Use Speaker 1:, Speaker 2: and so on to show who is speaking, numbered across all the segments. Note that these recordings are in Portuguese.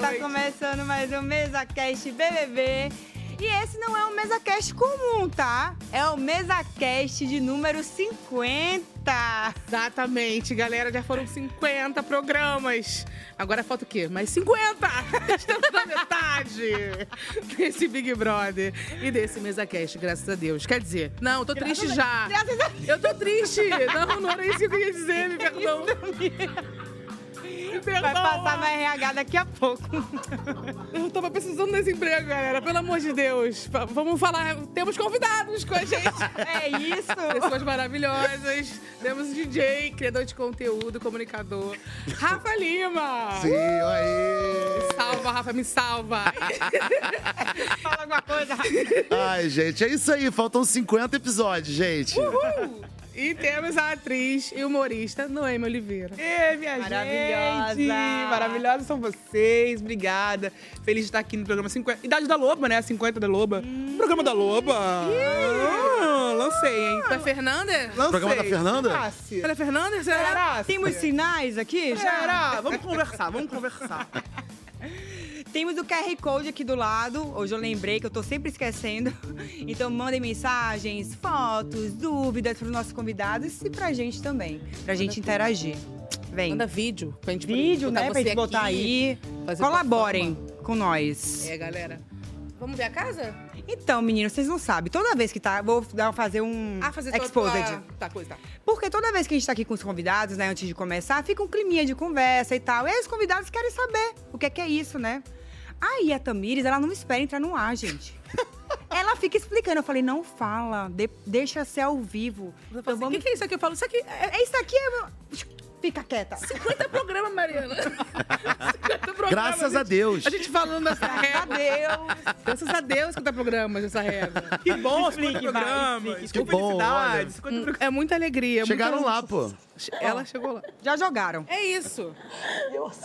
Speaker 1: Tá começando mais um MesaCast BBB. E esse não é um MesaCast comum, tá? É o MesaCast de número 50.
Speaker 2: Exatamente, galera, já foram 50 programas. Agora falta o quê? Mais 50! Estamos na metade desse Big Brother e desse MesaCast, graças a Deus. Quer dizer, não, eu tô triste já.
Speaker 1: Graças a
Speaker 2: Eu tô triste. Não, não era isso que eu queria dizer, me perdão. Me perdão.
Speaker 1: Vai passar na RH daqui a pouco.
Speaker 2: Eu tava precisando desse emprego, galera. Pelo amor de Deus. Fa- Vamos falar. Temos convidados com a gente.
Speaker 1: É isso.
Speaker 2: Pessoas maravilhosas. Temos DJ, criador de conteúdo, comunicador. Rafa Lima.
Speaker 3: Sim, aí.
Speaker 2: Salva, Rafa, me salva.
Speaker 1: Fala alguma coisa.
Speaker 3: Ai, gente, é isso aí. Faltam 50 episódios, gente.
Speaker 2: E temos a atriz e humorista Noemi Oliveira.
Speaker 4: Ê, minha
Speaker 1: Maravilhosa.
Speaker 4: gente! Maravilhosos são vocês, obrigada. Feliz de estar aqui no programa 50. Idade da Loba, né? 50 da Loba.
Speaker 1: Hum.
Speaker 4: Programa da Loba! Ah, lancei, hein?
Speaker 2: Da Fernanda?
Speaker 4: Lancei.
Speaker 3: Programa da Fernanda?
Speaker 2: Olha, Fernanda, será?
Speaker 4: Será?
Speaker 1: Temos sinais aqui? Já
Speaker 4: Será? Vamos conversar, vamos conversar.
Speaker 1: Temos o QR Code aqui do lado. Hoje eu lembrei que eu tô sempre esquecendo. Então mandem mensagens, fotos, dúvidas pros nossos convidados e pra gente também. Pra gente interagir. Vem.
Speaker 2: Manda vídeo pra gente
Speaker 1: vídeo,
Speaker 2: botar
Speaker 1: né? Pra
Speaker 2: você
Speaker 1: gente botar
Speaker 2: aqui.
Speaker 1: aí.
Speaker 2: fazer
Speaker 1: Colaborem com nós.
Speaker 2: É, galera. Vamos ver a casa?
Speaker 1: Então, meninos, vocês não sabem. Toda vez que tá. Vou dar, fazer um
Speaker 2: Ah, fazer toda
Speaker 1: exposed.
Speaker 2: a- Tá, coisa, tá.
Speaker 1: Porque toda vez que a gente tá aqui com os convidados, né, antes de começar, fica um climinha de conversa e tal. E aí os convidados querem saber o que é que é isso, né? Aí a Tamires, ela não espera entrar no ar, gente. ela fica explicando. Eu falei, não fala, de- deixa ser ao vivo.
Speaker 2: Eu
Speaker 1: Então
Speaker 2: falo assim, O
Speaker 1: vamos...
Speaker 2: que, que é isso aqui? Eu falo, isso aqui é
Speaker 1: É isso aqui, é meu... Fica quieta.
Speaker 2: 50 programa, Mariana. 50 programa.
Speaker 3: Graças a Deus.
Speaker 2: A gente falando dessa regra.
Speaker 1: Adeus.
Speaker 2: Graças a Deus que tá programa dessa regra.
Speaker 4: Ah, Que bom, 50
Speaker 1: Explique mais,
Speaker 4: programas.
Speaker 1: explique.
Speaker 4: Que
Speaker 3: Que bom,
Speaker 4: felicidade.
Speaker 3: olha.
Speaker 4: 50 programas.
Speaker 2: É muita alegria.
Speaker 3: Chegaram lá, pô.
Speaker 2: lá. Ela chegou lá.
Speaker 1: Já jogaram.
Speaker 2: É isso.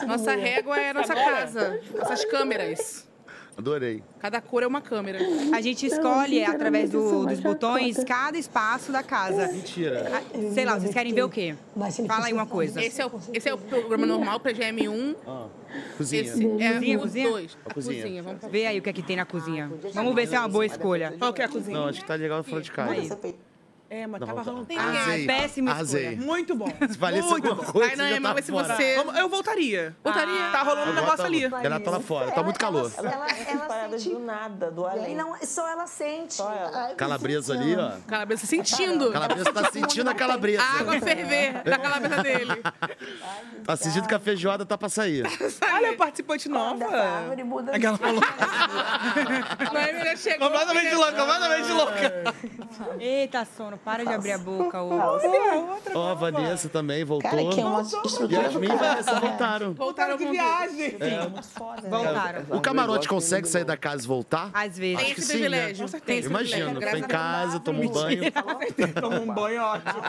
Speaker 2: Nossa régua é a nossa casa. Nossas câmeras.
Speaker 3: Adorei.
Speaker 2: Cada cor é uma câmera.
Speaker 1: A gente escolhe
Speaker 5: Não,
Speaker 1: através do-
Speaker 5: sinceramente,
Speaker 1: dos
Speaker 5: eu sou uma
Speaker 1: botões
Speaker 5: chacota.
Speaker 1: cada espaço da casa.
Speaker 3: Mentira.
Speaker 1: Ah, Sei lá, vocês querem ver o quê?
Speaker 5: Mas se ele
Speaker 1: Fala aí
Speaker 5: fosse
Speaker 1: uma coisa.
Speaker 2: Esse é o, esse é o programa normal pra GM1.
Speaker 3: Cozinha.
Speaker 2: Esse é
Speaker 1: Cozinha,
Speaker 2: o
Speaker 1: cozinha?
Speaker 2: dois.
Speaker 3: A cozinha.
Speaker 2: Vamos Ah, pra...
Speaker 1: Vê aí o que é que tem na cozinha. Vamos ver se é uma boa escolha.
Speaker 4: Qual que é a cozinha?
Speaker 3: Não, acho que tá legal fora de casa.
Speaker 1: Aí.
Speaker 4: É, mas
Speaker 3: Não,
Speaker 4: tava
Speaker 3: tá.
Speaker 4: rolando.
Speaker 3: Arrasei.
Speaker 1: péssima
Speaker 3: Arrasei.
Speaker 4: Muito bom.
Speaker 3: Se valesse
Speaker 4: Muito
Speaker 3: alguma
Speaker 4: bom.
Speaker 3: coisa,
Speaker 2: Vai, Naema,
Speaker 3: já tava
Speaker 2: vai se
Speaker 3: fora.
Speaker 2: você.
Speaker 4: Vamos- Eu voltaria.
Speaker 2: Voltaria.
Speaker 4: Tá rolando um
Speaker 3: Agora
Speaker 4: negócio
Speaker 3: tá-
Speaker 4: ali. É,
Speaker 3: Renata lá fora. Tá muito calor.
Speaker 6: Ela, ela, ela
Speaker 7: paradas
Speaker 6: sente-
Speaker 7: do nada, do além.
Speaker 6: E não, só ela sente.
Speaker 7: Só ela.
Speaker 6: Ai,
Speaker 4: é
Speaker 3: Calabresa ali, ó.
Speaker 2: Calabresa sentindo.
Speaker 3: Calabresa tá sentindo a calabresa.
Speaker 2: A água ferver da calabresa dele.
Speaker 3: Tá sentindo que a feijoada tá pra sair.
Speaker 4: Olha a participante nova.
Speaker 7: Dessa árvore muda.
Speaker 3: É
Speaker 4: Aquela falou.
Speaker 2: Noemi já chegou.
Speaker 4: Completamente louca, completamente
Speaker 2: Ah.
Speaker 4: louca.
Speaker 1: Eita, sono, para de abrir a boca. ô.
Speaker 3: Ó, a Vanessa também voltou.
Speaker 6: Cara, que é uma
Speaker 3: E
Speaker 6: estrutura
Speaker 3: as
Speaker 6: do
Speaker 3: minhas
Speaker 6: cara. É,
Speaker 3: Vanessa voltaram.
Speaker 2: Voltaram
Speaker 4: Que
Speaker 2: com
Speaker 4: viagem.
Speaker 1: Voltaram.
Speaker 3: É.
Speaker 1: Ah,
Speaker 3: O camarote consegue sair da casa e voltar?
Speaker 1: Às vezes.
Speaker 2: Tem
Speaker 3: que
Speaker 2: esse
Speaker 3: sim, né?
Speaker 2: privilégio. Tem esse
Speaker 3: Imagino.
Speaker 2: privilégio.
Speaker 3: Tô em
Speaker 2: graças a
Speaker 3: casa, tomo um banho.
Speaker 4: Toma um banho ótimo.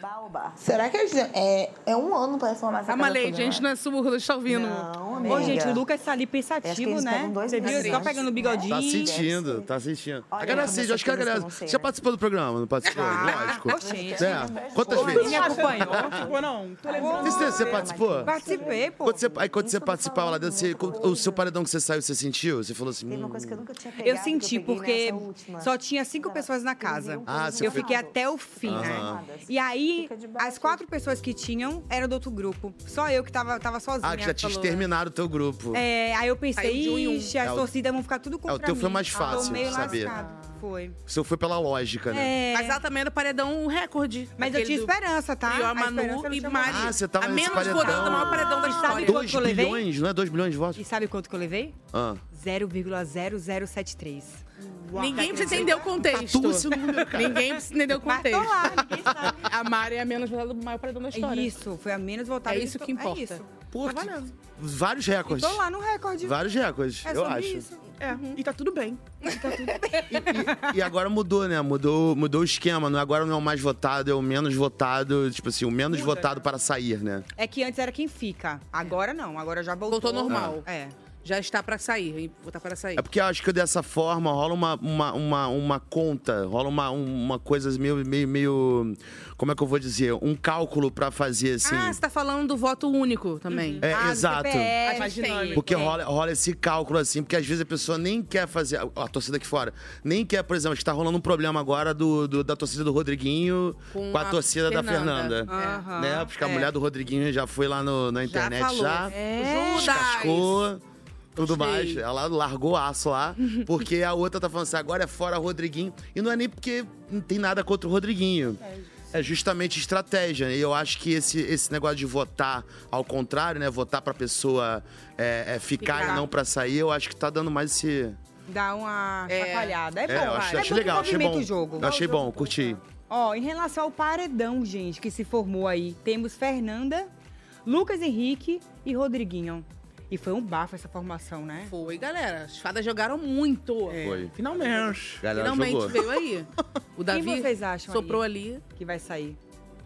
Speaker 7: Baobá.
Speaker 6: Será que eles- é, é um ano pra reformar essa
Speaker 2: Deus.
Speaker 6: casa
Speaker 2: Amalei,
Speaker 6: toda,
Speaker 2: gente,
Speaker 6: né?
Speaker 2: não é surdo, está ouvindo.
Speaker 7: Não, amiga.
Speaker 1: Ô, gente, o Lucas tá ali
Speaker 6: Acho que
Speaker 1: pensativo,
Speaker 6: eles
Speaker 1: né?
Speaker 6: pegam dois né?
Speaker 1: Você viu?
Speaker 6: meses
Speaker 1: Ele só
Speaker 6: antes.
Speaker 1: pegando o bigodinho.
Speaker 3: Tá sentindo, tá sentindo. a
Speaker 7: Olha,
Speaker 3: galera
Speaker 7: como
Speaker 3: sente,
Speaker 7: são
Speaker 3: acho que a
Speaker 7: coisas
Speaker 3: galera.
Speaker 7: que eu não sei,
Speaker 3: já
Speaker 7: né?
Speaker 3: participou do programa, não participou?
Speaker 4: Ah,
Speaker 3: Lógico.
Speaker 1: gente.
Speaker 3: É. Quantas
Speaker 1: Ele me
Speaker 3: vezes?
Speaker 1: acompanhou.
Speaker 4: Tipo, não, tô lembrando.
Speaker 3: Você, você participou?
Speaker 1: Participei, pô.
Speaker 3: Quando você, aí quando você participava lá dentro, você- o seu paredão que você saiu, você sentiu? Você falou assim.
Speaker 7: Teve uma
Speaker 3: hum,
Speaker 7: coisa que eu nunca tinha pegado.
Speaker 1: Eu
Speaker 7: que
Speaker 1: senti,
Speaker 7: peguei
Speaker 1: porque
Speaker 7: nessa última.
Speaker 1: só tinha cinco
Speaker 7: Cara,
Speaker 1: pessoas na
Speaker 7: teve
Speaker 1: casa.
Speaker 7: um
Speaker 3: Ah, você
Speaker 1: Eu
Speaker 3: foi-
Speaker 1: fiquei até o fim,
Speaker 3: Aham.
Speaker 1: né? E aí,
Speaker 7: Fica de baixo.
Speaker 1: as quatro pessoas que tinham eram do outro grupo. Só eu que tava, tava sozinha.
Speaker 3: ah, que já tinha
Speaker 7: né?"
Speaker 1: falou.
Speaker 3: exterminado o teu grupo.
Speaker 1: É, aí eu
Speaker 2: Saiu de um
Speaker 1: pensei,
Speaker 2: em um.
Speaker 1: ixi, as
Speaker 3: É, o-
Speaker 1: torcidas vão ficar tudo contra mim.
Speaker 3: o teu foi mais
Speaker 1: Ah,
Speaker 3: fácil
Speaker 1: Tô meio
Speaker 3: de saber.
Speaker 1: lascado. Foi.
Speaker 3: O seu foi pela lógica, né?
Speaker 1: É,
Speaker 2: Mas ela também era o paredão recorde.
Speaker 1: mas eu
Speaker 2: Aquele
Speaker 1: tinha
Speaker 2: do-
Speaker 1: esperança, tá?
Speaker 2: Prior,
Speaker 1: A esperança
Speaker 2: Manu
Speaker 1: não
Speaker 2: e
Speaker 1: tinha
Speaker 2: Mari.
Speaker 3: Ah, você tava
Speaker 2: a
Speaker 3: nesse
Speaker 2: menos
Speaker 3: paredão.
Speaker 2: votando, o maior paredão da
Speaker 1: E sabe
Speaker 2: história.
Speaker 1: quanto
Speaker 3: Dois
Speaker 1: eu levei?
Speaker 3: bilhões, não é? 2 bilhões de
Speaker 1: E
Speaker 3: votos?
Speaker 1: sabe quanto que eu levei?
Speaker 3: Ah.
Speaker 1: 0,0073.
Speaker 2: Ninguém precisa entender o contexto.
Speaker 3: Tatua
Speaker 1: é
Speaker 3: esse número, cara.
Speaker 2: Ninguém precisa entender o
Speaker 1: Mas tô
Speaker 2: contexto.
Speaker 1: lá, ninguém sabe.
Speaker 2: A Mari é a menos votada do maior paredão da
Speaker 1: É
Speaker 2: história.
Speaker 1: isso, foi a menos votada.
Speaker 2: É isso que importa.
Speaker 1: É isso.
Speaker 3: Pô,
Speaker 2: Tá
Speaker 3: que-
Speaker 2: valendo.
Speaker 3: vários recordes.
Speaker 1: Tô lá no recorde. Uhum.
Speaker 3: Vários recordes,
Speaker 1: é
Speaker 3: eu
Speaker 1: sobre
Speaker 3: acho.
Speaker 1: isso.
Speaker 4: É, e tá tudo bem.
Speaker 3: E agora mudou, né? Mudou, mudou o esquema. Não, é- agora não é o mais votado, é o menos votado. Tipo assim, o menos votado para sair, né?
Speaker 1: É que antes era quem fica. Agora não, agora já voltou.
Speaker 2: Voltou normal.
Speaker 1: É.
Speaker 2: Já está para sair, hein? Tá para sair.
Speaker 3: É porque eu acho que dessa forma rola uma, uma, uma, uma conta, rola uma, uma coisa meio, meio, meio. Como é que eu vou dizer? Um cálculo pra fazer assim.
Speaker 2: Ah, você tá falando do voto único também.
Speaker 3: É,
Speaker 1: Ah, do
Speaker 3: exato.
Speaker 1: CPF,
Speaker 4: Mas
Speaker 1: tem.
Speaker 4: dinâmico.
Speaker 3: Porque rola, rola esse cálculo, assim, porque às vezes a pessoa nem quer fazer. ó, A torcida aqui fora. Nem quer, por exemplo, acho que tá rolando um problema agora do, do- da torcida do Rodriguinho com,
Speaker 2: Com
Speaker 3: a,
Speaker 2: a
Speaker 3: torcida da
Speaker 2: Fernanda.
Speaker 3: Fernanda.
Speaker 1: Aham,
Speaker 3: né? Porque a
Speaker 2: é.
Speaker 3: mulher do Rodriguinho já foi lá no- na internet já.
Speaker 2: falou. É.
Speaker 3: descascou. Tudo
Speaker 2: Gostei.
Speaker 3: mais. Ela largou o aço lá, porque a outra tá falando assim, agora é fora Rodriguinho. E não é nem porque não tem nada contra o Rodriguinho. É justamente estratégia. né? E eu acho que esse, esse negócio de votar ao contrário, né? Votar pra pessoa é, é, ficar,
Speaker 1: Ficar.
Speaker 3: e não pra sair, eu acho que tá dando mais esse.
Speaker 1: Dá uma
Speaker 2: É.
Speaker 1: chacoalhada. É, bom,
Speaker 3: É, eu
Speaker 1: vai.
Speaker 3: achei, achei
Speaker 1: é bom que
Speaker 3: legal, achei
Speaker 1: movimenta
Speaker 3: bom.
Speaker 1: o jogo.
Speaker 3: Eu achei bom, curti.
Speaker 1: Ó, em relação ao paredão, gente, que se formou aí, temos Fernanda, Lucas Henrique e Rodriguinho. E foi um bafo essa formação, né?
Speaker 2: Foi, galera. As fadas jogaram muito.
Speaker 3: Foi.
Speaker 4: É. Finalmente.
Speaker 3: Galera
Speaker 2: É. Finalmente
Speaker 3: jogou.
Speaker 2: veio aí. O Davi
Speaker 1: vocês acham
Speaker 2: soprou ali.
Speaker 1: Que vai sair.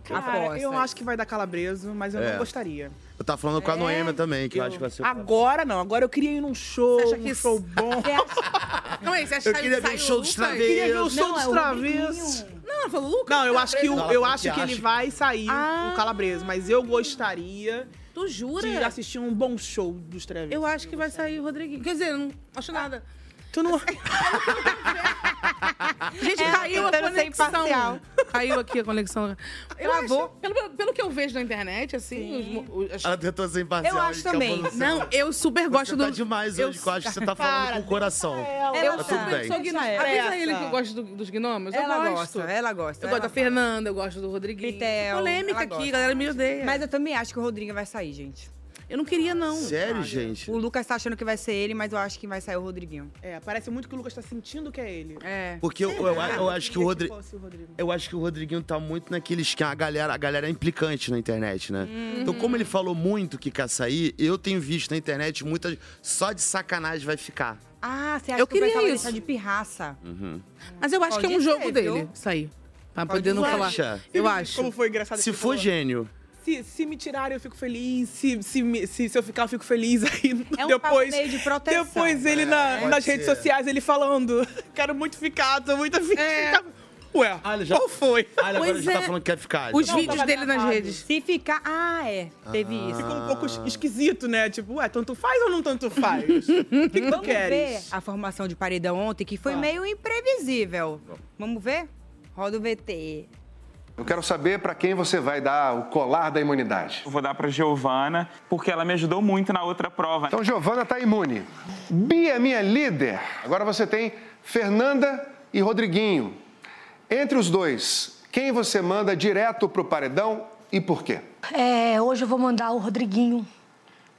Speaker 4: Cara,
Speaker 1: Aposta.
Speaker 4: eu acho que vai dar calabreso, mas eu
Speaker 3: É.
Speaker 4: não gostaria.
Speaker 3: Eu tava falando
Speaker 1: É.
Speaker 3: com a Noêmia também, que eu, acho que vai ser.
Speaker 1: Ah,
Speaker 4: Agora não, agora eu queria ir num show,
Speaker 2: Você acha que
Speaker 4: um show bom.
Speaker 1: Você acha-
Speaker 2: Não é, você acha
Speaker 3: Eu
Speaker 2: que saiu-
Speaker 3: queria ver um
Speaker 2: saiu
Speaker 3: show
Speaker 2: o
Speaker 3: dos
Speaker 2: Lucas?
Speaker 3: travessos.
Speaker 4: queria ver o show
Speaker 1: Não, é
Speaker 4: dos
Speaker 1: o
Speaker 4: travessos.
Speaker 2: Não, ela falou, Lucas.
Speaker 4: Não, eu acho que, o-
Speaker 3: Ela
Speaker 4: eu
Speaker 3: falou que
Speaker 4: acho que ele
Speaker 3: acha.
Speaker 4: vai sair
Speaker 1: Ah.
Speaker 4: o calabreso, mas eu gostaria
Speaker 2: Tu jura?
Speaker 4: de assistir um bom show dos travessos.
Speaker 2: Eu acho que vai sair o Rodriguinho. Quer dizer, eu não acho nada.
Speaker 4: Tu não...
Speaker 2: Gente,
Speaker 1: É,
Speaker 2: caiu a
Speaker 1: tentando ser imparcial.
Speaker 2: conexão. Caiu aqui a conexão. Eu
Speaker 1: Travou.
Speaker 2: acho, pelo, pelo que eu vejo na internet, assim, os, os- as-
Speaker 3: Ela tentou ser imparcial.
Speaker 1: Eu acho
Speaker 3: e acabou
Speaker 1: também.
Speaker 3: no céu.
Speaker 2: Não, eu super
Speaker 3: Você
Speaker 2: gosto do.
Speaker 3: tá demais hoje, eu... acho que você tá falando com o coração.
Speaker 1: Ela
Speaker 3: tá
Speaker 1: tá.
Speaker 3: tudo bem.
Speaker 2: Sou gnomo.
Speaker 1: Ela.
Speaker 2: Avisa ele que eu gosto do- dos gnomos. Eu
Speaker 1: Ela
Speaker 2: gosto.
Speaker 1: gosta, ela gosta.
Speaker 2: Eu
Speaker 1: ela
Speaker 2: gosto da
Speaker 1: gosta.
Speaker 2: Fernanda, eu gosto do Rodriguinho.
Speaker 1: Pitel,
Speaker 2: Polêmica
Speaker 1: ela
Speaker 2: aqui,
Speaker 1: gosta.
Speaker 2: galera me odeia.
Speaker 1: Mas eu também acho que o Rodriguinho vai sair, gente.
Speaker 2: eu não queria, não.
Speaker 3: Sério, gente?
Speaker 1: O Lucas tá achando que vai ser ele, mas eu acho que vai sair o Rodriguinho.
Speaker 4: É, parece muito que o Lucas tá sentindo que é ele.
Speaker 2: É.
Speaker 3: Porque eu, eu- eu acho que o Rodrigo.
Speaker 4: fosse o Rodrigo.
Speaker 3: Eu acho que o Rodriguinho tá muito naquele esquema. A galera, a galera é implicante na internet, né?
Speaker 2: Uhum.
Speaker 3: Então, como ele falou muito que quer sair, eu tenho visto na internet muitas. Só de sacanagem vai ficar.
Speaker 1: Ah, você acha
Speaker 2: Eu
Speaker 1: que o
Speaker 2: queria
Speaker 1: pessoal vai
Speaker 2: isso.
Speaker 1: deixar de pirraça?
Speaker 2: Mas eu acho que é um
Speaker 1: Pode
Speaker 2: jogo
Speaker 1: ser,
Speaker 2: dele
Speaker 1: viu?
Speaker 2: sair. Pra
Speaker 1: Pode
Speaker 2: poder não
Speaker 3: ser.
Speaker 2: falar.
Speaker 3: Acha?
Speaker 2: Eu
Speaker 4: Você viu
Speaker 2: acho.
Speaker 4: Como foi engraçado
Speaker 3: Se
Speaker 4: que
Speaker 3: for
Speaker 4: você falou?
Speaker 3: gênio.
Speaker 4: se, se me tirarem, eu fico feliz. Se, se, me- se, se eu ficar, eu fico feliz. Aí
Speaker 1: É um
Speaker 4: depois.
Speaker 1: papo meio de proteção.
Speaker 4: Depois ele na-
Speaker 3: É, pode
Speaker 4: nas redes
Speaker 3: ser.
Speaker 4: sociais, ele falando. Quero muito ficar, tô muito afim. de
Speaker 1: É.
Speaker 4: ficar." Ué,
Speaker 3: Ah, ele já-
Speaker 4: qual foi?
Speaker 3: Ah, ele agora
Speaker 2: Pois
Speaker 3: ele tá
Speaker 2: é.
Speaker 3: falando que quer ficar.
Speaker 2: Os
Speaker 3: Então,
Speaker 2: vídeos
Speaker 4: tava
Speaker 2: dele nas
Speaker 4: gravado.
Speaker 2: redes.
Speaker 1: tá Se ficar. Ah, é. Teve isso.
Speaker 4: Ficou um pouco es- esquisito, né? Tipo, ué, tanto faz ou não tanto faz? O que, que tu
Speaker 1: Vamos ver
Speaker 4: queres?
Speaker 1: a formação de paredão ontem, que
Speaker 2: Tá.
Speaker 1: foi meio imprevisível. Vamos ver? Roda o VT.
Speaker 5: Eu quero saber para quem você vai dar o colar da imunidade.
Speaker 8: Eu vou dar pra Giovana, porque ela me ajudou muito na outra prova.
Speaker 5: Então, Giovana tá imune. Bia, minha líder. Agora você tem Fernanda e Rodriguinho. Entre os dois, quem você manda direto pro paredão e por quê?
Speaker 9: É, hoje eu vou mandar o Rodriguinho,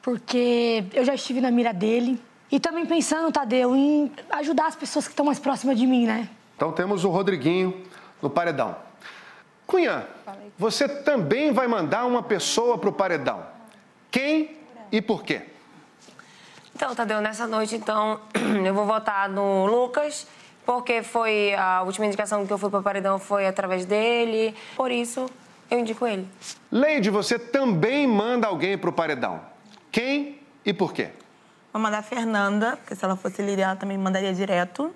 Speaker 9: porque eu já estive na mira dele. E também pensando, Tadeu, em ajudar as pessoas que estão mais próximas de mim, né?
Speaker 5: Então temos o Rodriguinho no paredão. Cunha, você também vai mandar uma pessoa pro paredão. Quem e por quê?
Speaker 10: Então, Tadeu, nessa noite, então, eu vou votar no Lucas, porque foi a última indicação que eu fui para paredão foi através dele. Por isso, eu indico ele.
Speaker 5: Leide, você também manda alguém pro paredão. Quem e por quê?
Speaker 7: Vou mandar a Fernanda, porque se ela fosse líder, ela também me mandaria direto.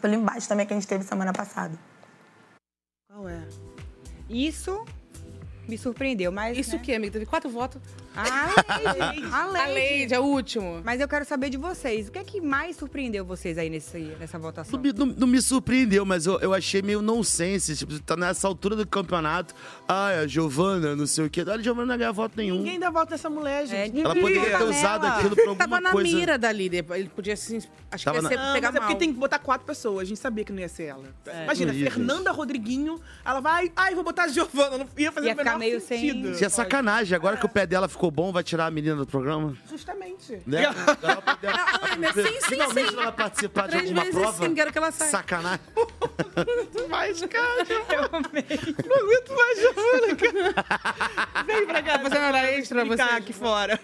Speaker 7: Pelo embate também que a gente teve semana passada.
Speaker 4: Qual é?
Speaker 1: Isso me surpreendeu, mas.
Speaker 2: Isso
Speaker 1: né? Ah,
Speaker 2: o quê, amiga? Teve quatro votos.
Speaker 1: A Lady. a
Speaker 2: A
Speaker 1: Lady.
Speaker 2: Leide é o último.
Speaker 1: Mas eu quero saber de vocês. O que é que mais surpreendeu vocês aí nesse, nessa
Speaker 3: Não
Speaker 1: votação?
Speaker 3: me, não- não me surpreendeu, mas eu, eu achei meio nonsense. Tipo, tá nessa altura do campeonato. Ai, a Giovana, não sei o quê. Olha, a Giovana não ganha voto nenhum.
Speaker 4: Ninguém dá volta nessa
Speaker 2: É,
Speaker 4: mulher, gente.
Speaker 3: Ela poderia ter
Speaker 1: Nela.
Speaker 3: usado aquilo pra alguma
Speaker 2: Tava na
Speaker 3: coisa.
Speaker 2: mira da líder. Ele podia, assim, acho
Speaker 3: Tava
Speaker 2: que ia ser,
Speaker 3: na-
Speaker 4: Ah,
Speaker 2: pegar
Speaker 4: mas é porque
Speaker 2: mal. É.
Speaker 4: tem que botar quatro pessoas. A gente sabia que não ia ser ela. Imagina,
Speaker 3: Não ia,
Speaker 4: Fernanda Rodriguinho, ela vai. Ai, vou botar a Giovana. Não ia fazer
Speaker 1: Ia
Speaker 4: o
Speaker 1: ficar
Speaker 4: menor
Speaker 1: meio sem-
Speaker 4: sentido.
Speaker 3: Se é sacanagem, agora que o pé dela ficou bom, vai tirar a menina do programa?
Speaker 4: Justamente.
Speaker 3: Né? Ela vai poder-
Speaker 2: Ah, né? Sim, sim,
Speaker 3: Finalmente
Speaker 2: sim.
Speaker 3: ela vai participar de
Speaker 2: Três
Speaker 3: alguma
Speaker 2: vezes
Speaker 3: prova?
Speaker 2: sim, quero que ela saia.
Speaker 3: Sacanagem.
Speaker 4: Mas, cara,
Speaker 1: Eu amei.
Speaker 4: não aguento mais Giovana, cara. Vem pra cá.
Speaker 2: fazendo hora extra,
Speaker 4: ficar
Speaker 2: você,
Speaker 4: aqui fora.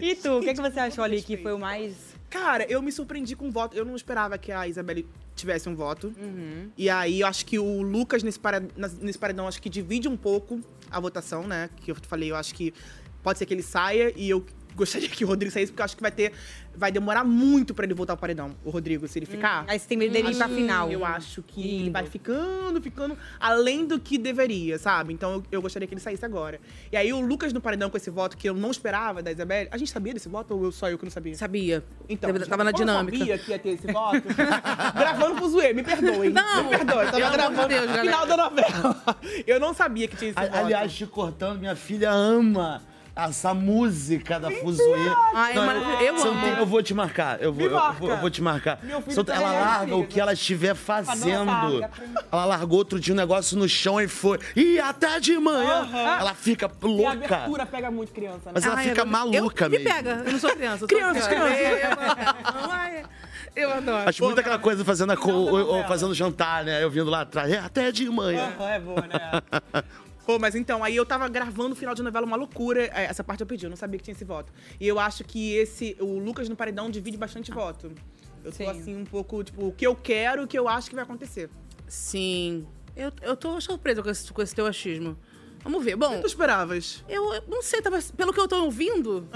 Speaker 1: E tu, o que, é que você achou ali que foi o mais.
Speaker 4: Cara, eu me surpreendi com o voto. Eu não esperava que a Isabelle tivesse um voto.
Speaker 1: Uhum.
Speaker 4: E aí, eu acho que o Lucas, nesse, para- nas- nesse paredão, acho que divide um pouco a votação, né? Que eu falei, eu acho que pode ser que ele saia. E eu gostaria que o Rodrigo saísse, porque eu acho que vai ter. Vai demorar muito pra ele voltar ao paredão, o Rodrigo, se ele ficar.
Speaker 1: Uhum. aí você tem medo dele ir
Speaker 4: Acho-
Speaker 1: pra final.
Speaker 4: Eu acho que ele vai ficando, ficando além do que deveria, sabe? Então eu, eu gostaria que ele saísse agora. E aí o Lucas no paredão com esse voto que eu não esperava da Isabelle. A gente sabia desse voto ou eu só eu que não sabia?
Speaker 2: Sabia.
Speaker 4: Então,
Speaker 2: Tava-
Speaker 4: gente,
Speaker 2: tava na
Speaker 4: como eu
Speaker 2: dinâmica.
Speaker 4: sabia que ia ter esse voto. gravando pro zoeiro, me perdoem.
Speaker 2: Não,
Speaker 4: me perdoem. Tava
Speaker 2: pelo amor de
Speaker 4: gravando
Speaker 2: Deus, galera.
Speaker 4: final da novela. Eu não sabia que tinha esse voto.
Speaker 3: A- Aliás, te cortando, minha filha ama essa música da Fuzuê.
Speaker 4: Ai,
Speaker 3: Não,
Speaker 4: mano,
Speaker 3: eu,
Speaker 4: eu
Speaker 3: você não
Speaker 4: amo.
Speaker 3: tem- eu vou te marcar. Eu vou,
Speaker 4: Me
Speaker 3: eu,
Speaker 4: marca.
Speaker 3: vou, eu vou te marcar.
Speaker 4: Meu filho
Speaker 3: Só-
Speaker 4: tá
Speaker 3: ela
Speaker 4: reagindo.
Speaker 3: larga o que ela estiver fazendo. ela largou outro dia um negócio no chão e foi. E até de manhã.
Speaker 4: Aham.
Speaker 3: Ela fica
Speaker 4: E a
Speaker 3: louca.
Speaker 4: abertura pega muito criança, né?
Speaker 3: Mas ela fica maluca mesmo.
Speaker 2: eu não sou criança. É,
Speaker 4: Crianças,
Speaker 2: Eu adoro.
Speaker 3: Acho muito aquela coisa fazendo, a co- ou- ou fazendo jantar, né? Eu vindo lá atrás. "É, até de manhã.
Speaker 4: Aham, é boa, né? Pô, mas então, aí eu tava gravando o final de novela, uma loucura. É, Essa parte eu pedi, eu não sabia que tinha esse voto. E eu acho que esse, o Lucas no Paredão divide bastante voto. Eu tô assim, um pouco, tipo, o que eu quero, o que eu acho que vai acontecer.
Speaker 2: Sim. Eu, eu tô surpresa com esse, com esse teu achismo. Vamos ver. Bom.
Speaker 4: Tu esperavas? Ah.
Speaker 2: Eu, eu não sei, tava, pelo que eu tô ouvindo,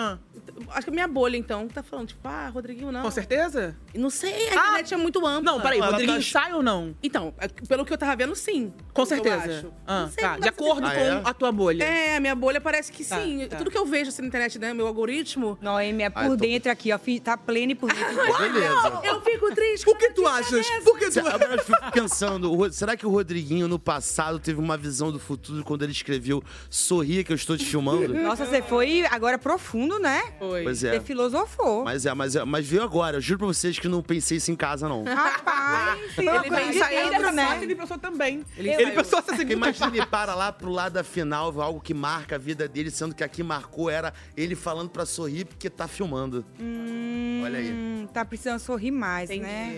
Speaker 2: acho que a minha bolha, então, tá falando, tipo, ah, Rodriguinho não.
Speaker 4: Com certeza? Ah!
Speaker 2: Não sei, a internet é muito ampla.
Speaker 4: Não, peraí,
Speaker 2: Ela
Speaker 4: Rodriguinho
Speaker 2: tá-
Speaker 4: sai ou não?
Speaker 2: Então, é, pelo que eu tava vendo, sim.
Speaker 4: Com
Speaker 2: Eu
Speaker 4: certeza.
Speaker 2: acho.
Speaker 4: Ah,
Speaker 2: Não sei,
Speaker 4: tá.
Speaker 2: não dá
Speaker 4: De
Speaker 2: pra
Speaker 4: acordo
Speaker 2: saber.
Speaker 4: com a tua bolha.
Speaker 2: É, a minha bolha parece que
Speaker 4: Tá,
Speaker 2: sim.
Speaker 4: tá.
Speaker 2: Tudo que eu vejo assim na internet, né? Meu algoritmo.
Speaker 1: Noemi,
Speaker 3: Ah,
Speaker 1: é por dentro aqui, ó. fi- Tá plena e por dentro.
Speaker 3: Beleza.
Speaker 2: Eu fico triste. Por que tu
Speaker 4: achas?
Speaker 2: Por
Speaker 3: Cê- Agora eu fico pensando, o Ro- será que o Rodriguinho no passado teve uma visão do futuro quando ele escreveu Sorria que eu estou te filmando?
Speaker 1: Nossa, você foi agora profundo, né?
Speaker 2: Foi.
Speaker 3: Pois é.
Speaker 1: Você filosofou.
Speaker 3: Mas é, mas é, mas veio agora. Eu juro pra vocês que não pensei isso em casa, não.
Speaker 1: Rapaz,
Speaker 4: Ele
Speaker 1: uma coisa
Speaker 4: vem
Speaker 1: de
Speaker 4: ensaiando
Speaker 1: dentro,
Speaker 4: essa
Speaker 1: né?
Speaker 4: foto, ele pensou também. Ele, É
Speaker 1: ensaiou.
Speaker 4: pensou essa
Speaker 3: Porque
Speaker 4: segunda
Speaker 3: imagina ele para lá pro lado da final, algo que marca a vida dele, sendo que aqui marcou era ele falando pra sorrir porque tá filmando. Olha aí.
Speaker 1: Hum, tá precisando sorrir mais, né?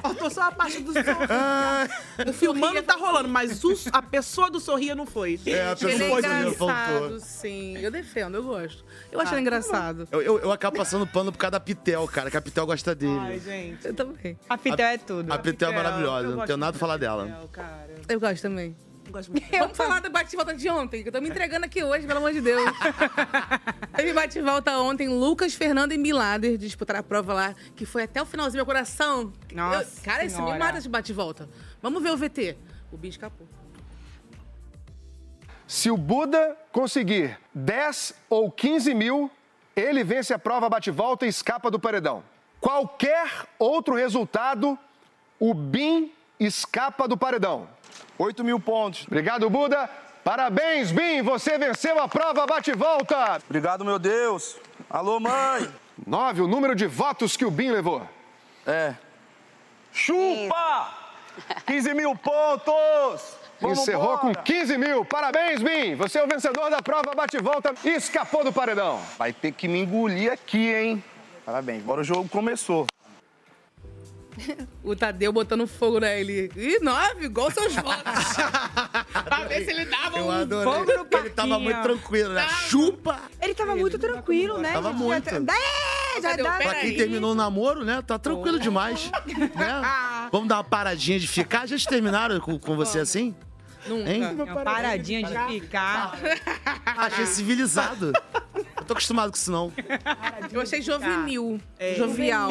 Speaker 4: Faltou só a parte do sorriso. o filmando tá rolando, mas o- a pessoa do sorria não foi.
Speaker 3: É, a
Speaker 2: Ele
Speaker 3: pessoa
Speaker 2: é
Speaker 3: pode me
Speaker 2: engraçado,
Speaker 3: faltou.
Speaker 2: sim. Eu defendo, eu gosto.
Speaker 4: Ah,
Speaker 2: Eu
Speaker 4: tá
Speaker 2: acho ele engraçado.
Speaker 3: Eu, eu, eu acabo passando pano por causa da Pitel, cara, que a Pitel gosta dele.
Speaker 4: Ai, gente.
Speaker 2: Eu também.
Speaker 1: A Pitel é tudo.
Speaker 3: a Pitel é maravilhosa, não tenho nada pra falar dela.
Speaker 4: Não, cara.
Speaker 2: Eu gosto também.
Speaker 4: Eu gosto muito.
Speaker 2: Vamos falar do bate-volta de ontem, que eu tô me entregando aqui hoje, pelo amor de Deus. Teve bate-volta ontem, Lucas, Fernando e Milader disputaram a prova lá, que foi até o finalzinho, meu coração.
Speaker 1: Nossa
Speaker 2: Eu- cara, isso me
Speaker 1: Senhora.
Speaker 2: mata esse bate-volta. Vamos ver o VT. O bicho escapou.
Speaker 5: Se o Buda conseguir 10 ou 15 mil, ele vence a prova bate-volta e escapa do paredão. Qualquer outro resultado, o BIM escapa do paredão. 8 mil pontos. Obrigado, Buda. Parabéns, BIM. Você venceu a prova bate-volta.
Speaker 11: Obrigado, meu Deus. Alô, mãe.
Speaker 5: 9, o número de votos que o BIM levou.
Speaker 11: É. Chupa! 15 mil pontos! Vamos
Speaker 5: Encerrou
Speaker 11: embora.
Speaker 5: com 15 mil. Parabéns, BIM. Você é o vencedor da prova bate-volta e escapou do paredão.
Speaker 11: Vai ter que me engolir aqui, hein? Parabéns. Agora o jogo começou.
Speaker 2: O Tadeu botando fogo nele. Ih, nove, igual seus votos. pra ver se ele dava
Speaker 3: Eu
Speaker 2: um
Speaker 3: adorei.
Speaker 1: fogo no
Speaker 3: Ele tava
Speaker 1: parquinho.
Speaker 3: muito tranquilo, né? Chupa!
Speaker 1: Ele tava muito tranquilo, né?
Speaker 3: Tava
Speaker 1: gente?
Speaker 3: muito.
Speaker 1: Já- É, já
Speaker 2: Cadê o
Speaker 1: dá.
Speaker 2: pé?
Speaker 3: Pra quem
Speaker 2: Peraí.
Speaker 3: terminou o namoro, né? Tá tranquilo demais.
Speaker 2: Ah,
Speaker 3: né? Vamos dar uma paradinha de ficar. Já te terminaram com, com você assim?
Speaker 2: Nunca. Tá.
Speaker 3: Hein?
Speaker 1: É Uma paradinha de ficar.
Speaker 3: Ah, Achei civilizado. Eu tô acostumado com isso, não.
Speaker 2: Eu achei jovenil.
Speaker 4: É.
Speaker 2: Jovial.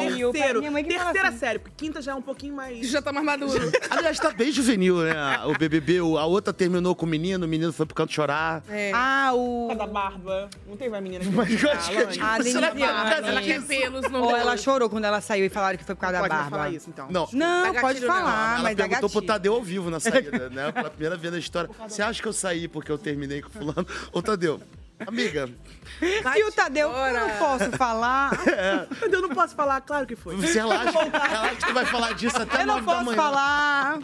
Speaker 1: Jovial. Tá. É. Juvenil, pra
Speaker 4: Terceiro,
Speaker 1: minha mãe que fala
Speaker 4: terceira
Speaker 1: assim.
Speaker 4: série, porque quinta já é um pouquinho mais.
Speaker 2: Já tá mais maduro.
Speaker 3: Aliás, tá bem juvenil, né? O BBB, o- a outra terminou com o menino, o menino foi pro canto chorar.
Speaker 2: É.
Speaker 1: Ah, o.
Speaker 4: Tá Da barba. Não tem mais menina que
Speaker 3: Mas eu acho que a
Speaker 4: Alane.
Speaker 3: gente-
Speaker 1: A
Speaker 3: será
Speaker 1: Aline
Speaker 3: que é por causa
Speaker 2: Ela quer
Speaker 3: disso?
Speaker 2: pelos no
Speaker 1: tá Ou ela
Speaker 2: rosto.
Speaker 1: chorou quando ela saiu e falaram que foi por causa
Speaker 4: Pode
Speaker 1: da
Speaker 4: mais falar
Speaker 1: barba.
Speaker 4: isso, então.
Speaker 3: Não.
Speaker 1: Não,
Speaker 2: Dá
Speaker 1: pode
Speaker 2: gatilho nela.
Speaker 1: falar,
Speaker 3: Ela
Speaker 1: mas dá
Speaker 3: perguntou pro
Speaker 1: gatilho.
Speaker 3: Tadeu ao vivo na saída, né? Pela primeira vez na história. Você acha que eu saí porque eu terminei com fulano? Ô, Tadeu, amiga,
Speaker 1: E o Tadeu, eu não posso falar.
Speaker 4: Eu não posso falar, claro que foi.
Speaker 3: É. você relaxa, relaxa que tu vai falar disso até
Speaker 1: Eu não
Speaker 3: nove da
Speaker 1: posso
Speaker 3: manhã.
Speaker 1: falar.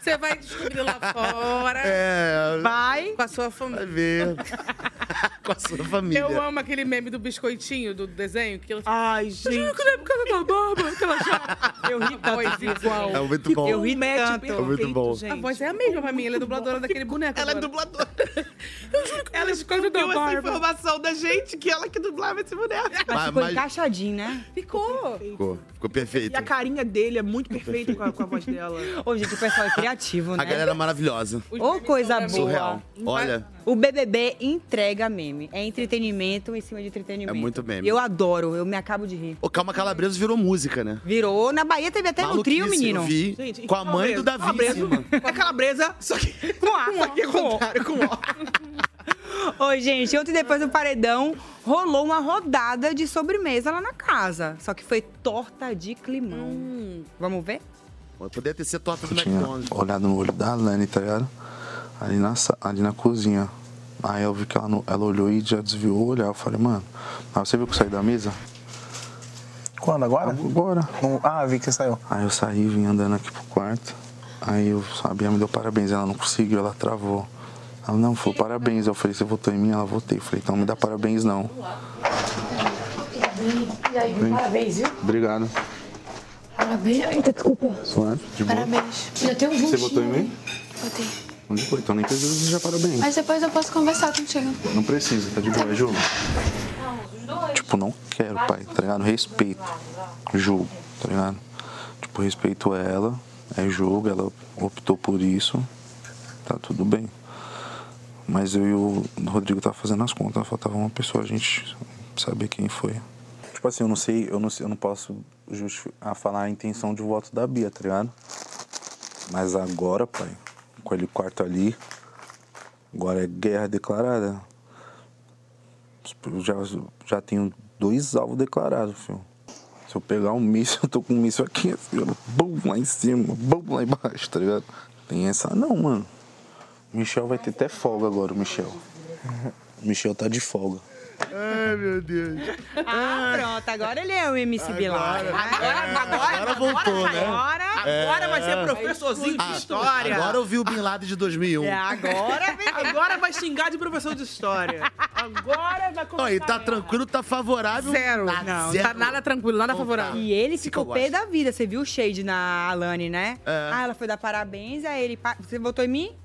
Speaker 2: Você vai descobrir lá fora.
Speaker 3: É,
Speaker 1: Vai.
Speaker 2: Com a sua
Speaker 3: vai
Speaker 2: família.
Speaker 3: ver. com a sua família.
Speaker 2: Eu amo aquele meme do biscoitinho, do desenho, que ela
Speaker 4: Ai, gente.
Speaker 2: que não é por causa da barba, aquela chata.
Speaker 1: Eu ri tanto.
Speaker 2: igual.
Speaker 3: É muito bom.
Speaker 1: Eu ri tanto.
Speaker 3: É muito bom.
Speaker 2: A voz é a mesma pra mim, ela é dubladora daquele boneco.
Speaker 4: Ela é
Speaker 2: agora. é
Speaker 4: dubladora. Ela escolhe
Speaker 2: ajudou,
Speaker 4: viu essa
Speaker 2: Bárbara.
Speaker 4: informação da gente que ela que dublava esse boneco.
Speaker 3: Mas ficou mas-
Speaker 1: encaixadinho, né?
Speaker 4: Ficou.
Speaker 3: Ficou, ficou
Speaker 4: E
Speaker 3: perfeito.
Speaker 4: a carinha dele é muito perfeita com a, com a voz dela.
Speaker 1: Ô, gente, o pessoal é criativo, né?
Speaker 3: A galera é maravilhosa.
Speaker 1: Ô, coisa boa.
Speaker 3: Surreal. Olha.
Speaker 1: O BBB entrega meme. É entretenimento em cima de entretenimento.
Speaker 3: É muito meme.
Speaker 1: E Eu adoro, eu me acabo de rir.
Speaker 3: O Calma Calabreso virou música, né?
Speaker 1: Virou. Na Bahia teve até no trio,
Speaker 3: Maluquice,
Speaker 1: menino.
Speaker 3: eu vi. Gente, e Com a mãe do Davi em cima.
Speaker 4: É calabresa, só que com A, só que é contrário, com O.
Speaker 1: Ô, gente, ontem depois do paredão, rolou uma rodada de sobremesa lá na casa. Só que foi torta de climão.
Speaker 4: Hum.
Speaker 1: Vamos ver?
Speaker 3: Pô, Poderia ter sido torta do
Speaker 11: tinha
Speaker 3: McDonald's.
Speaker 11: olhado no olho da Lani, tá ligado? Ali na, sa- ali na cozinha. Aí eu vi que ela, não- ela olhou e já desviou o olhar. Eu falei, mano, mas você viu que eu saí da mesa? Quando, agora? Agora. Ah, vi que você saiu. Aí eu saí, vim andando aqui pro quarto. Aí eu sabia, me deu parabéns. Ela não conseguiu, ela travou. Ela não falou parabéns. Eu falei, você votou em mim? Ela votei. Eu falei, então não me dá parabéns, não.
Speaker 9: E aí, parabéns, viu?
Speaker 11: Obrigado.
Speaker 9: Parabéns. Eita, desculpa.
Speaker 11: Suave, de boa.
Speaker 9: Parabéns. Já tem um
Speaker 11: Você
Speaker 9: gostinho.
Speaker 11: votou em mim?
Speaker 9: Votei.
Speaker 11: Onde foi? Então nem precisa desejar parabéns.
Speaker 9: Mas depois eu posso conversar contigo.
Speaker 11: Não precisa, tá de boa, Ju. Tipo, não quero, pai, tá ligado? Respeito. Julgo, tá ligado? Tipo, respeito ela, é jogo, ela optou por isso, tá tudo bem. Mas eu e o Rodrigo tava fazendo as contas, faltava uma pessoa, a gente saber quem foi. Tipo assim, eu não sei, eu não, sei- eu não posso justificar, falar a intenção de voto da Bia, tá ligado? Mas agora, pai, com ele quarto ali, agora é guerra declarada. Tipo, Eu já, já tenho dois alvos declarados, filho. Se eu pegar um míssil, eu tô com um míssil aqui, assim, ó, bum, lá em cima, bum, lá embaixo, tá ligado? Tem essa. Não, mano. O Michel vai ter até folga agora, o Michel. O Michel tá de folga.
Speaker 3: Ai, meu Deus.
Speaker 1: Ah, pronto. Agora ele é o MC Bilar.
Speaker 3: Agora, voltou, né? Agora,
Speaker 4: agora vai ser professorzinho de história.
Speaker 3: Agora eu vi o Bin Laden de 2001.
Speaker 4: É, agora, vem- agora vai xingar de professor de história. Agora vai
Speaker 3: Ó, e
Speaker 4: começar.
Speaker 3: tá tranquilo, tá favorável.
Speaker 4: Zero.
Speaker 3: Tá
Speaker 4: Não,
Speaker 3: zero.
Speaker 4: tá nada tranquilo, nada favorável.
Speaker 1: E ele ficou
Speaker 3: eu
Speaker 1: pé
Speaker 3: gosto.
Speaker 1: da vida. Você viu o shade na Alane, né?
Speaker 3: É.
Speaker 1: Ah, ela foi dar parabéns, aí ele... pa- Você votou em mim?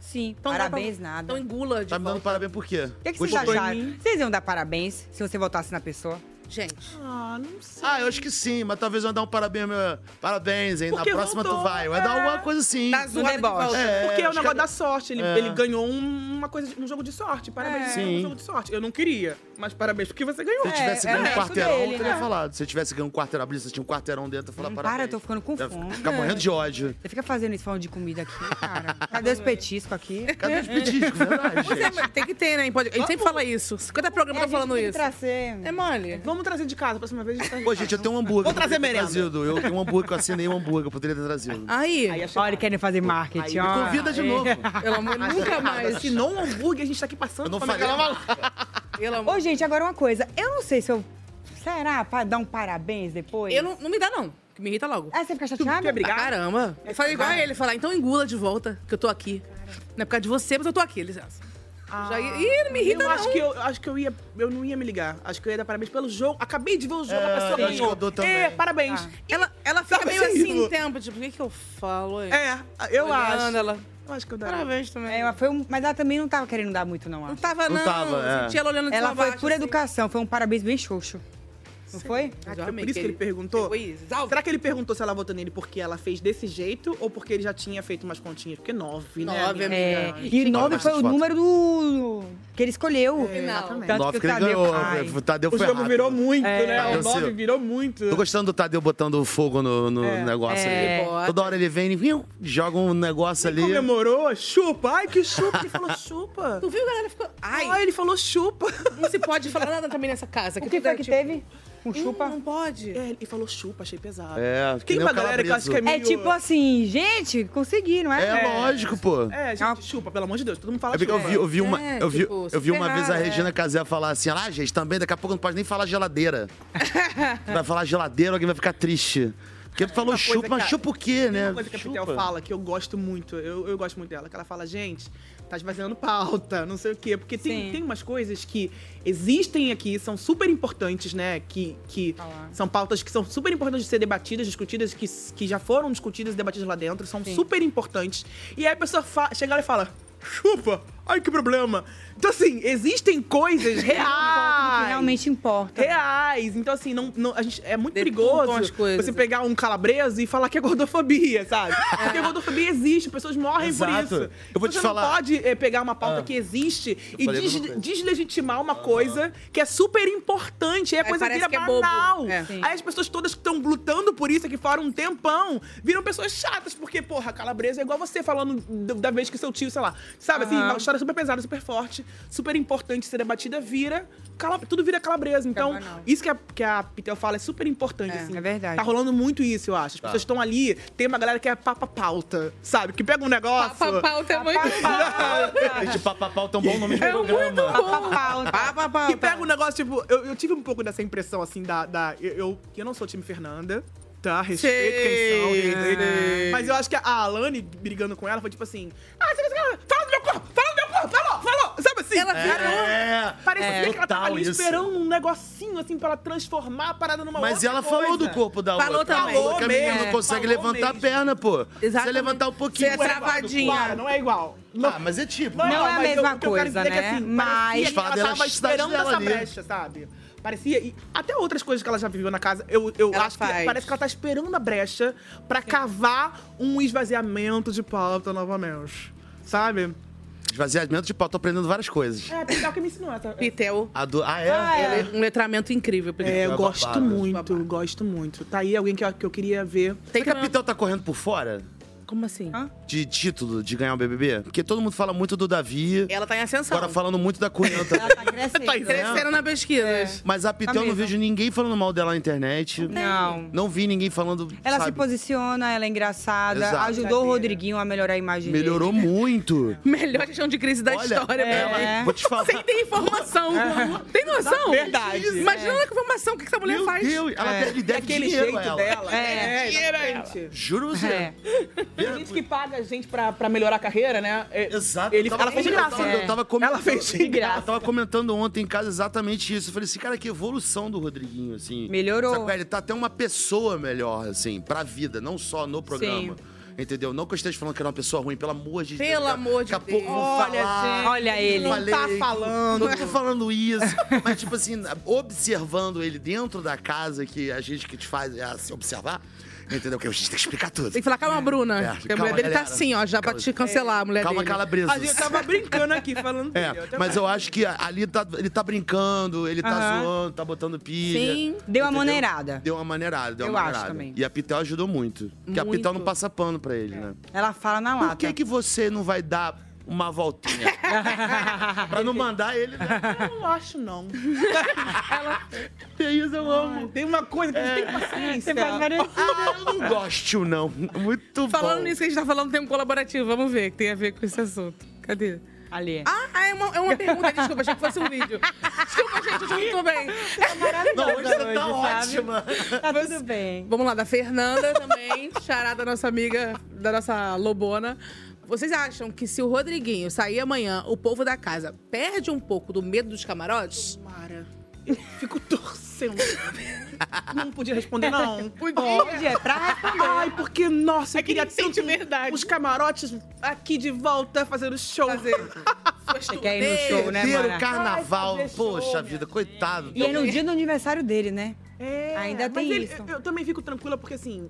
Speaker 1: Sim.
Speaker 4: dá
Speaker 1: parabéns,
Speaker 4: pra-
Speaker 1: nada.
Speaker 4: então engula de
Speaker 1: Tá
Speaker 3: me dando parabéns por quê?
Speaker 4: é
Speaker 1: O que, que vocês
Speaker 3: Gostou?
Speaker 1: acharam? Vocês iam dar parabéns se você votasse na pessoa?
Speaker 4: Gente.
Speaker 3: Ah, não sei. Ah, eu acho que sim, mas talvez eu vou dar um parabéns, meu. Parabéns, hein?
Speaker 4: Porque
Speaker 3: na próxima
Speaker 4: voltou,
Speaker 3: tu vai. Vai dar
Speaker 4: é.
Speaker 3: alguma coisa assim.
Speaker 2: um
Speaker 4: Tá zoado de volta. Porque é o negócio da sorte. Ele,
Speaker 3: É.
Speaker 4: ele ganhou um- uma coisa, de- um jogo de sorte. Parabéns,
Speaker 3: É.
Speaker 4: você ganhou
Speaker 3: Sim.
Speaker 4: um jogo de sorte. Eu não queria, mas parabéns porque você ganhou.
Speaker 3: Se
Speaker 1: É,
Speaker 3: eu tivesse ganho um quarteirão, eu teria
Speaker 4: É.
Speaker 3: falado. Se eu tivesse ganho um quarteirão, você tinha um quarteirão dentro, eu falava parabéns.
Speaker 1: né? Hum, Para, eu tô ficando com fome.
Speaker 3: Ficar morrendo de ódio.
Speaker 1: Você fica fazendo isso falando de comida aqui, cara. Cadê os petiscos aqui?
Speaker 3: Cadê os petiscos? Verdade,
Speaker 2: Pois é, mas tem que ter, né? Pode... A gente sempre fala isso. 50 programas
Speaker 1: É,
Speaker 2: estão tá falando
Speaker 1: a gente
Speaker 2: isso.
Speaker 1: tem que trazer.
Speaker 2: É mole.
Speaker 4: Vamos trazer de casa, a próxima vez a gente tá traz de
Speaker 3: Pô,
Speaker 4: casa.
Speaker 3: gente, eu tenho um hambúrguer.
Speaker 4: Vou
Speaker 3: eu poderia
Speaker 4: trazer
Speaker 3: ter
Speaker 4: merenda.
Speaker 3: Trazido. Eu tenho um hambúrguer que eu assinei um hambúrguer, eu poderia ter trazido.
Speaker 1: Ah,
Speaker 2: Aí.
Speaker 1: Olha, ele querem fazer marketing,
Speaker 3: Aí, me
Speaker 1: ó.
Speaker 3: convida de
Speaker 1: Aí.
Speaker 3: novo.
Speaker 2: É. Pelo amor nunca mais.
Speaker 4: Assinou um hambúrguer, a gente tá aqui passando.
Speaker 3: Eu não
Speaker 4: fome,
Speaker 3: falei.
Speaker 4: aquela maluca.
Speaker 1: Ô, gente, agora uma coisa. Eu não sei se eu... Será? Pra dar um parabéns depois?
Speaker 2: Eu não, não me dá, não. que Me irrita logo.
Speaker 1: Ah, você fica chateada?
Speaker 2: Pra Caramba. Eu falei igual a ele, falar, então engula de volta, que eu tô aqui. Não é por causa de você, mas eu tô aqui, licença.
Speaker 4: Ah.
Speaker 2: Já ia- Ih, não me irrita,
Speaker 4: eu
Speaker 2: não.
Speaker 4: Acho que eu, eu acho que eu ia. Eu não ia me ligar. Acho que eu ia dar parabéns pelo jogo. Acabei de ver o jogo,
Speaker 3: É,
Speaker 4: a pessoa
Speaker 3: eu acho
Speaker 4: ganhou.
Speaker 3: que eu dou também.
Speaker 4: É, parabéns.
Speaker 2: Ela, ela fica
Speaker 4: Sabe
Speaker 2: meio
Speaker 4: assim,
Speaker 2: assim
Speaker 4: tipo-
Speaker 2: em tempo, tipo, o que, que eu falo? hein?
Speaker 4: É, eu
Speaker 2: Olhando
Speaker 4: acho.
Speaker 2: Ela.
Speaker 4: Eu acho que eu daria.
Speaker 2: Parabéns também.
Speaker 1: É, mas, foi um- mas ela também não tava querendo dar muito, não,
Speaker 2: Não
Speaker 1: acho.
Speaker 2: tava,
Speaker 3: Não
Speaker 2: não.
Speaker 3: tava, é.
Speaker 2: Senti ela olhando de
Speaker 1: Ela
Speaker 2: cima
Speaker 1: foi
Speaker 2: abaixo,
Speaker 1: por
Speaker 2: assim.
Speaker 1: educação. Foi um parabéns bem xoxo. Não foi?
Speaker 4: Ah,
Speaker 2: Já
Speaker 4: foi
Speaker 2: amei
Speaker 4: por isso que ele perguntou?
Speaker 2: pegou isso.
Speaker 4: Será que ele perguntou se ela votou nele porque ela fez desse jeito ou porque ele já tinha feito umas continhas? Porque nove, né?
Speaker 2: Nove,
Speaker 4: amiga?
Speaker 2: amiga. É,
Speaker 1: É, e nove foi o número do... que ele escolheu.
Speaker 2: Exatamente.
Speaker 1: Tanto
Speaker 3: Nove
Speaker 1: que
Speaker 3: que
Speaker 1: o
Speaker 3: ele
Speaker 1: Tadeu-
Speaker 3: ganhou.
Speaker 1: Ai.
Speaker 3: O Tadeu
Speaker 4: O
Speaker 3: foi
Speaker 4: jogo
Speaker 3: rápido.
Speaker 4: virou muito,
Speaker 1: É.
Speaker 4: né?
Speaker 3: Tadeu
Speaker 4: O nove
Speaker 3: seu.
Speaker 4: virou muito.
Speaker 3: Tô gostando do Tadeu botando fogo no, no
Speaker 1: É.
Speaker 3: negócio
Speaker 2: Ele
Speaker 3: ali.
Speaker 2: bota.
Speaker 3: Toda hora ele vem e viu, joga um negócio ali.
Speaker 4: Comemorou, chupa. Ai, que chupa. Ele falou chupa.
Speaker 2: Tu viu, galera? Ficou. Ai,
Speaker 4: Ai, ele falou chupa.
Speaker 2: não se pode falar nada também nessa casa.
Speaker 1: O que
Speaker 2: tudo é,
Speaker 1: foi que
Speaker 2: tipo,
Speaker 1: teve? Um
Speaker 2: "Ih,
Speaker 1: chupa?
Speaker 2: Não pode.
Speaker 4: É, ele falou chupa, achei pesado.
Speaker 3: É, que
Speaker 4: Tem
Speaker 3: nem
Speaker 4: uma
Speaker 3: o
Speaker 4: galera que eu acho que é
Speaker 3: Calabreso.
Speaker 1: É
Speaker 4: meio...
Speaker 1: tipo assim, gente, consegui, não é?
Speaker 3: É, lógico, pô. É.
Speaker 4: É, gente, chupa, pelo amor de Deus. Todo mundo fala
Speaker 3: porque eu
Speaker 4: chupa.
Speaker 3: vi, eu vi uma,
Speaker 2: É,
Speaker 3: eu vi,
Speaker 2: tipo,
Speaker 3: eu vi uma
Speaker 2: superar,
Speaker 3: vez a
Speaker 4: é.
Speaker 2: né?
Speaker 1: é.
Speaker 3: Regina Casé falar assim: ah, gente, também daqui a pouco não pode nem falar geladeira. vai falar geladeira, alguém vai ficar triste. Porque falou
Speaker 4: coisa
Speaker 3: chupa, mas
Speaker 4: que a-
Speaker 3: chupa o quê,
Speaker 4: Tem
Speaker 3: né?
Speaker 4: uma coisa que a Pitel
Speaker 3: Chupa.
Speaker 4: fala que eu gosto muito, eu, eu gosto muito dela, que ela fala, gente, tá esvaziando pauta, não sei o quê. Porque tem,
Speaker 1: Sim.
Speaker 4: tem umas coisas que existem aqui, são super importantes, né? Que, que
Speaker 1: Falar.
Speaker 4: são pautas que são super importantes de ser debatidas, discutidas, que, s- que já foram discutidas e debatidas lá dentro, são super importantes. E aí a pessoa fa- chega lá e fala, chupa! Ai, que problema. Então, assim, existem coisas reais.
Speaker 1: um que realmente importa.
Speaker 4: Reais. Então, assim, não, não- a gente, é muito
Speaker 2: Deturpam as
Speaker 4: perigoso
Speaker 2: coisas.
Speaker 4: você pegar um calabreso e falar que é gordofobia, sabe? Porque gordofobia existe, pessoas morrem
Speaker 3: Exato.
Speaker 4: por isso.
Speaker 3: Eu vou
Speaker 4: você
Speaker 3: te
Speaker 4: não
Speaker 3: falar-
Speaker 4: pode eh, pegar uma pauta
Speaker 3: Ah.
Speaker 4: que existe e
Speaker 3: falei a
Speaker 4: des-
Speaker 3: mesma coisa.
Speaker 4: deslegitimar uma coisa que é super importante. Aí a
Speaker 2: Aí
Speaker 4: coisa
Speaker 2: parece
Speaker 4: vira
Speaker 2: que é bobo.
Speaker 4: banal.
Speaker 2: É.
Speaker 4: Aí as pessoas todas que estão lutando por isso aqui fora um tempão viram pessoas chatas, porque, porra, calabresa é igual você falando do- da vez que seu tio, sei lá. Sabe assim,
Speaker 2: Aham.
Speaker 4: uma história super pesada, super forte, super importante ser debatida, vira. cala- tudo vira calabresa. Então, isso que a, que a Pitel fala é super importante, assim. É verdade. Tá rolando muito isso, eu acho. As
Speaker 2: Tá.
Speaker 4: pessoas estão ali, tem uma galera que é papa pauta, sabe? Que pega um negócio.
Speaker 2: Papa pauta é muito bom.
Speaker 3: Gente, papapau é um bom nome de
Speaker 4: É
Speaker 3: programa.
Speaker 4: E pega um negócio, tipo, eu, eu tive um pouco dessa impressão, assim, da. da eu, eu, eu não sou time Fernanda. Tá, respeito quem são,
Speaker 2: Sei,
Speaker 4: respeito.
Speaker 2: sei.
Speaker 4: Mas eu acho que a Alane brigando com ela foi tipo assim: Ah, você fala do meu corpo, fala do meu corpo, falou, falou, sabe assim?
Speaker 2: Ela
Speaker 3: É.
Speaker 4: Parou.
Speaker 2: virou.
Speaker 4: Parecia
Speaker 2: É,
Speaker 4: que ela tava
Speaker 2: total
Speaker 4: ali
Speaker 2: isso.
Speaker 4: esperando um negocinho assim pra ela transformar a parada numa
Speaker 3: Mas
Speaker 4: outra
Speaker 3: ela
Speaker 4: coisa.
Speaker 3: falou do corpo da
Speaker 4: falou
Speaker 3: outra.
Speaker 4: Também. É,
Speaker 3: Falou que a menina não consegue levantar a perna, pô. Se você
Speaker 4: Exatamente.
Speaker 3: levantar um pouquinho...
Speaker 4: Você é
Speaker 3: não igual.
Speaker 4: travadinha.
Speaker 3: Claro,
Speaker 4: Não é igual.
Speaker 3: Ah, mas é tipo...
Speaker 4: Não,
Speaker 1: Não é a
Speaker 4: mas
Speaker 1: mesma
Speaker 4: o que eu quero
Speaker 1: coisa,
Speaker 4: dizer é
Speaker 1: né?
Speaker 4: que, assim,
Speaker 1: Mas-
Speaker 4: parecia que
Speaker 1: Fala
Speaker 4: ela
Speaker 1: dela,
Speaker 4: tava
Speaker 1: cidade
Speaker 4: esperando
Speaker 1: dela
Speaker 4: essa
Speaker 1: ali.
Speaker 4: brecha, sabe? Parecia. E até outras coisas que ela já viveu na casa, eu, eu acho que
Speaker 2: faz.
Speaker 4: parece que ela tá esperando a brecha pra cavar um esvaziamento de pauta novamente. Sabe?
Speaker 3: Esvaziamento de pau, tô aprendendo várias coisas.
Speaker 4: É, Pitel que me ensinou essa. Pitel.
Speaker 3: A do... Ah, é?
Speaker 4: Um letramento incrível,
Speaker 3: Pitel.
Speaker 4: É, eu
Speaker 3: É
Speaker 4: gosto
Speaker 3: babado.
Speaker 4: muito, gosto muito. Tá aí alguém que eu, que eu queria ver.
Speaker 3: Tem que a Pitel tá correndo por fora?
Speaker 4: Como assim?
Speaker 3: De título, de ganhar o BBB? Porque todo mundo fala muito do Davi.
Speaker 2: Ela tá em ascensão.
Speaker 3: Agora falando muito da Cunhanta.
Speaker 2: tá crescendo. na pesquisa.
Speaker 3: Mas a Pitel, eu não
Speaker 2: mesmo.
Speaker 3: vejo ninguém falando mal dela na internet.
Speaker 1: Não.
Speaker 3: Não vi ninguém falando,
Speaker 1: Ela se
Speaker 3: sabe?
Speaker 1: posiciona, ela é engraçada,
Speaker 3: Exato.
Speaker 1: ajudou o Rodriguinho a melhorar a imagem
Speaker 3: Melhorou
Speaker 1: dele.
Speaker 3: muito.
Speaker 2: Melhor gestão de crise da história,
Speaker 1: é,
Speaker 2: velho.
Speaker 1: vou
Speaker 3: te falar.
Speaker 2: Sem ter informação.
Speaker 3: É.
Speaker 2: Tem noção?
Speaker 4: Verdade.
Speaker 2: Imagina a informação, o que essa mulher
Speaker 3: Meu
Speaker 2: faz.
Speaker 3: Deus, ela É. deve- deve
Speaker 4: Daquele
Speaker 3: dinheiro
Speaker 4: jeito
Speaker 3: a ela.
Speaker 4: dela.
Speaker 3: É.
Speaker 4: É, dinheiro, gente.
Speaker 3: Juro você.
Speaker 4: É. Tem gente que paga a gente pra, pra melhorar a carreira, né?
Speaker 3: Exato.
Speaker 4: Ele,
Speaker 3: Eu
Speaker 4: assim, "É."
Speaker 3: tava
Speaker 4: ela fez de
Speaker 3: comentando- eu
Speaker 4: graça.
Speaker 2: É.
Speaker 3: tava- eu tava comentando-
Speaker 4: Ela fez de
Speaker 3: Eu
Speaker 4: graça.
Speaker 3: tava comentando ontem em casa exatamente isso. Eu falei assim, cara, que evolução do Rodriguinho, assim.
Speaker 1: Melhorou.
Speaker 3: Sabe qual é? Ele tá até uma pessoa melhor, assim, pra vida, não só no programa. Entendeu? Não que eu esteja falando que era uma pessoa ruim, pelo amor de
Speaker 2: Pelo
Speaker 3: Deus.
Speaker 2: amor de
Speaker 3: Daqui a pouco
Speaker 2: Deus.
Speaker 3: vão
Speaker 2: Olha,
Speaker 3: falar,
Speaker 2: gente, Olha ele.
Speaker 3: eu
Speaker 2: não tá
Speaker 3: falei,
Speaker 2: falando.
Speaker 3: Eu tô falando isso. mas, tipo assim, observando ele dentro da casa, que a gente que te faz é, se observar, entendeu? Que a gente tem que explicar tudo.
Speaker 2: Tem que falar, calma, Bruna.
Speaker 3: É,
Speaker 2: Porque a
Speaker 3: calma,
Speaker 2: mulher dele
Speaker 3: galera.
Speaker 2: tá assim, ó, já pra te cancelar, a mulher
Speaker 3: Calma,
Speaker 2: dele.
Speaker 3: calabresas.
Speaker 4: A gente tava brincando aqui, falando
Speaker 3: É,
Speaker 4: dele, eu até
Speaker 3: mas eu acho que ali tá- ele tá brincando, ele tá
Speaker 1: Aham.
Speaker 3: zoando, tá botando pilha.
Speaker 1: Sim. Deu uma
Speaker 3: entendeu?
Speaker 1: maneirada.
Speaker 3: Deu uma maneirada, deu
Speaker 1: Eu
Speaker 3: uma
Speaker 1: acho
Speaker 3: maneirada.
Speaker 1: também. É.
Speaker 3: E a Pitel ajudou muito. Porque a
Speaker 1: Muito.
Speaker 3: Pitel não passa pano pra ele, né?
Speaker 1: Ela fala na
Speaker 3: Por
Speaker 1: lata.
Speaker 3: que que você não vai dar uma voltinha? pra não mandar ele... Né?
Speaker 4: Eu não acho, não. ela... Isso eu amo. Tem uma coisa que a gente tem paciência.
Speaker 3: É. Ah, eu não gosto, não. Muito
Speaker 2: Falando
Speaker 3: bom.
Speaker 2: nisso que a gente tá falando, tem um colaborativo. Vamos ver, que tem a ver com esse assunto. Cadê?
Speaker 1: Ali.
Speaker 2: Ah, é uma, é uma pergunta. Desculpa, achei que fosse um vídeo. Desculpa, gente, eu tô muito bem.
Speaker 3: Não, hoje você tá ótima.
Speaker 1: Tá tudo bem.
Speaker 2: Vamos lá, da Fernanda também, charada nossa amiga, da nossa lobona. Vocês acham que se o Rodriguinho sair amanhã, o povo da casa perde um pouco do medo dos camarotes?
Speaker 4: Tomara. Fico torcendo. Não podia responder, não. Podia.
Speaker 2: Pode,
Speaker 1: é pra responder.
Speaker 4: Ai, porque,
Speaker 2: É
Speaker 4: nossa, eu queria tanto verdade. os camarotes aqui de volta fazendo show. Fazer.
Speaker 1: Você quer ir no show, né,
Speaker 3: Primeiro
Speaker 1: Mara?
Speaker 3: carnaval. Poxa vida, coitado. Então,
Speaker 1: E é no dia do aniversário dele, né?
Speaker 4: É,
Speaker 1: Ainda
Speaker 4: mas
Speaker 1: tem
Speaker 4: ele-
Speaker 1: isso.
Speaker 4: Eu, eu também fico tranquila porque, assim,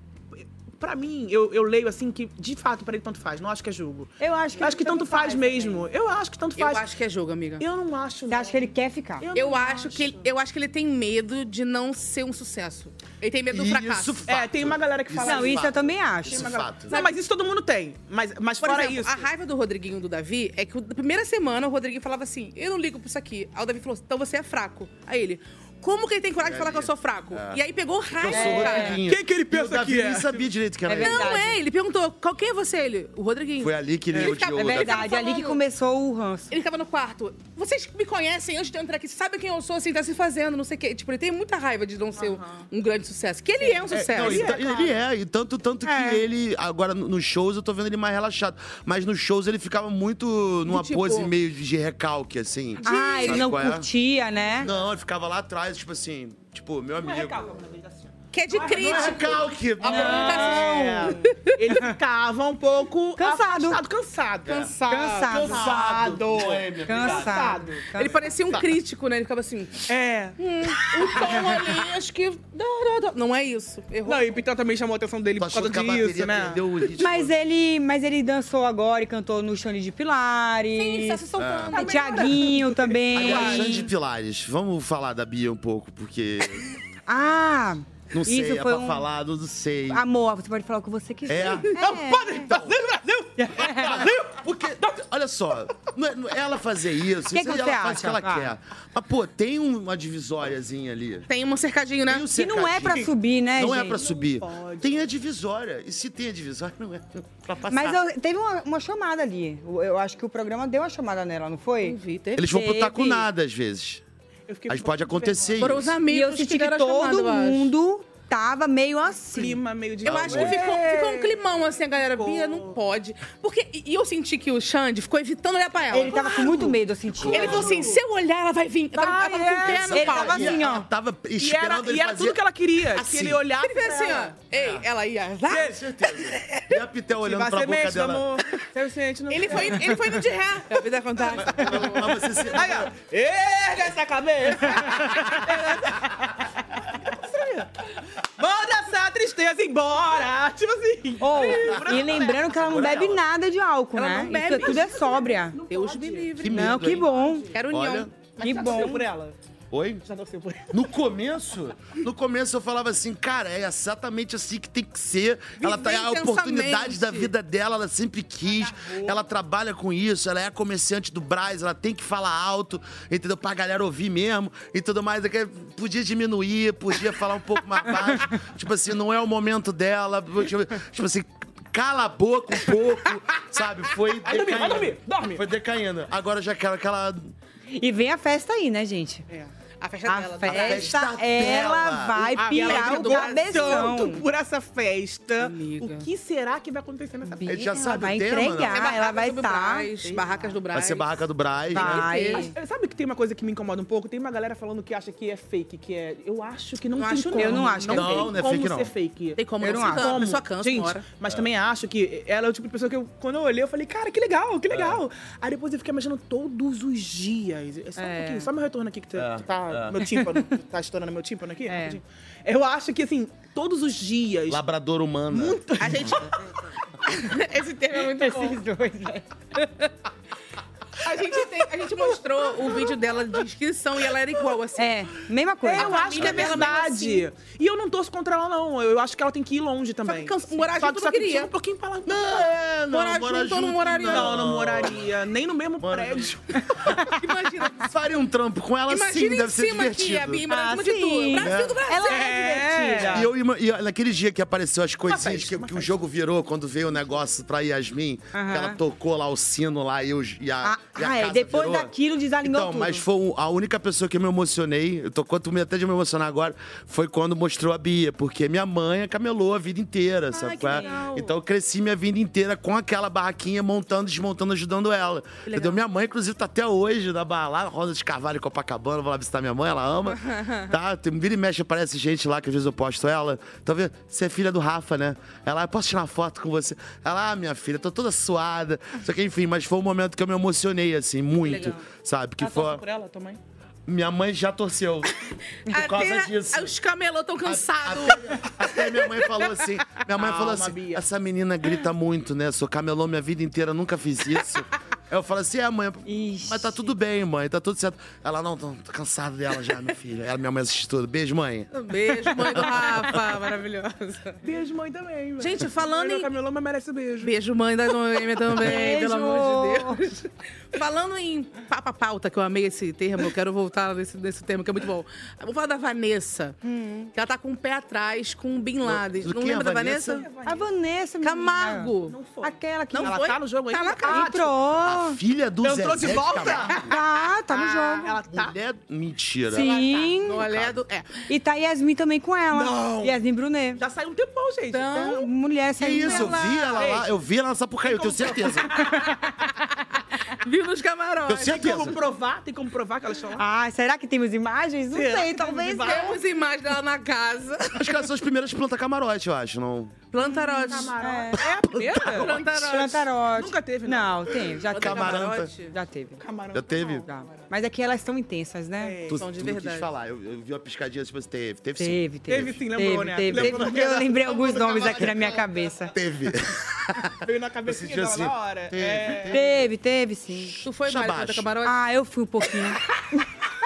Speaker 4: pra mim, eu, eu leio assim que, de fato, pra ele tanto faz. Não acho que é jogo.
Speaker 1: Eu acho que
Speaker 4: acho que
Speaker 1: tanto
Speaker 4: tanto faz,
Speaker 1: faz
Speaker 4: mesmo. Eu acho que tanto faz.
Speaker 2: Eu acho que é jogo, amiga.
Speaker 4: Eu não acho, né?
Speaker 1: Você acha que ele quer ficar?
Speaker 2: Eu, acho, que ele, eu acho que ele tem medo de não ser um sucesso. Ele tem medo do fracasso.
Speaker 4: É, tem uma galera que fala
Speaker 1: Não, isso eu também acho.
Speaker 4: Tem
Speaker 1: Isso
Speaker 4: uma
Speaker 1: é
Speaker 4: galera-
Speaker 1: fato.
Speaker 4: Não, mas isso todo mundo tem. Mas, mas
Speaker 2: Por
Speaker 4: fora
Speaker 2: exemplo,
Speaker 4: isso.
Speaker 2: a raiva do Rodriguinho e do Davi é que o- na primeira semana o Rodriguinho falava assim: Eu não ligo pra isso aqui. Aí o Davi falou: Então você é fraco. Aí ele. Como que ele tem coragem de falar que eu sou fraco?
Speaker 3: É.
Speaker 2: E aí pegou raiva.
Speaker 3: Eu sou o
Speaker 4: É.
Speaker 2: cara.
Speaker 3: Rodriguinho. E o Davi nem sabia direito que era ele.
Speaker 2: Não é, ele perguntou: qual quem é você? Ele, o Rodriguinho.
Speaker 3: Foi ali que ele
Speaker 2: ficava-
Speaker 3: odiou o Davi.
Speaker 2: ele ficava
Speaker 1: Verdade, ali que
Speaker 2: falando.
Speaker 1: começou o ranço.
Speaker 2: Ele ficava no quarto. Vocês me conhecem antes de eu entrar aqui, sabem quem eu sou, assim, tá se fazendo, não sei o quê. Tipo, ele tem muita raiva de não ser um grande sucesso. Que ele é um
Speaker 3: É,
Speaker 2: sucesso.
Speaker 3: não, ele, tá- ele é, e tanto, tanto que ele, agora no- nos shows, eu tô vendo ele mais relaxado. Mas nos shows ele ficava muito numa
Speaker 1: tipo-
Speaker 3: pose meio de recalque, assim.
Speaker 1: Ah, ele
Speaker 3: Sabe
Speaker 1: não
Speaker 3: qual é?
Speaker 1: curtia, né?
Speaker 2: é
Speaker 3: Não, ele ficava lá atrás, tipo assim, tipo, meu amigo.
Speaker 4: que é de crítica.
Speaker 3: Não é recalque.
Speaker 4: A pergunta é assim. Ele ficava um pouco cansado. Afastado,
Speaker 3: É.
Speaker 4: cansado. Cansado.
Speaker 2: Cansado.
Speaker 4: Cansado.
Speaker 2: Boêmio,
Speaker 4: Cansado.
Speaker 2: cansado.
Speaker 4: Ele parecia
Speaker 3: Tá.
Speaker 4: um crítico, né? Ele ficava assim. É. Hum, o
Speaker 2: então,
Speaker 4: tom ali, acho que. Não, não, não. Não é isso. Errou. Não, e Pitão também chamou a atenção dele por causa
Speaker 3: que a bateria
Speaker 4: disso, né?
Speaker 3: perdeu o
Speaker 1: Mas ele, mas ele dançou agora e cantou no Xande de Pilares.
Speaker 3: Sim, tá se soltando. Tá
Speaker 1: Tiaguinho também.
Speaker 3: Agora, Xande Pilares, vamos falar da Bia um pouco, porque
Speaker 1: Ah!
Speaker 3: não sei,
Speaker 1: isso
Speaker 3: é
Speaker 1: foi
Speaker 3: pra
Speaker 1: um...
Speaker 3: falar, não sei.
Speaker 1: Amor, você pode falar o que você quiser.
Speaker 3: É. então.
Speaker 1: Não,
Speaker 4: pode! Brasil,
Speaker 3: Brasil! Brasil! Porque, olha só, não é- não- ela fazer isso,
Speaker 4: Que que
Speaker 3: isso aí
Speaker 4: você
Speaker 3: ela faz o que ela
Speaker 4: acha?
Speaker 3: quer.
Speaker 1: Ah.
Speaker 3: Mas, pô, tem um, uma divisóriazinha ali.
Speaker 4: Tem um cercadinho, né?
Speaker 3: Que
Speaker 1: é
Speaker 3: Não é pra subir.
Speaker 1: né, pode.
Speaker 3: Tem a divisória. E se tem a divisória, não é pra passar.
Speaker 1: Mas eu- teve uma, uma chamada ali. Eu, eu acho que o programa deu uma chamada nela, não foi?
Speaker 3: Eles vão pro taco nada, às vezes. Mas pode acontecer isso.
Speaker 1: E eu senti que todo mundo tava meio assim.
Speaker 4: Clima meio de
Speaker 2: Eu acho que ficou, ficou um climão assim, a galera. Bia não pode. Porque. E e eu senti que o Xande ficou evitando olhar pra ela.
Speaker 1: Ele tava com muito medo, eu senti.
Speaker 2: Ele falou assim: se eu olhar, ela vai vir. Eu tava, tava com o pé no
Speaker 1: Ele
Speaker 2: pau.
Speaker 1: tava assim, ó.
Speaker 3: Tava
Speaker 2: E era-
Speaker 3: esperando ele
Speaker 2: e era
Speaker 3: fazer
Speaker 2: tudo que ela queria, que
Speaker 3: assim.
Speaker 2: ele olhava
Speaker 4: Ele fez
Speaker 2: pra
Speaker 4: assim,
Speaker 2: ela.
Speaker 4: ó. Ei, ela ia.
Speaker 3: É, certeza. E a Pitel olhando pra boca dela.
Speaker 4: Ele foi, ele foi no de ré. É, A vida acontece. Aí, ó. Erga essa cabeça. Manda essa tristeza embora. Tipo assim.
Speaker 1: E lembrando que ela não bebe nada de álcool,
Speaker 4: Ela
Speaker 1: né?
Speaker 4: não bebe.
Speaker 1: Isso tudo é sóbria.
Speaker 4: Deus me livre.
Speaker 1: Que medo, Não, que hein? bom.
Speaker 4: Quero união.
Speaker 3: Olha.
Speaker 4: Mas
Speaker 1: Que
Speaker 4: já
Speaker 1: bom.
Speaker 4: torceu por ela.
Speaker 3: Oi?
Speaker 4: Já torceu por ela.
Speaker 3: No começo, no começo eu falava assim, cara, é exatamente assim que tem que ser. Ela tá é a
Speaker 4: intensamente.
Speaker 3: oportunidade da vida dela, ela sempre quis. Ela trabalha com isso, ela é comerciante do Braz, ela tem que falar alto, entendeu? Pra galera ouvir mesmo e tudo mais. É que Podia diminuir, podia falar um pouco mais baixo. tipo assim, não é o momento dela. Tipo, tipo assim, cala a boca um pouco, sabe? Foi
Speaker 1: Vai dormir, vai
Speaker 3: decaindo.
Speaker 1: dormir, dorme.
Speaker 3: Foi decaindo. Agora eu já quero aquela
Speaker 1: E vem a festa aí, né, gente?
Speaker 4: A festa
Speaker 1: A
Speaker 4: dela. tá?
Speaker 1: festa, ela vai
Speaker 4: A
Speaker 1: pirar o
Speaker 4: galera adora
Speaker 1: cabeção.
Speaker 4: tanto por essa festa. O que será que vai acontecer nessa festa? É
Speaker 3: A gente já sabe
Speaker 1: vai
Speaker 3: o tema,
Speaker 1: entregar,
Speaker 3: né?
Speaker 1: ela vai tá-
Speaker 4: Barracas do Brás.
Speaker 3: Vai ser barraca do né? Braz.
Speaker 4: Mas, eh, Sabe que tem uma coisa que me incomoda um pouco? Tem uma galera falando que acha que é fake, que é. Eu acho que não
Speaker 2: Não
Speaker 4: tem
Speaker 2: acho,
Speaker 4: como.
Speaker 2: não. Eu não acho que
Speaker 4: não
Speaker 2: é
Speaker 4: tem
Speaker 2: fake. Não, não é
Speaker 4: como
Speaker 2: fake, não.
Speaker 4: ser fake.
Speaker 2: Tem como
Speaker 4: eu
Speaker 2: não
Speaker 4: não
Speaker 2: ser.
Speaker 4: acho.
Speaker 2: A pessoa cansa
Speaker 4: Gente,
Speaker 2: uma hora.
Speaker 4: mas também acho que ela é o tipo de pessoa que eu, quando eu olhei, eu falei, cara, que legal,
Speaker 2: É.
Speaker 4: que legal. Aí depois eu fiquei imaginando todos os dias. É Só um
Speaker 2: É.
Speaker 4: pouquinho, só meu retorno aqui que tá.
Speaker 2: É,
Speaker 4: que tá
Speaker 2: é.
Speaker 4: Meu tímpano, tá estourando meu tímpano aqui? rapidinho. Eu acho que, assim, todos os dias.
Speaker 3: Labrador humano.
Speaker 4: Muito. A gente. Esse termo é muito bom. Esses dois, né?
Speaker 2: A gente, tem- a gente mostrou o vídeo dela de inscrição e ela era igual, assim.
Speaker 1: É, mesma
Speaker 2: coisa.
Speaker 4: Eu
Speaker 2: A
Speaker 4: acho que é
Speaker 2: família dela assim.
Speaker 4: verdade.
Speaker 2: meio
Speaker 4: E eu não torço contra ela, não. Eu acho que ela tem que ir longe também.
Speaker 2: cansa- morar
Speaker 4: Só
Speaker 2: junto eu não
Speaker 4: que- só que
Speaker 2: queria.
Speaker 4: só um pouquinho pra lá.
Speaker 3: Não, é, não,
Speaker 4: Morar
Speaker 3: morar
Speaker 4: junto eu
Speaker 3: junto,
Speaker 4: não moraria.
Speaker 3: não.
Speaker 4: Não, não moraria. Nem no mesmo prédio.
Speaker 3: Faria um trampo com ela
Speaker 4: Imagina
Speaker 3: sim,
Speaker 4: em
Speaker 3: deve ser
Speaker 4: cima aqui,
Speaker 3: divertido.
Speaker 4: a Bia morando em cima de
Speaker 1: Ah, sim.
Speaker 4: tudo. Brasil do Brasil. né?
Speaker 1: Ela é divertida.
Speaker 3: E, eu, ima- e naquele dia que apareceu as coisinhas que- que, o jogo virou, quando veio o negócio pra Yasmin,
Speaker 1: Aham.
Speaker 3: que ela tocou lá o sino lá e, os, e a, e a
Speaker 1: Ah, é,
Speaker 3: casa
Speaker 1: depois
Speaker 3: virou.
Speaker 1: daquilo desalinhou
Speaker 3: Então,
Speaker 1: tudo.
Speaker 3: mas foi o- a única pessoa que eu me emocionei, eu tô com medo até de me emocionar agora, foi quando mostrou a Bia, porque minha mãe camelou a vida inteira, sabe? qual é? Então eu cresci minha vida inteira com aquela barraquinha, montando, desmontando, ajudando ela. Entendeu? Minha mãe, inclusive, tá até hoje na barra lá, Rosa de Carvalho, Copacabana, vou lá visitar minha mãe, ela ama. tá? Tem, vira e mexe, aparece gente lá que às vezes eu posto ela. Tá vendo? Você é filha do Rafa, né? Ela, "Eu posso tirar uma foto com você? Ela, ah, minha filha, tô toda suada. Só que, enfim, mas foi um momento que eu me emocionei, assim, muito.
Speaker 4: legal.
Speaker 3: Sabe? Que
Speaker 4: Ela
Speaker 3: foi.
Speaker 4: torce por ela, tua mãe?
Speaker 3: Minha mãe já torceu. Por causa disso.
Speaker 2: Os camelô tão cansados.
Speaker 3: Até minha mãe falou assim. Minha mãe falou
Speaker 2: Calma,
Speaker 3: assim: essa menina grita muito, né? Sou camelô minha vida inteira, nunca fiz isso. Aí Eu falo assim, é, mãe, mas tá tudo bem, mãe, tá tudo certo. Ela, não, tô, tô cansado dela já, minha filha. Ela, minha mãe assiste tudo. Beijo, mãe.
Speaker 2: Um beijo, mãe do Rafa, Ah, maravilhosa.
Speaker 4: Beijo, mãe também. velho.
Speaker 2: Gente, falando
Speaker 4: Meu
Speaker 2: em-
Speaker 4: Camilão, mas merece beijo.
Speaker 2: Beijo, mãe da Noêmia também,
Speaker 4: Beijo.
Speaker 2: pelo amor de Deus. Falando em papa pauta, que eu amei esse termo, eu quero voltar nesse, nesse termo que é muito bom. Eu Vou falar da Vanessa,
Speaker 12: Hum.
Speaker 2: que ela tá com o pé atrás com o Bin Laden.
Speaker 1: Do
Speaker 2: Não
Speaker 1: quem é
Speaker 2: lembra da
Speaker 1: a Vanessa?
Speaker 2: Vanessa?
Speaker 1: A Vanessa, menina.
Speaker 2: Camargo.
Speaker 1: Não foi. Aquela que
Speaker 2: Não
Speaker 1: ela
Speaker 2: foi?
Speaker 1: tá no jogo aí.
Speaker 2: Tá na
Speaker 1: Ah,
Speaker 2: cara.
Speaker 1: Entrou.
Speaker 3: A filha do Zezé.
Speaker 2: Entrou de volta?
Speaker 3: Camargo.
Speaker 1: Tá, tá no jogo.
Speaker 2: Ela tá.
Speaker 3: Mulher, mentira.
Speaker 1: tá Sim.
Speaker 2: Olhado, é.
Speaker 1: E tá Yasmin também com ela.
Speaker 3: Não.
Speaker 1: Yasmin Brunet.
Speaker 4: Já saiu um tempão, gente.
Speaker 1: Então, mulher
Speaker 3: Que
Speaker 1: saiu
Speaker 3: isso, eu
Speaker 1: dela.
Speaker 3: vi ela lá, eu vi ela na Sapucaí, eu tenho certeza.
Speaker 2: Viu nos camarotes.
Speaker 1: Tenho certeza.
Speaker 2: Tem como provar? Tem como provar que elas estão lá?
Speaker 1: Ah, será que temos imagens? Não
Speaker 2: Será
Speaker 1: sei,
Speaker 2: que temos
Speaker 1: talvez
Speaker 2: imagens?
Speaker 1: não.
Speaker 2: Temos imagens dela na casa.
Speaker 3: Acho que elas são as primeiras de plantar camarote, eu acho, não.
Speaker 2: Plantarote. É.
Speaker 3: Tá
Speaker 2: é a primeira? Plantarote.
Speaker 1: Plantarote.
Speaker 2: Nunca teve,
Speaker 1: Não, tem. Já teve.
Speaker 3: Camaranta.
Speaker 1: Já teve.
Speaker 2: Camarão. É,
Speaker 3: Já teve?
Speaker 1: Mas é que elas são intensas, né?
Speaker 3: Tu, tu não quis falar. Eu, eu vi uma piscadinha, tipo assim, teve. Teve sim.
Speaker 1: Teve, teve. teve, Teve,
Speaker 3: Lembrou
Speaker 1: teve.
Speaker 3: daquela-
Speaker 1: Eu lembrei alguns
Speaker 3: Lembrou
Speaker 1: nomes
Speaker 3: daquela-
Speaker 1: aqui na minha cabeça.
Speaker 3: Teve.
Speaker 2: Veio na cabecinha
Speaker 3: Esse dia
Speaker 2: dela
Speaker 3: assim,
Speaker 2: na hora.
Speaker 3: teve,
Speaker 2: É.
Speaker 1: Teve, teve sim.
Speaker 2: Tu foi, Mari,
Speaker 3: Shabash.
Speaker 2: plantar camarote?
Speaker 1: Ah, eu fui um pouquinho.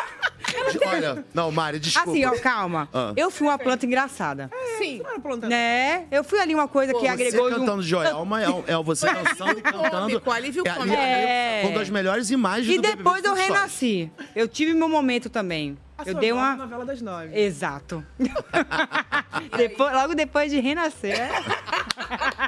Speaker 3: Olha, não, Mari, desculpa.
Speaker 1: Assim, ó, calma.
Speaker 3: Ah.
Speaker 1: Eu fui uma planta engraçada.
Speaker 2: É, Sim.
Speaker 1: Né? Eu fui ali uma coisa que
Speaker 3: você
Speaker 1: agregou. de um-
Speaker 3: cantando Joelma, é, é você dançando e cantando.
Speaker 1: Cômico, alívio
Speaker 3: é, ali-
Speaker 1: cômico. É.
Speaker 3: Foi uma das melhores imagens
Speaker 1: E
Speaker 3: do
Speaker 1: depois
Speaker 3: BBB
Speaker 1: eu
Speaker 3: Funções.
Speaker 1: renasci. Eu tive meu momento também. eu dei uma.
Speaker 2: novela das nove.
Speaker 1: Exato. Depois- logo depois de renascer. né?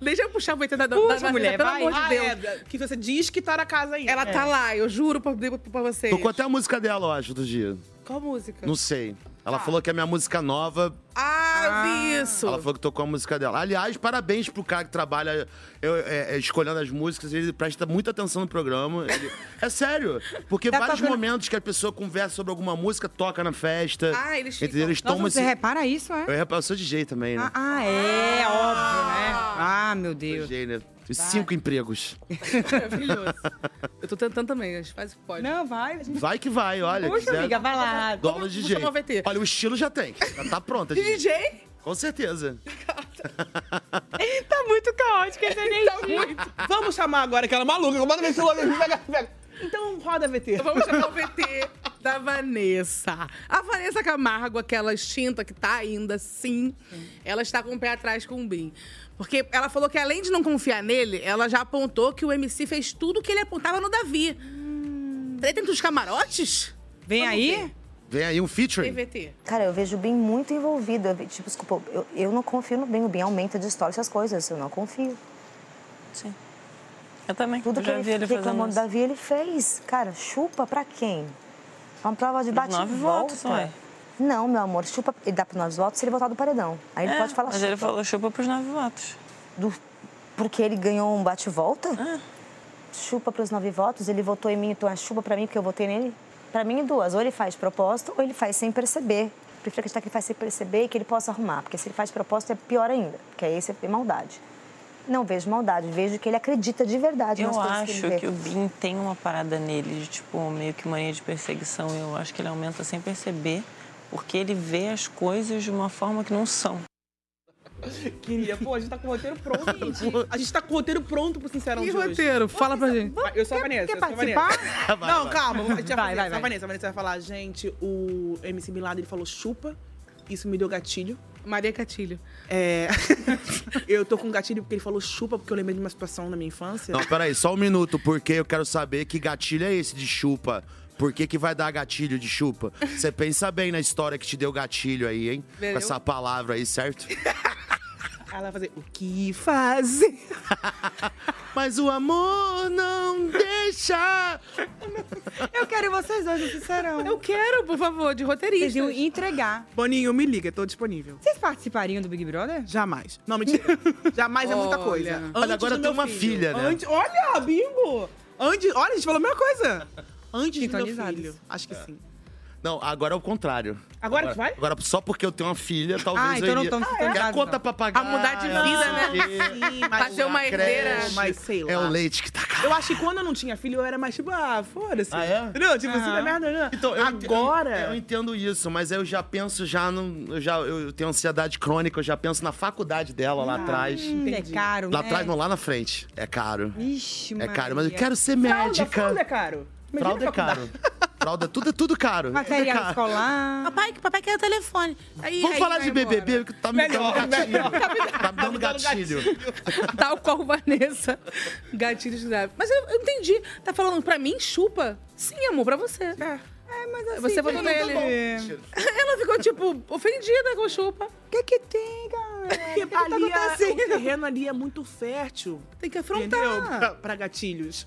Speaker 2: Deixa eu puxar o boitão da, da,
Speaker 1: Puxa,
Speaker 2: da
Speaker 1: mulher,
Speaker 2: pelo
Speaker 1: vai.
Speaker 2: amor de
Speaker 1: Ah,
Speaker 2: Deus. que você diz que tá na casa aí. Ela
Speaker 4: É.
Speaker 2: tá lá, eu juro pra, pra vocês.
Speaker 3: Tocou até a música dela, eu acho, outro dia.
Speaker 2: Qual música?
Speaker 3: Não sei. Ela falou que é minha música nova.
Speaker 2: Ah, eu vi isso.
Speaker 3: Ela falou que tocou a música dela. Aliás, parabéns pro cara que trabalha eu, é, é, escolhendo as músicas. Ele presta muita atenção no programa. Ele- É sério. Porque vários momentos que a pessoa conversa sobre alguma música, toca na festa.
Speaker 1: Ah, eles ficam-
Speaker 3: entendeu? Eles
Speaker 1: Nossa,
Speaker 3: tomam
Speaker 1: você
Speaker 3: esse-
Speaker 1: repara isso, é?
Speaker 3: Eu reparo, eu sou DJ também, né?
Speaker 1: Ah, é, óbvio, né? Ah, meu Deus.
Speaker 3: DJ, né? Os Cinco empregos.
Speaker 2: Eu tô tentando também, a gente faz o que pode.
Speaker 1: Não, vai.
Speaker 3: Vai que vai, olha.
Speaker 2: Puxa,
Speaker 3: quiser-
Speaker 2: amiga, vai lá.
Speaker 3: Dólar
Speaker 2: Vamos
Speaker 3: DJ.
Speaker 2: chamar o VT.
Speaker 3: Olha, o estilo já tem. Já tá pronta,
Speaker 2: De DJ?
Speaker 3: Com certeza.
Speaker 1: tá muito caótica essa
Speaker 4: tá
Speaker 1: energia.
Speaker 2: Vamos chamar agora aquela maluca. Manda ver se o pega, pega. Então roda VT. Vamos chamar o VT da Vanessa. A Vanessa Camargo, aquela extinta que tá ainda assim, ela está com o pé atrás com o Bim. Porque ela falou que além de não confiar nele, ela já apontou que o MC fez tudo que ele apontava no Davi. Treta entre os camarotes?
Speaker 1: Vem aí?
Speaker 3: Vem aí um featuring.
Speaker 2: VT.
Speaker 12: Cara, eu vejo o Bem muito envolvido. Eu ve- tipo, desculpa, eu, eu não confio no Bem. O Bem aumenta, distorce as coisas. Eu não confio. Sim. Eu também. Tudo
Speaker 7: Eu
Speaker 12: que
Speaker 7: já
Speaker 12: ele
Speaker 7: vi ele fazendo
Speaker 12: reclamou do
Speaker 7: isso.
Speaker 12: Davi, ele fez. Cara, chupa pra quem? É uma prova de
Speaker 7: Os
Speaker 12: bate e
Speaker 7: nove é?
Speaker 12: volta.
Speaker 7: votos, ué.
Speaker 12: Não, meu amor, chupa. Ele dá pra nós votos se ele voltar do paredão. Aí ele
Speaker 7: É,
Speaker 12: pode falar
Speaker 7: mas ele falou chupa pros nove votos.
Speaker 12: Do- Porque ele ganhou um bate-volta?
Speaker 7: Ah.
Speaker 12: Chupa pros nove votos, ele votou em mim, então é chupa pra mim porque eu votei nele? Pra mim, duas. Ou ele faz de propósito ou ele faz sem perceber. Prefiro acreditar que ele faz sem perceber e que ele possa arrumar, porque se ele faz de propósito é pior ainda, porque aí você vê maldade. Não vejo maldade, vejo que ele acredita de verdade nas
Speaker 7: Eu
Speaker 12: coisas que ele
Speaker 7: acho
Speaker 12: vê.
Speaker 7: que o Bin tem uma parada nele, de, tipo, meio que mania de perseguição. Eu acho que ele aumenta sem perceber, porque ele vê as coisas de uma forma que não são.
Speaker 4: Queria, pô, a gente tá com o roteiro pronto. a gente tá com o roteiro pronto pro Sincerão
Speaker 2: Que
Speaker 4: de hoje.
Speaker 2: roteiro? Fala pra gente.
Speaker 4: Eu sou a Vanessa.
Speaker 2: quer
Speaker 4: eu sou a
Speaker 2: participar?
Speaker 4: Vanessa.
Speaker 2: Vai,
Speaker 4: Não,
Speaker 2: vai.
Speaker 4: calma. A gente
Speaker 2: Vai,
Speaker 4: vai, fazer
Speaker 2: vai,
Speaker 4: isso.
Speaker 2: vai.
Speaker 4: A Vanessa, a Vanessa vai falar, gente, o MC Milado, ele falou chupa. Isso me deu gatilho.
Speaker 2: Maria Catilho.
Speaker 4: É... eu tô com gatilho porque ele falou chupa, porque eu lembrei de uma situação na minha infância.
Speaker 3: Não, peraí, só um minuto, porque eu quero saber que gatilho é esse de chupa. Por que, que vai dar gatilho de chupa? Você pensa bem na história que te deu gatilho aí, hein?
Speaker 4: Valeu.
Speaker 3: Com essa palavra aí, certo?
Speaker 4: Ela vai fazer, o que fazer?
Speaker 3: Mas o amor não deixa.
Speaker 1: Eu quero vocês dois, no sincerão.
Speaker 2: Eu quero, por favor, de roteiristas.
Speaker 1: Vocês iam entregar.
Speaker 4: Boninho, me liga, tô disponível.
Speaker 1: Vocês participariam do Big Brother?
Speaker 4: Jamais. Não, mentira. Jamais é muita coisa. Antes
Speaker 3: Olha, agora
Speaker 4: do
Speaker 3: tem
Speaker 4: meu
Speaker 3: uma
Speaker 4: filho.
Speaker 3: filha, né?
Speaker 4: Antes- olha, bingo! Antes, olha, a gente falou a mesma coisa. Antes do meu
Speaker 1: Sintonizados.
Speaker 4: filho. Acho que sim.
Speaker 3: Não, agora é o contrário.
Speaker 4: Agora que vai?
Speaker 3: Agora, só porque eu tenho uma filha, talvez
Speaker 4: Ah, então
Speaker 3: eu
Speaker 4: não
Speaker 3: iria...
Speaker 4: tão
Speaker 3: Porque É a
Speaker 4: sintonizados,
Speaker 3: conta
Speaker 4: não.
Speaker 3: pra pagar...
Speaker 4: A mudar de
Speaker 3: não
Speaker 1: Ah,
Speaker 4: vida,
Speaker 3: sei
Speaker 4: né?
Speaker 3: o quê.
Speaker 4: Sim, mas
Speaker 2: Fazer uma
Speaker 4: a
Speaker 2: herdeira.
Speaker 4: creche, Mas sei lá.
Speaker 3: É o leite que tá caro.
Speaker 4: Eu acho que quando eu não tinha filho, eu era mais tipo, ah, foda-se.
Speaker 3: Ah, é?
Speaker 4: Não, tipo,
Speaker 3: Aham.
Speaker 4: assim, é merda, não.
Speaker 3: Então, eu ent-
Speaker 4: Agora.
Speaker 3: Eu, eu entendo isso, mas eu já penso já no, eu já eu tenho ansiedade crônica, eu já penso na faculdade dela lá atrás.
Speaker 1: É caro,
Speaker 3: Lá
Speaker 1: né?
Speaker 3: atrás não, lá na frente. É caro.
Speaker 1: Ixi,
Speaker 3: é
Speaker 1: Maria.
Speaker 3: caro, mas eu quero ser
Speaker 1: Fralda,
Speaker 3: médica.
Speaker 1: fralda é
Speaker 4: caro.
Speaker 3: Fralda é caro. Fralda, tudo é tudo caro.
Speaker 1: Material
Speaker 3: Tudo é caro.
Speaker 1: escolar.
Speaker 2: Papai, que papai quer o telefone. Aí,
Speaker 3: Vamos
Speaker 2: aí
Speaker 3: falar de
Speaker 2: vai embora.
Speaker 3: BBB, que tá me
Speaker 2: Melhor,
Speaker 3: dando gatilho.
Speaker 2: melhor.
Speaker 3: Tá me dando gatilho.
Speaker 2: Tal qual Vanessa. Gatilhos graves. Mas eu, eu entendi. Tá falando pra mim, chupa? Sim, amor, pra você. É.
Speaker 1: mas assim,
Speaker 2: Você votou
Speaker 1: então tá
Speaker 2: nele.
Speaker 1: bom.
Speaker 2: Ela ficou, tipo, ofendida com o chupa.
Speaker 1: O que que tem, galera? O que, que tá
Speaker 4: Ali é- o
Speaker 1: acontecendo?
Speaker 4: terreno ali é muito fértil.
Speaker 2: Tem que
Speaker 4: Entendeu?
Speaker 1: afrontar.
Speaker 4: Pra, pra gatilhos.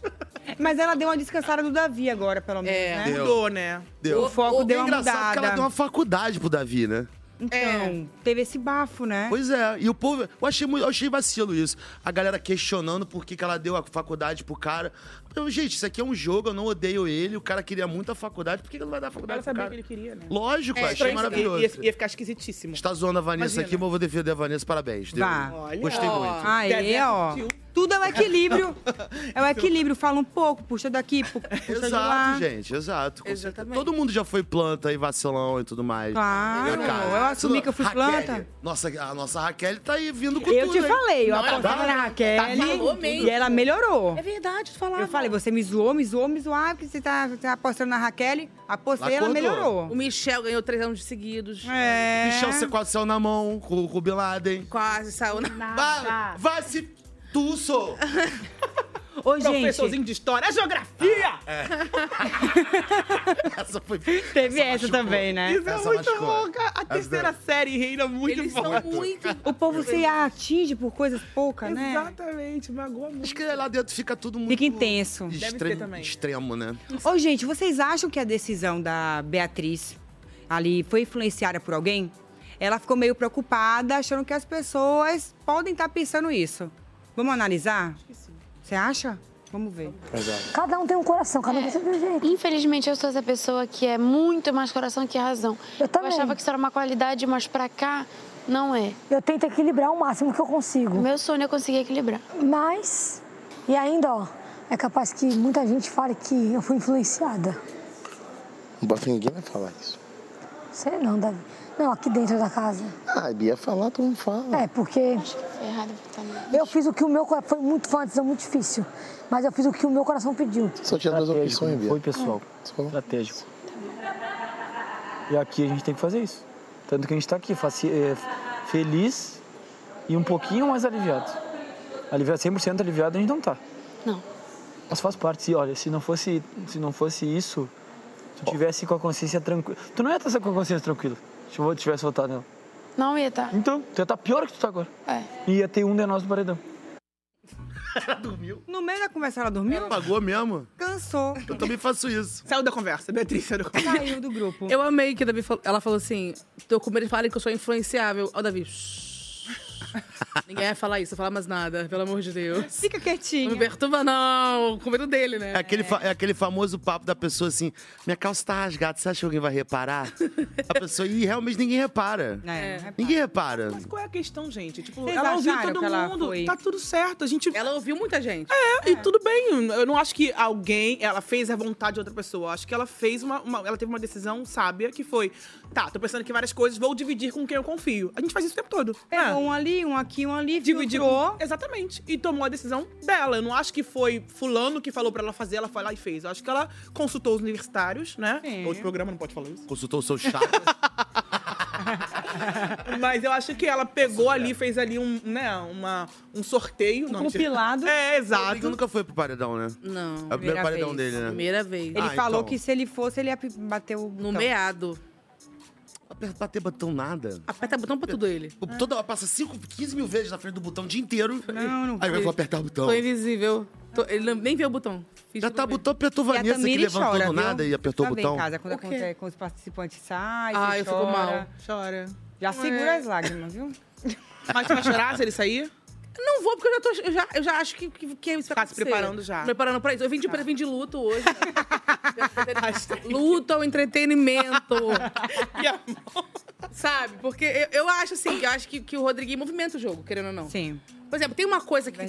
Speaker 1: Mas ela deu uma descansada do Davi agora, pelo menos, né?
Speaker 3: É. Deu.
Speaker 4: Mudou, né?
Speaker 3: Deu.
Speaker 1: O foco deu uma
Speaker 3: engraçado é que ela
Speaker 1: mudada.
Speaker 3: deu uma faculdade pro Davi, né?
Speaker 1: Então, teve esse bafo, né?
Speaker 3: Pois é, e o povo. Eu achei, muito, eu achei vacilo isso. A galera questionando por que, que ela deu a faculdade pro cara. Eu, gente, isso aqui é um jogo, eu não odeio ele, o cara queria muito a faculdade, por que, que ele não vai dar a faculdade
Speaker 4: Ela
Speaker 3: pro
Speaker 4: sabia
Speaker 3: cara?
Speaker 4: que ele queria, né?
Speaker 3: Lógico, achei
Speaker 4: estranho,
Speaker 3: maravilhoso.
Speaker 4: Ia, ia- ia ficar esquisitíssimo.
Speaker 3: Está zoando a Vanessa
Speaker 4: Imagina.
Speaker 3: aqui, mas eu vou defender a Vanessa, parabéns. Deu.
Speaker 4: Vá. Olha.
Speaker 3: Gostei
Speaker 4: Ó.
Speaker 3: muito.
Speaker 1: Aí, ah, ó. Tudo é um equilíbrio. É um equilíbrio. Fala um pouco, puxa daqui, pu- puxa de lá.
Speaker 3: Exato, gente, exato. com certeza.
Speaker 1: Exatamente.
Speaker 3: Todo mundo já foi planta e vacilão e tudo mais.
Speaker 1: Claro,
Speaker 3: Né, cara?
Speaker 1: eu assumi que eu fui
Speaker 3: Raquel,
Speaker 1: planta.
Speaker 3: Nossa, a nossa Raquel tá aí vindo com
Speaker 1: Eu
Speaker 3: tudo.
Speaker 1: te
Speaker 3: hein?
Speaker 1: falei, eu
Speaker 3: Não, ela
Speaker 1: apostava
Speaker 3: tá-
Speaker 1: na Raquel
Speaker 3: tá falando
Speaker 1: e
Speaker 3: tudo.
Speaker 1: ela melhorou.
Speaker 4: É verdade, tu falava.
Speaker 1: Eu falei, você me zoou, me zoou, me zoou, porque você tá, tá apostando na Raquel. Apostei, ela melhorou.
Speaker 4: O Michel ganhou três anos de seguidos.
Speaker 1: É.
Speaker 3: Michel, você quase saiu na mão com, com o Bin Laden.
Speaker 4: Quase saiu na
Speaker 3: Vai, vai se tu sou.
Speaker 1: Ô, gente.
Speaker 4: Professorzinho de história, geografia! Ah,
Speaker 3: essa foi.
Speaker 1: Teve essa, também, né?
Speaker 4: Isso é muito louca. A terceira série reina muito
Speaker 1: Eles
Speaker 4: bom.
Speaker 1: são muito- O povo se atinge por coisas poucas, né?
Speaker 4: Exatamente, magoa muito.
Speaker 3: Acho que lá dentro fica tudo muito.
Speaker 1: Fica intenso.
Speaker 3: Extremo, extremo, né?
Speaker 1: Ô, gente, vocês acham que a decisão da Beatriz ali foi influenciada por alguém? Ela ficou meio preocupada, achando que as pessoas podem estar pensando isso. Vamos analisar? Você acha? Vamos ver.
Speaker 13: Cada um tem um coração, cada um tem seu jeito. Infelizmente, eu sou essa pessoa que é muito mais coração que razão. Eu também. Eu achava que isso era uma qualidade, mas pra cá, não é.
Speaker 9: Eu tento equilibrar o máximo que eu consigo.
Speaker 13: Meu sonho é conseguir equilibrar.
Speaker 9: Mas, e ainda, ó, é capaz que muita gente fale que eu fui influenciada.
Speaker 14: Bota ninguém vai falar isso.
Speaker 9: Sei não, Davi. Não, aqui dentro da casa.
Speaker 14: Ah, Bia falar, tu não fala.
Speaker 9: É, porque. Eu fiz o que o meu coração. Foi muito foi uma decisão muito difícil. Mas eu fiz o que o meu coração pediu.
Speaker 14: Só tinha duas
Speaker 15: Estratégico,
Speaker 14: opções,
Speaker 15: não
Speaker 14: Bia.
Speaker 15: foi, pessoal? Estratégico. E aqui a gente tem que fazer isso. Tanto que a gente tá aqui faci- é, feliz e um pouquinho mais aliviado. Aliviado, 100% aliviado a gente não tá.
Speaker 13: Não.
Speaker 15: Mas faz parte. E olha, se não fosse, se não fosse isso, tu tivesse com a consciência tranquila. Tu não ia estar com a consciência tranquila se eu tivesse votado nela.
Speaker 13: Não ia tá? estar.
Speaker 15: Então, tu ia estar pior que tu tá agora.
Speaker 13: É.
Speaker 15: E ia ter um de nós no paredão.
Speaker 1: No meio da conversa, ela dormiu?
Speaker 3: Apagou mesmo?
Speaker 1: Cansou.
Speaker 3: Eu também faço isso.
Speaker 4: Saiu da conversa, Beatriz saiu da conversa.
Speaker 1: Saiu do grupo.
Speaker 2: Eu amei que a Davi falou, ela falou assim: tô com medo de falarem que eu sou influenciável. Ó, Davi. shh. Ninguém vai falar isso, falar mais nada, pelo amor de Deus.
Speaker 1: Fica quietinho.
Speaker 2: Não me perturba, não. Com medo dele, né?
Speaker 3: É aquele, fa- é aquele famoso papo da pessoa assim: minha calça tá rasgada, você acha que alguém vai reparar? A pessoa, e realmente ninguém repara.
Speaker 1: É,
Speaker 3: Ninguém repara.
Speaker 4: Qual é a questão, gente? Tipo,
Speaker 2: Vocês
Speaker 4: ela ouviu
Speaker 2: acharam
Speaker 4: todo
Speaker 2: que ela
Speaker 4: mundo,
Speaker 2: foi-
Speaker 4: tá tudo certo, a gente...
Speaker 2: Ela ouviu muita gente.
Speaker 4: É, e tudo bem. Eu não acho que alguém, ela fez a vontade de outra pessoa. Eu acho que ela fez uma, uma- ela teve uma decisão sábia que foi, tá, tô pensando aqui em várias coisas, vou dividir com quem eu confio. A gente faz isso o tempo todo. É.
Speaker 1: Pegou um ali, um aqui, um ali,
Speaker 4: dividiu.
Speaker 1: filtrou.
Speaker 4: Exatamente. E tomou a decisão dela. Eu não acho que foi fulano que falou pra ela fazer, ela foi lá e fez. Eu acho que ela consultou os universitários, né? Outro programa não pode falar isso.
Speaker 3: Consultou o seu chakra.
Speaker 4: Mas eu acho que ela pegou ali, fez ali um, né, uma, um sorteio. não, mentira. É,
Speaker 3: O Rodrigo
Speaker 4: exato.
Speaker 3: nunca foi pro paredão, né?
Speaker 2: Não.
Speaker 3: É o primeiro paredão dele, né?
Speaker 2: Primeira vez.
Speaker 1: Ele
Speaker 3: Ah,
Speaker 1: falou
Speaker 3: então.
Speaker 1: que se ele fosse, ele ia p- bater o. No
Speaker 2: meado.
Speaker 3: Bater botão nada.
Speaker 2: Aperta botão pra tudo ele.
Speaker 3: Toda hora passa 5, 15 mil vezes na frente do botão o dia inteiro.
Speaker 2: Não, não
Speaker 3: Aí eu
Speaker 2: foi.
Speaker 3: vou apertar o botão.
Speaker 2: Tô invisível. Tô- ele não- nem vê o botão. Já tá
Speaker 3: botão, apertou Vanessa que levantou do nada e apertou o
Speaker 1: Sabe
Speaker 3: botão.
Speaker 1: em casa, quando
Speaker 2: O quê?
Speaker 1: acontece com os participantes saem,
Speaker 2: Ah,
Speaker 1: você
Speaker 2: eu fico mal.
Speaker 4: Chora.
Speaker 1: Já segura
Speaker 2: É.
Speaker 1: as lágrimas, viu?
Speaker 4: Mas tu vai chorar se ele sair?
Speaker 2: Não vou, porque eu já, tô, eu já, eu já acho que, que, que isso vai Tá se
Speaker 4: preparando já.
Speaker 2: Preparando pra isso. Eu vim de, eu vim de luto hoje. luto ao entretenimento. Sabe? Porque eu, eu acho assim, que eu acho que, que o Rodriguinho movimenta o jogo, querendo ou não.
Speaker 1: Sim.
Speaker 2: Por exemplo, tem uma coisa que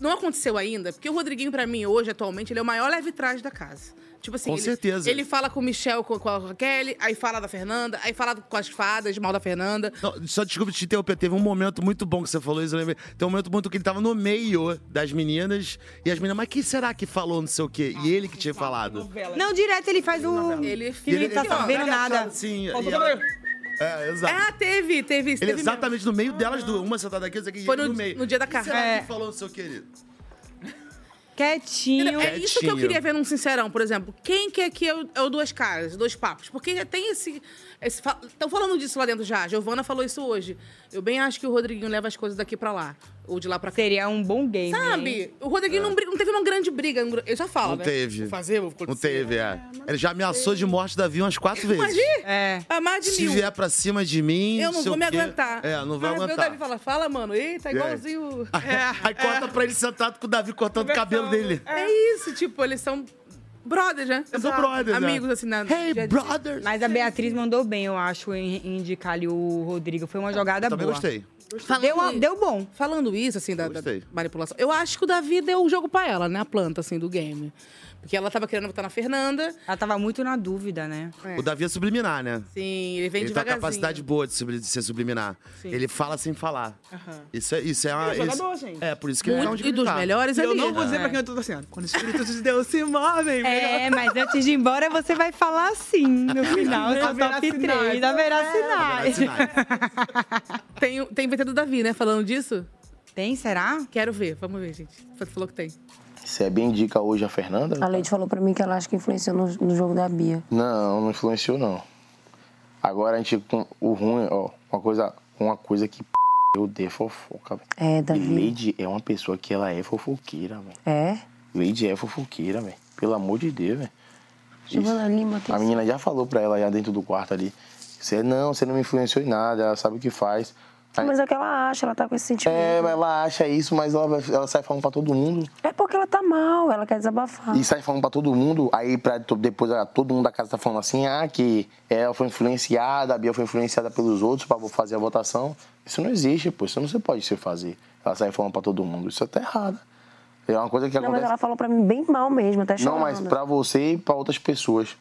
Speaker 2: não aconteceu ainda, porque o Rodriguinho, pra mim, hoje, atualmente, ele é o maior leve trás da casa. Tipo assim,
Speaker 3: Com
Speaker 2: ele,
Speaker 3: certeza.
Speaker 2: ele fala com o Michel, com, com a Raquel, aí fala da Fernanda, aí fala com as fadas, mal da Fernanda.
Speaker 3: Não, só desculpa te interromper, teve um momento muito bom que você falou isso, eu lembrei. Tem um momento muito que ele tava no meio das meninas e as meninas, mas quem será que falou não sei o quê? E ele que tinha falado.
Speaker 1: Não, direto ele faz o.
Speaker 2: Ele
Speaker 1: que ele tá sabendo nada.
Speaker 3: Sim,
Speaker 1: Faltou
Speaker 3: assim, É, exato.
Speaker 2: Ah, teve, teve isso.
Speaker 3: Ele
Speaker 2: teve mesmo.
Speaker 3: exatamente no meio delas, duas, uma sentada aqui, outra aqui,
Speaker 2: Foi
Speaker 3: ele
Speaker 2: no-
Speaker 3: meio.
Speaker 2: no dia da
Speaker 3: Quem
Speaker 2: carne.
Speaker 3: será
Speaker 2: É.
Speaker 3: que falou não sei o quê?
Speaker 1: Quietinho.
Speaker 2: É isso que eu
Speaker 3: Quietinho.
Speaker 2: queria ver num Sincerão, por exemplo. Quem que aqui é o, é o Duas Caras, Dois Papos? Porque já tem esse... Estão falando disso lá dentro já. A Giovana falou isso hoje. Eu bem acho que o Rodriguinho leva as coisas daqui pra lá. Ou de lá pra cá.
Speaker 1: Seria um bom game.
Speaker 2: Sabe?
Speaker 1: hein?
Speaker 2: O Rodriguinho não, bri- não teve uma grande briga. Eu já falo,
Speaker 3: É. Não
Speaker 2: né?
Speaker 3: teve.
Speaker 2: Vou fazer, vou
Speaker 3: Não teve, é. Ele já ameaçou de morte Davi umas quatro vezes.
Speaker 2: Mas ih,
Speaker 1: É.
Speaker 2: a mais de
Speaker 3: Se
Speaker 2: mil.
Speaker 3: vier pra cima de mim.
Speaker 2: Eu não
Speaker 3: sei
Speaker 2: vou
Speaker 3: o
Speaker 2: me
Speaker 3: quê.
Speaker 2: aguentar.
Speaker 3: É, não vai
Speaker 2: Mas meu
Speaker 3: aguentar. É.
Speaker 2: Davi fala, fala, mano. Eita,
Speaker 3: E aí?
Speaker 2: igualzinho.
Speaker 3: Aí corta pra ele sentado com o Davi cortando o cabelo dele.
Speaker 2: É. É isso, tipo, eles são brothers, né?
Speaker 3: Eles são brothers, né?
Speaker 2: Amigos, assim, na... Hey,
Speaker 3: brothers!
Speaker 1: Mas a Beatriz mandou bem, eu acho, em em indicar ali o Rodrigo. Foi uma jogada
Speaker 2: também
Speaker 1: boa.
Speaker 2: gostei.
Speaker 1: Deu, deu bom.
Speaker 2: Falando isso, assim, da, da manipulação. Eu acho que o Davi deu o jogo pra ela, né? A planta, assim, do game. Porque ela tava querendo votar na Fernanda.
Speaker 1: Ela tava muito na dúvida, né?
Speaker 3: O Davi é subliminar, né?
Speaker 2: Sim, ele vem
Speaker 3: ele tem uma
Speaker 2: devagarzinho.
Speaker 3: capacidade boa de, subli- de ser subliminar.
Speaker 2: Sim.
Speaker 3: Ele fala sem falar.
Speaker 2: Aham.
Speaker 3: Isso é, isso é uma.
Speaker 2: Ele é
Speaker 3: isso-
Speaker 2: jogador, gente.
Speaker 3: É, por isso que ele é um de
Speaker 2: E dos
Speaker 3: gritar.
Speaker 2: melhores é
Speaker 3: E
Speaker 2: ali. né?
Speaker 3: Eu não vou dizer pra quem
Speaker 4: eu tô torcendo. Quando os espíritos de Deus se movem,
Speaker 1: É, mas antes de ir embora, você vai falar assim no final
Speaker 2: Não,
Speaker 1: do
Speaker 2: haverá
Speaker 1: top 3.
Speaker 2: sinais.
Speaker 1: Haverá
Speaker 2: É.
Speaker 1: sinais.
Speaker 2: Tem, tem inventado do Davi, né? Falando disso.
Speaker 1: Tem, será?
Speaker 2: Quero ver, vamos ver, gente. Você falou que tem.
Speaker 14: Você é bem dica hoje a Fernanda?
Speaker 10: A Leite falou pra mim que ela acha que influenciou no, no jogo da Bia.
Speaker 14: Não, não influenciou não. Agora a gente com o ruim, ó, uma coisa, uma coisa que p... eu odeio é fofoca, velho.
Speaker 10: É, Davi.
Speaker 14: E Lady é uma pessoa que ela é fofoqueira, velho.
Speaker 10: É?
Speaker 14: Lady é fofoqueira, velho. Pelo amor de Deus, velho.
Speaker 10: Giovana Lima, tem
Speaker 14: A menina já falou pra ela já dentro do quarto ali. Você não, você não me influenciou em nada, ela sabe o que faz. Aí-
Speaker 10: Mas é o que ela acha, ela tá com esse sentimento.
Speaker 14: é, mas ela acha isso, mas ela, vai- ela sai falando pra todo mundo.
Speaker 10: É porque ela tá mal, ela quer desabafar.
Speaker 14: E sai falando pra todo mundo, aí pra, to- depois ah, todo mundo da casa tá falando assim, ah, que ela foi influenciada, a Bia foi influenciada pelos outros pra fazer a votação. Isso não existe, pô, isso não se pode se fazer. Ela sai falando pra todo mundo, isso é até errado. É uma coisa que
Speaker 10: Não, mas
Speaker 14: acontece...
Speaker 10: ela falou pra mim bem mal mesmo,
Speaker 8: Tá
Speaker 10: até chorando.
Speaker 14: Não, mas pra você e pra outras pessoas.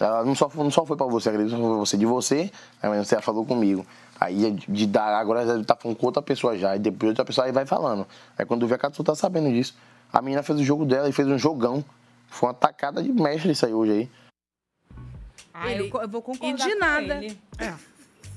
Speaker 14: Ela não só, não só foi pra você, acredito, só foi pra você de você, aí mas você falou comigo. Aí é de- de dar, agora ela tá falando com outra pessoa já, e depois outra pessoa aí vai falando. Aí quando vê a Catu tá sabendo disso. A menina fez o jogo dela e fez um jogão. Foi uma tacada de mestre isso aí hoje aí.
Speaker 1: Ah, eu, co- eu vou concordar
Speaker 2: E de
Speaker 1: com
Speaker 2: nada.
Speaker 1: ele. É.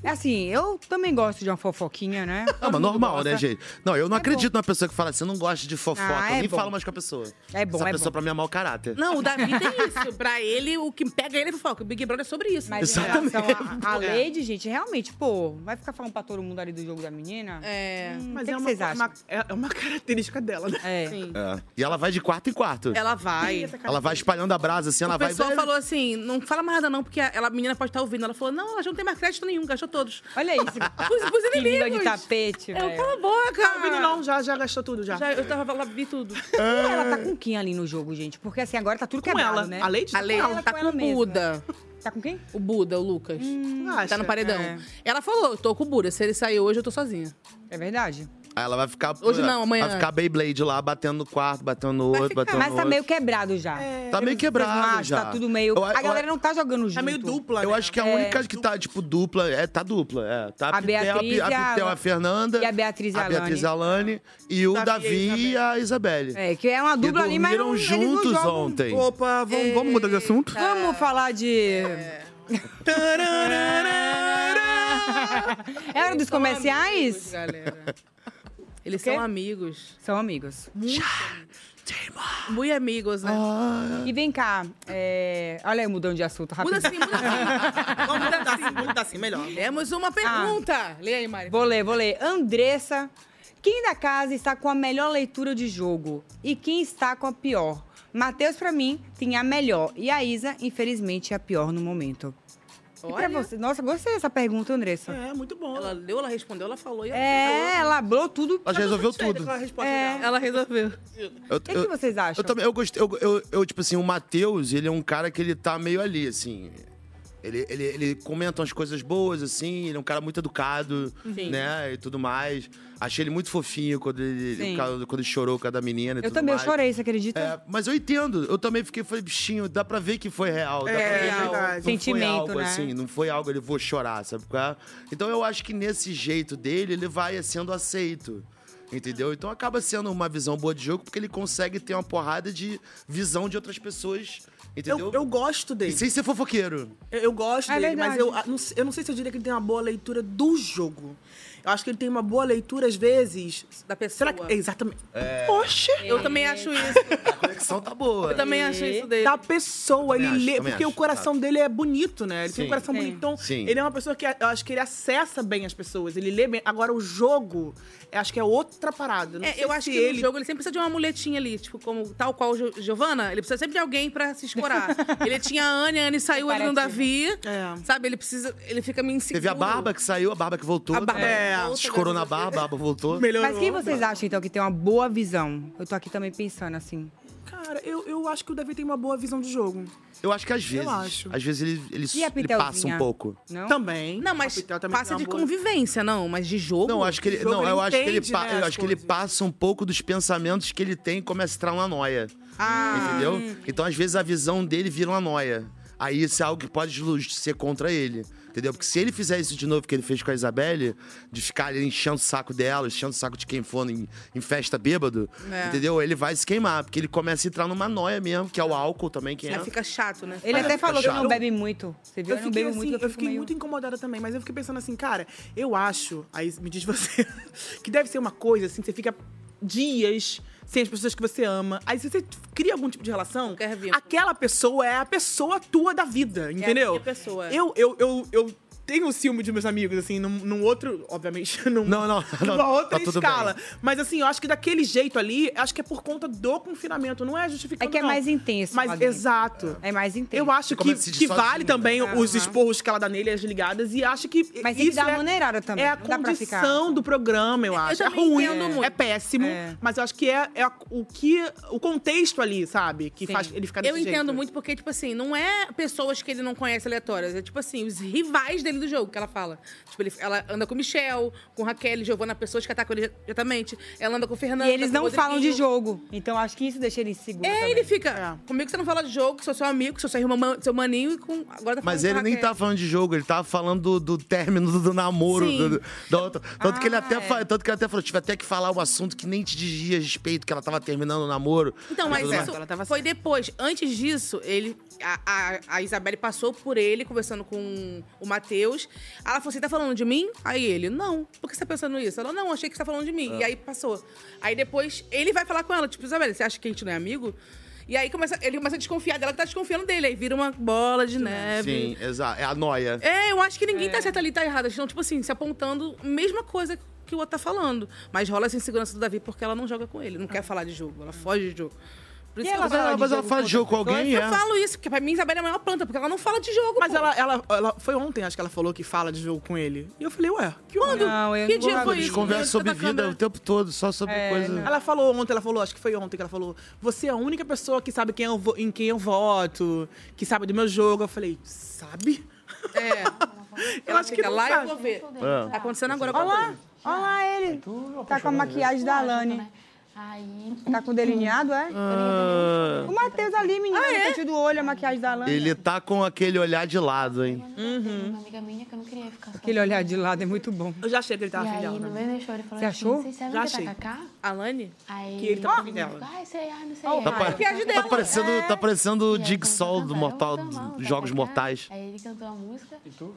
Speaker 1: Assim, eu também gosto de uma fofoquinha, né?
Speaker 3: Não,
Speaker 1: Todo
Speaker 3: mas
Speaker 1: mundo
Speaker 3: normal, né,
Speaker 1: gosta.
Speaker 3: gente? Não,
Speaker 2: É
Speaker 3: eu não acredito numa pessoa que fala assim, eu não gosto de fofoca.
Speaker 1: Ah,
Speaker 3: eu
Speaker 1: é
Speaker 3: nem
Speaker 1: bom.
Speaker 3: falo mais com a pessoa.
Speaker 1: É bom,
Speaker 3: Essa
Speaker 1: é
Speaker 3: pessoa
Speaker 1: bom.
Speaker 3: pra mim é mau caráter.
Speaker 2: Não, o Davi tem isso. Pra ele, o que pega ele é fofoca. O Big Brother é sobre isso. É.
Speaker 1: Mas Exatamente. A, a Lady, gente, realmente, pô, vai ficar falando pra todo mundo ali do jogo da menina?
Speaker 2: É.
Speaker 1: Mas
Speaker 4: Mas
Speaker 1: o que,
Speaker 4: é
Speaker 1: que
Speaker 4: uma-
Speaker 1: vocês acham?
Speaker 4: uma- é uma característica dela, né?
Speaker 1: É.
Speaker 3: É. E ela vai de quarto em quarto.
Speaker 2: Ela vai.
Speaker 3: Ela vai espalhando a brasa assim, ela
Speaker 2: o
Speaker 3: vai.
Speaker 2: pessoal falou assim, não fala mais nada não, porque ela, a menina pode estar ouvindo. Ela falou, não, ela já não tem mais crédito nenhum, gastou todos.
Speaker 1: Olha isso.
Speaker 2: Pros, pros inimigos.
Speaker 1: língua de tapete,
Speaker 2: Eu,
Speaker 1: velho.
Speaker 2: cala a boca.
Speaker 4: Não, ouvindo não, já, já gastou tudo, já.
Speaker 2: Já, eu tava lá, vi tudo.
Speaker 1: Ela tá com quem ali no jogo, gente? Porque assim, agora tá tudo
Speaker 2: Com
Speaker 1: quebrado,
Speaker 2: ela.
Speaker 1: né?
Speaker 2: A Lady tá
Speaker 1: a
Speaker 2: com
Speaker 1: Lady
Speaker 2: ela, tá com o
Speaker 1: mesma.
Speaker 2: Buda.
Speaker 1: Tá com quem?
Speaker 2: O Buda, o Lucas.
Speaker 1: acha?
Speaker 2: tá no paredão.
Speaker 1: É.
Speaker 2: Ela falou, tô com o Buda. Se ele sair hoje, eu tô sozinha.
Speaker 1: É verdade.
Speaker 3: Aí ela vai ficar.
Speaker 2: Hoje não, amanhã.
Speaker 3: Vai ficar Beyblade lá, batendo no quarto, batendo no outro, batendo
Speaker 1: Mas
Speaker 3: no
Speaker 1: tá
Speaker 3: outro.
Speaker 1: meio quebrado já.
Speaker 3: Tá meio
Speaker 1: Vocês não
Speaker 3: quebrado
Speaker 1: acham?
Speaker 3: já.
Speaker 1: Tá tudo meio...
Speaker 3: Eu-
Speaker 1: a
Speaker 3: eu-
Speaker 1: galera não tá jogando junto. Tá meio
Speaker 4: dupla,
Speaker 3: Eu acho que a
Speaker 2: É.
Speaker 3: única que tá, tipo, dupla, é, tá dupla, é. Tá
Speaker 1: né? A
Speaker 3: Pitel,
Speaker 1: Beatriz
Speaker 3: a, Pi- a,
Speaker 1: e a-
Speaker 3: Pitel, a Fernanda.
Speaker 1: e a Beatriz e a
Speaker 3: a Beatriz
Speaker 1: Alane.
Speaker 3: Alane. E o Davi e a Isabelle.
Speaker 1: É, que é uma
Speaker 3: Que
Speaker 1: dupla ali, mas
Speaker 3: dormiram
Speaker 1: não, eles não
Speaker 3: juntos
Speaker 1: jogam. É.
Speaker 3: ontem.
Speaker 4: Opa, vamos, vamos mudar de assunto?
Speaker 1: Vamos falar de... É hora dos comerciais?
Speaker 2: Eles
Speaker 1: O quê?
Speaker 2: são amigos.
Speaker 1: São amigos.
Speaker 2: Muito. Muito amigos, né?
Speaker 1: E vem cá, é... olha aí, mudando de assunto Ah. rápido.
Speaker 2: Muda assim, muda assim. Vamos mudar assim.
Speaker 4: Tá assim, melhor.
Speaker 2: Temos uma pergunta. Lê aí, Mari.
Speaker 1: Vou ler, vou ler. Andressa, quem da casa está com a melhor leitura de jogo? E quem está com a pior? Matheus, pra mim, tem a melhor. E a Isa, infelizmente, é a pior no momento. E pra você? Nossa, gostei dessa pergunta, Andressa.
Speaker 4: É, muito bom.
Speaker 2: Ela leu, ela respondeu, ela falou. E ela
Speaker 1: É, ela abriu tudo.
Speaker 3: Ela já resolveu tudo.
Speaker 2: É, ela resolveu.
Speaker 3: O
Speaker 1: que, vocês acham?
Speaker 3: Eu também, eu gostei, eu, eu- eu, tipo assim, o Matheus, ele é um cara que ele tá meio ali, assim. Ele, ele, ele comenta umas coisas boas, assim, ele é um cara muito educado,
Speaker 1: Sim.
Speaker 3: né, e tudo mais. Achei ele muito fofinho quando ele,
Speaker 1: Sim.
Speaker 3: quando ele chorou com a da menina e
Speaker 1: Eu
Speaker 3: tudo
Speaker 1: também, eu
Speaker 3: mais.
Speaker 1: chorei, você acredita?
Speaker 3: É, mas eu entendo, eu também fiquei, falei, bichinho, dá pra ver que foi real. dá
Speaker 1: É,
Speaker 3: pra ver que
Speaker 1: real.
Speaker 3: não foi
Speaker 1: Sentimento,
Speaker 3: algo
Speaker 1: né?
Speaker 3: assim, não foi algo ele vou chorar, sabe? qual é? Então eu acho que nesse jeito dele, ele vai sendo aceito. Entendeu? Então acaba sendo uma visão boa de jogo, porque ele consegue ter uma porrada de visão de outras pessoas Entendeu?
Speaker 4: Eu, eu gosto dele.
Speaker 3: E sem ser fofoqueiro.
Speaker 4: Eu, eu gosto
Speaker 3: É
Speaker 4: dele, mas
Speaker 3: verdade.
Speaker 4: eu, a- não se- eu não sei se eu diria que ele tem uma boa leitura do jogo. Eu acho que ele tem uma boa leitura, às vezes, da pessoa. Será que, exatamente.
Speaker 3: É.
Speaker 4: Poxa! Eu também acho isso.
Speaker 3: A conexão tá boa.
Speaker 4: Eu também acho isso dele. Da pessoa, ele
Speaker 3: Também acho,
Speaker 4: lê.
Speaker 3: também
Speaker 4: Porque
Speaker 3: acho,
Speaker 4: o coração dele é bonito, né? Ele tem
Speaker 3: Sim.
Speaker 4: um coração
Speaker 3: Sim.
Speaker 4: bonito. Então,
Speaker 3: Sim.
Speaker 4: ele é uma pessoa que eu acho que ele acessa bem as pessoas. Ele lê bem. Agora, o jogo, eu acho que é outra parada. Não
Speaker 2: É,
Speaker 4: sei
Speaker 2: eu
Speaker 4: se
Speaker 2: acho que
Speaker 4: ele...
Speaker 2: no jogo ele sempre precisa de uma muletinha ali, tipo, como tal qual Jo- Giovana, ele precisa sempre de alguém pra se escorar. ele tinha a Anne, a Anne saiu, ele não Davi.
Speaker 4: É.
Speaker 2: Sabe, ele precisa. Ele fica meio inseguro.
Speaker 3: Teve a barba que saiu, a barba que voltou. A
Speaker 2: barba voltou,
Speaker 3: Escorou na barba, a barba voltou.
Speaker 1: Mas quem vocês acham, então, que tem uma boa visão? Eu tô aqui também pensando, assim.
Speaker 4: Cara, eu, eu acho que o Davi tem uma boa visão de jogo.
Speaker 3: Eu acho que às vezes.
Speaker 4: acho.
Speaker 3: Às vezes ele, ele,
Speaker 4: E a
Speaker 3: ele passa
Speaker 4: Pitelzinha?
Speaker 3: um pouco.
Speaker 1: Não?
Speaker 4: Também.
Speaker 2: Não, mas passa
Speaker 4: tem
Speaker 2: de
Speaker 4: uma boa-
Speaker 2: convivência, não, mas de jogo.
Speaker 3: Não, acho que ele,
Speaker 2: de jogo
Speaker 3: não, eu acho que ele,
Speaker 2: entende,
Speaker 3: pa-
Speaker 2: né,
Speaker 3: eu
Speaker 2: as
Speaker 3: acho que ele passa um pouco dos pensamentos que ele tem e começa a entrar uma noia.
Speaker 2: Ah.
Speaker 3: Entendeu?
Speaker 2: Hum.
Speaker 3: Então, às vezes, a visão dele vira uma noia. Aí isso é algo que pode lu- ser contra ele. Entendeu? Porque se ele fizer isso de novo que ele fez com a Isabelle, de ficar ali enchendo o saco dela, enchendo o saco de quem for em, em festa bêbado,
Speaker 2: É.
Speaker 3: entendeu? Ele vai se queimar, porque ele começa a entrar numa noia mesmo, que é o álcool também que
Speaker 2: Aí
Speaker 3: entra.
Speaker 2: fica chato, né?
Speaker 1: Ele
Speaker 3: É,
Speaker 1: até
Speaker 3: fica
Speaker 1: falou que
Speaker 3: chato.
Speaker 1: não bebe muito. Você viu?
Speaker 4: Eu
Speaker 1: Eu não
Speaker 4: fiquei,
Speaker 1: bebo
Speaker 4: assim,
Speaker 1: muito,
Speaker 4: eu fiquei muito incomodada também, mas eu fiquei pensando assim, cara, eu acho, aí me diz você, que deve ser uma coisa assim, que você fica dias sem as pessoas que você ama. Aí se você cria algum tipo de relação, aquela pessoa é a pessoa tua da
Speaker 1: É
Speaker 4: vida, entendeu?
Speaker 2: minha pessoa, é.
Speaker 4: Eu, eu, eu, eu tenho ciúme de meus amigos, assim, num, num outro, obviamente, num,
Speaker 3: não, não, não,
Speaker 4: numa
Speaker 3: tá
Speaker 4: outra
Speaker 3: tudo
Speaker 4: escala.
Speaker 3: bem.
Speaker 4: Mas assim, eu acho que daquele jeito ali, acho que é por conta do confinamento, não é
Speaker 1: É
Speaker 4: justificado.
Speaker 1: que é
Speaker 4: não.
Speaker 1: mais intenso,
Speaker 4: Mas,
Speaker 1: Claudinho.
Speaker 4: exato.
Speaker 1: É mais intenso.
Speaker 4: Eu acho que,
Speaker 3: começa a se
Speaker 4: que
Speaker 3: sozinho,
Speaker 4: vale também os esporros que ela dá nele, as ligadas, e acho que
Speaker 1: Mas tem que
Speaker 4: isso
Speaker 1: dar
Speaker 4: é,
Speaker 1: uma maneirada também, né?
Speaker 4: é a
Speaker 1: não dá pra ficar-
Speaker 4: condição do programa, eu acho. é
Speaker 1: também
Speaker 4: ruim,
Speaker 1: entendo muito.
Speaker 4: é péssimo, mas eu acho que é, é o que o contexto ali, sabe, que
Speaker 2: Sim.
Speaker 4: faz ele ficar desse
Speaker 2: Eu
Speaker 4: jeito.
Speaker 2: entendo muito porque, tipo assim, não é pessoas que ele não conhece aleatórias. É, tipo assim, os rivais dele do jogo que ela fala. Tipo, ele- ela anda com Michel, com Raquel, Giovana, pessoas que atacam ele diretamente. Ela anda com Fernando.
Speaker 1: E eles não falam de jogo. Então acho que isso deixa ele inseguro.
Speaker 2: É,
Speaker 1: também.
Speaker 2: ele fica. Comigo você não fala de jogo, sou seu amigo, sou seu irmão, seu maninho e com. Agora tá
Speaker 3: Mas
Speaker 2: falando com
Speaker 3: ele nem
Speaker 2: Raquel.
Speaker 3: tava falando de jogo, ele tava falando do, do término do namoro.
Speaker 2: Sim.
Speaker 3: do- do- da outra. Tanto, que ele até fa- tanto que ele até falou: tive até que falar um assunto que nem te dizia respeito, que ela tava terminando o namoro.
Speaker 2: Então,
Speaker 3: e
Speaker 2: mas
Speaker 3: tudo mais.
Speaker 2: isso foi depois. Antes disso, ele, a, a, a Isabelle passou por ele, conversando com o Matheus. Ela falou, você tá falando de mim? Aí ele, não. Por que você tá pensando isso? Ela, não, achei que você tá falando de mim.
Speaker 16: Ah.
Speaker 2: E aí passou. Aí depois, ele vai falar com ela, tipo, Isabelle, você acha que a gente não é amigo? E aí começa, ele começa a desconfiar dela, que tá desconfiando dele. Aí vira uma bola de neve.
Speaker 3: Sim, exato. É a noia.
Speaker 2: É, eu acho que ninguém tá certo ali, tá errado. Eles estão, tipo assim, se apontando mesma coisa que o outro tá falando. Mas rola essa insegurança do Davi porque ela não joga com ele, não quer falar de jogo, ela foge de jogo. Por
Speaker 3: E ela
Speaker 2: que eu
Speaker 3: fala
Speaker 2: falo
Speaker 3: de jogo com outra
Speaker 2: Eu
Speaker 3: pessoa?
Speaker 2: falo isso, porque pra mim Isabela é a maior planta, porque ela não fala de jogo.
Speaker 4: Mas ela, ela, ela- foi ontem, acho que ela falou que fala de jogo com ele. E eu falei, ué, que
Speaker 2: Quando?
Speaker 4: Não, eu
Speaker 2: Que
Speaker 4: não
Speaker 2: dia
Speaker 4: vou-
Speaker 2: foi
Speaker 3: Eles
Speaker 2: isso?
Speaker 3: conversam
Speaker 2: Tá
Speaker 3: sobre
Speaker 2: na
Speaker 3: vida
Speaker 2: câmera.
Speaker 3: o tempo todo, só sobre
Speaker 1: É,
Speaker 3: coisa.
Speaker 4: É, né? Ela falou ontem, ela falou, acho que foi ontem que ela falou: você é a única pessoa que sabe quem eu vo- em quem eu voto, que sabe do meu jogo. Eu falei, sabe? É. eu acho que
Speaker 2: Fica
Speaker 4: não
Speaker 2: lá e eu
Speaker 4: sabe.
Speaker 2: vou ver.
Speaker 1: Ah.
Speaker 4: É.
Speaker 2: Tá acontecendo agora
Speaker 1: Olha
Speaker 2: com
Speaker 1: lá, olha lá ele. Tá com a maquiagem da Alane. Tá com delineado, é?
Speaker 3: Ah.
Speaker 1: O Matheus ali, menina, ah, é? do olho, a maquiagem da Alane.
Speaker 3: Ele tá com aquele olhar de lado, hein?
Speaker 16: Uma amiga minha que eu não queria ficar
Speaker 1: Aquele olhar de lado é muito bom.
Speaker 4: Eu já achei que ele
Speaker 16: e aí, no meio do show, ele falou
Speaker 1: Você
Speaker 16: assim,
Speaker 1: achou?
Speaker 16: vocês sabem
Speaker 1: Já
Speaker 16: o que
Speaker 1: achei.
Speaker 16: é tacacá?
Speaker 2: né? Alane?
Speaker 16: Aí,
Speaker 1: Que ele tá
Speaker 16: todo
Speaker 1: afim
Speaker 16: mundo
Speaker 1: dela.
Speaker 16: ficou, Ai, sei, ai, não sei.
Speaker 1: Ó,
Speaker 16: ai.
Speaker 3: Tá, pa- tá parecendo, tá parecendo o Dig Sol do Mortal
Speaker 16: normal,
Speaker 3: dos Jogos
Speaker 16: tacacá.
Speaker 3: Mortais.
Speaker 16: Aí ele cantou a música. E tu?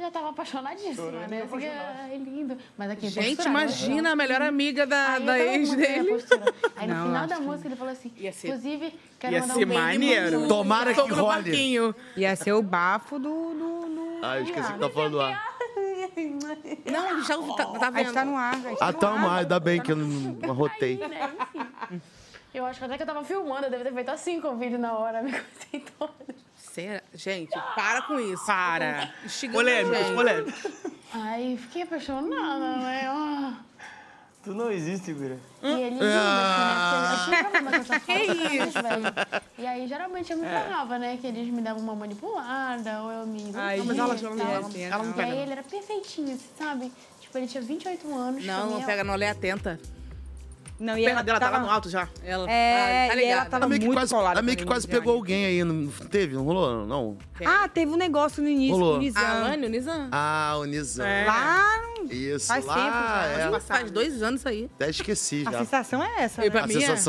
Speaker 16: Já tava apaixonadíssima,
Speaker 2: Chorando e
Speaker 16: né? Assim,
Speaker 2: apaixonada.
Speaker 16: ai, lindo. Mas aqui,
Speaker 2: Gente,
Speaker 16: postura,
Speaker 2: imagina
Speaker 16: né?
Speaker 2: a melhor amiga da-
Speaker 16: Aí
Speaker 2: da
Speaker 16: todo
Speaker 2: ex
Speaker 16: mundo tem a
Speaker 2: dele.
Speaker 16: postura. né? Aí no
Speaker 2: Não,
Speaker 16: final
Speaker 2: acho
Speaker 16: da música ele falou assim, inclusive, quero
Speaker 1: Ia
Speaker 16: mandar
Speaker 1: ser
Speaker 16: um beijo
Speaker 1: maneiro.
Speaker 16: muito-
Speaker 1: Tomara que
Speaker 16: Fogo no
Speaker 1: role.
Speaker 16: parquinho.
Speaker 1: Ia ser o bafo do. do, do...
Speaker 3: Ah, eu esqueci que tá falando do ar.
Speaker 2: é Não, já ouvi, tá, tá
Speaker 1: A gente
Speaker 2: vendo.
Speaker 1: tá no ar. a gente tá
Speaker 3: Ah,
Speaker 1: no
Speaker 3: tá,
Speaker 1: ar.
Speaker 3: mas ainda bem que eu não arrotei.
Speaker 16: Aí, né, enfim. Eu acho que até que eu tava filmando, eu devia ter feito assim com o vídeo na hora, me contei toda.
Speaker 2: Será? Gente, para com isso.
Speaker 4: Para.
Speaker 2: Instigando a
Speaker 4: Polêmicas,
Speaker 2: gente.
Speaker 4: polêmicas.
Speaker 16: Ai, fiquei apaixonada,
Speaker 2: Hum.
Speaker 16: né? Ah.
Speaker 15: Tu não existe, Guri.
Speaker 16: E ele rindo, assim, né? Porque eu tinha um problema com essas
Speaker 15: Ah. Que
Speaker 16: fotos com eles,
Speaker 15: isso?
Speaker 16: velho. E aí, geralmente, eu me
Speaker 15: É.
Speaker 16: falava, né? Que eles me davam uma manipulada, ou eu me...
Speaker 2: Ai,
Speaker 16: iludia
Speaker 2: mas ela-
Speaker 16: e
Speaker 2: ela-
Speaker 16: tal.
Speaker 2: ela- ela não
Speaker 16: E
Speaker 2: pega,
Speaker 16: aí,
Speaker 2: não.
Speaker 16: ele era perfeitinho, assim, sabe? Tipo, ele tinha 28 anos. pra
Speaker 2: Não,
Speaker 16: mim, é
Speaker 2: não pega,
Speaker 16: ó.
Speaker 2: não lê atenta.
Speaker 1: Não,
Speaker 4: e Perna ela dela tá tava- lá no alto já.
Speaker 2: Ela,
Speaker 1: É,
Speaker 2: tá, tá
Speaker 1: e ela
Speaker 2: ligada.
Speaker 1: tava
Speaker 3: A meio que
Speaker 1: muito
Speaker 3: quase,
Speaker 1: colada
Speaker 3: a meio
Speaker 1: com
Speaker 3: que
Speaker 1: ele,
Speaker 3: quase
Speaker 1: Nizam.
Speaker 3: pegou alguém aí, não teve? Não rolou? Não.
Speaker 1: Ah, teve um negócio no início
Speaker 3: Rolou.
Speaker 1: com o Nizam. É.
Speaker 3: Ah, o Nizam.
Speaker 1: Lá no-
Speaker 3: Isso. isso. Lá é-
Speaker 2: Faz dois anos aí.
Speaker 3: Até esqueci já.
Speaker 1: é essa.
Speaker 3: A sensação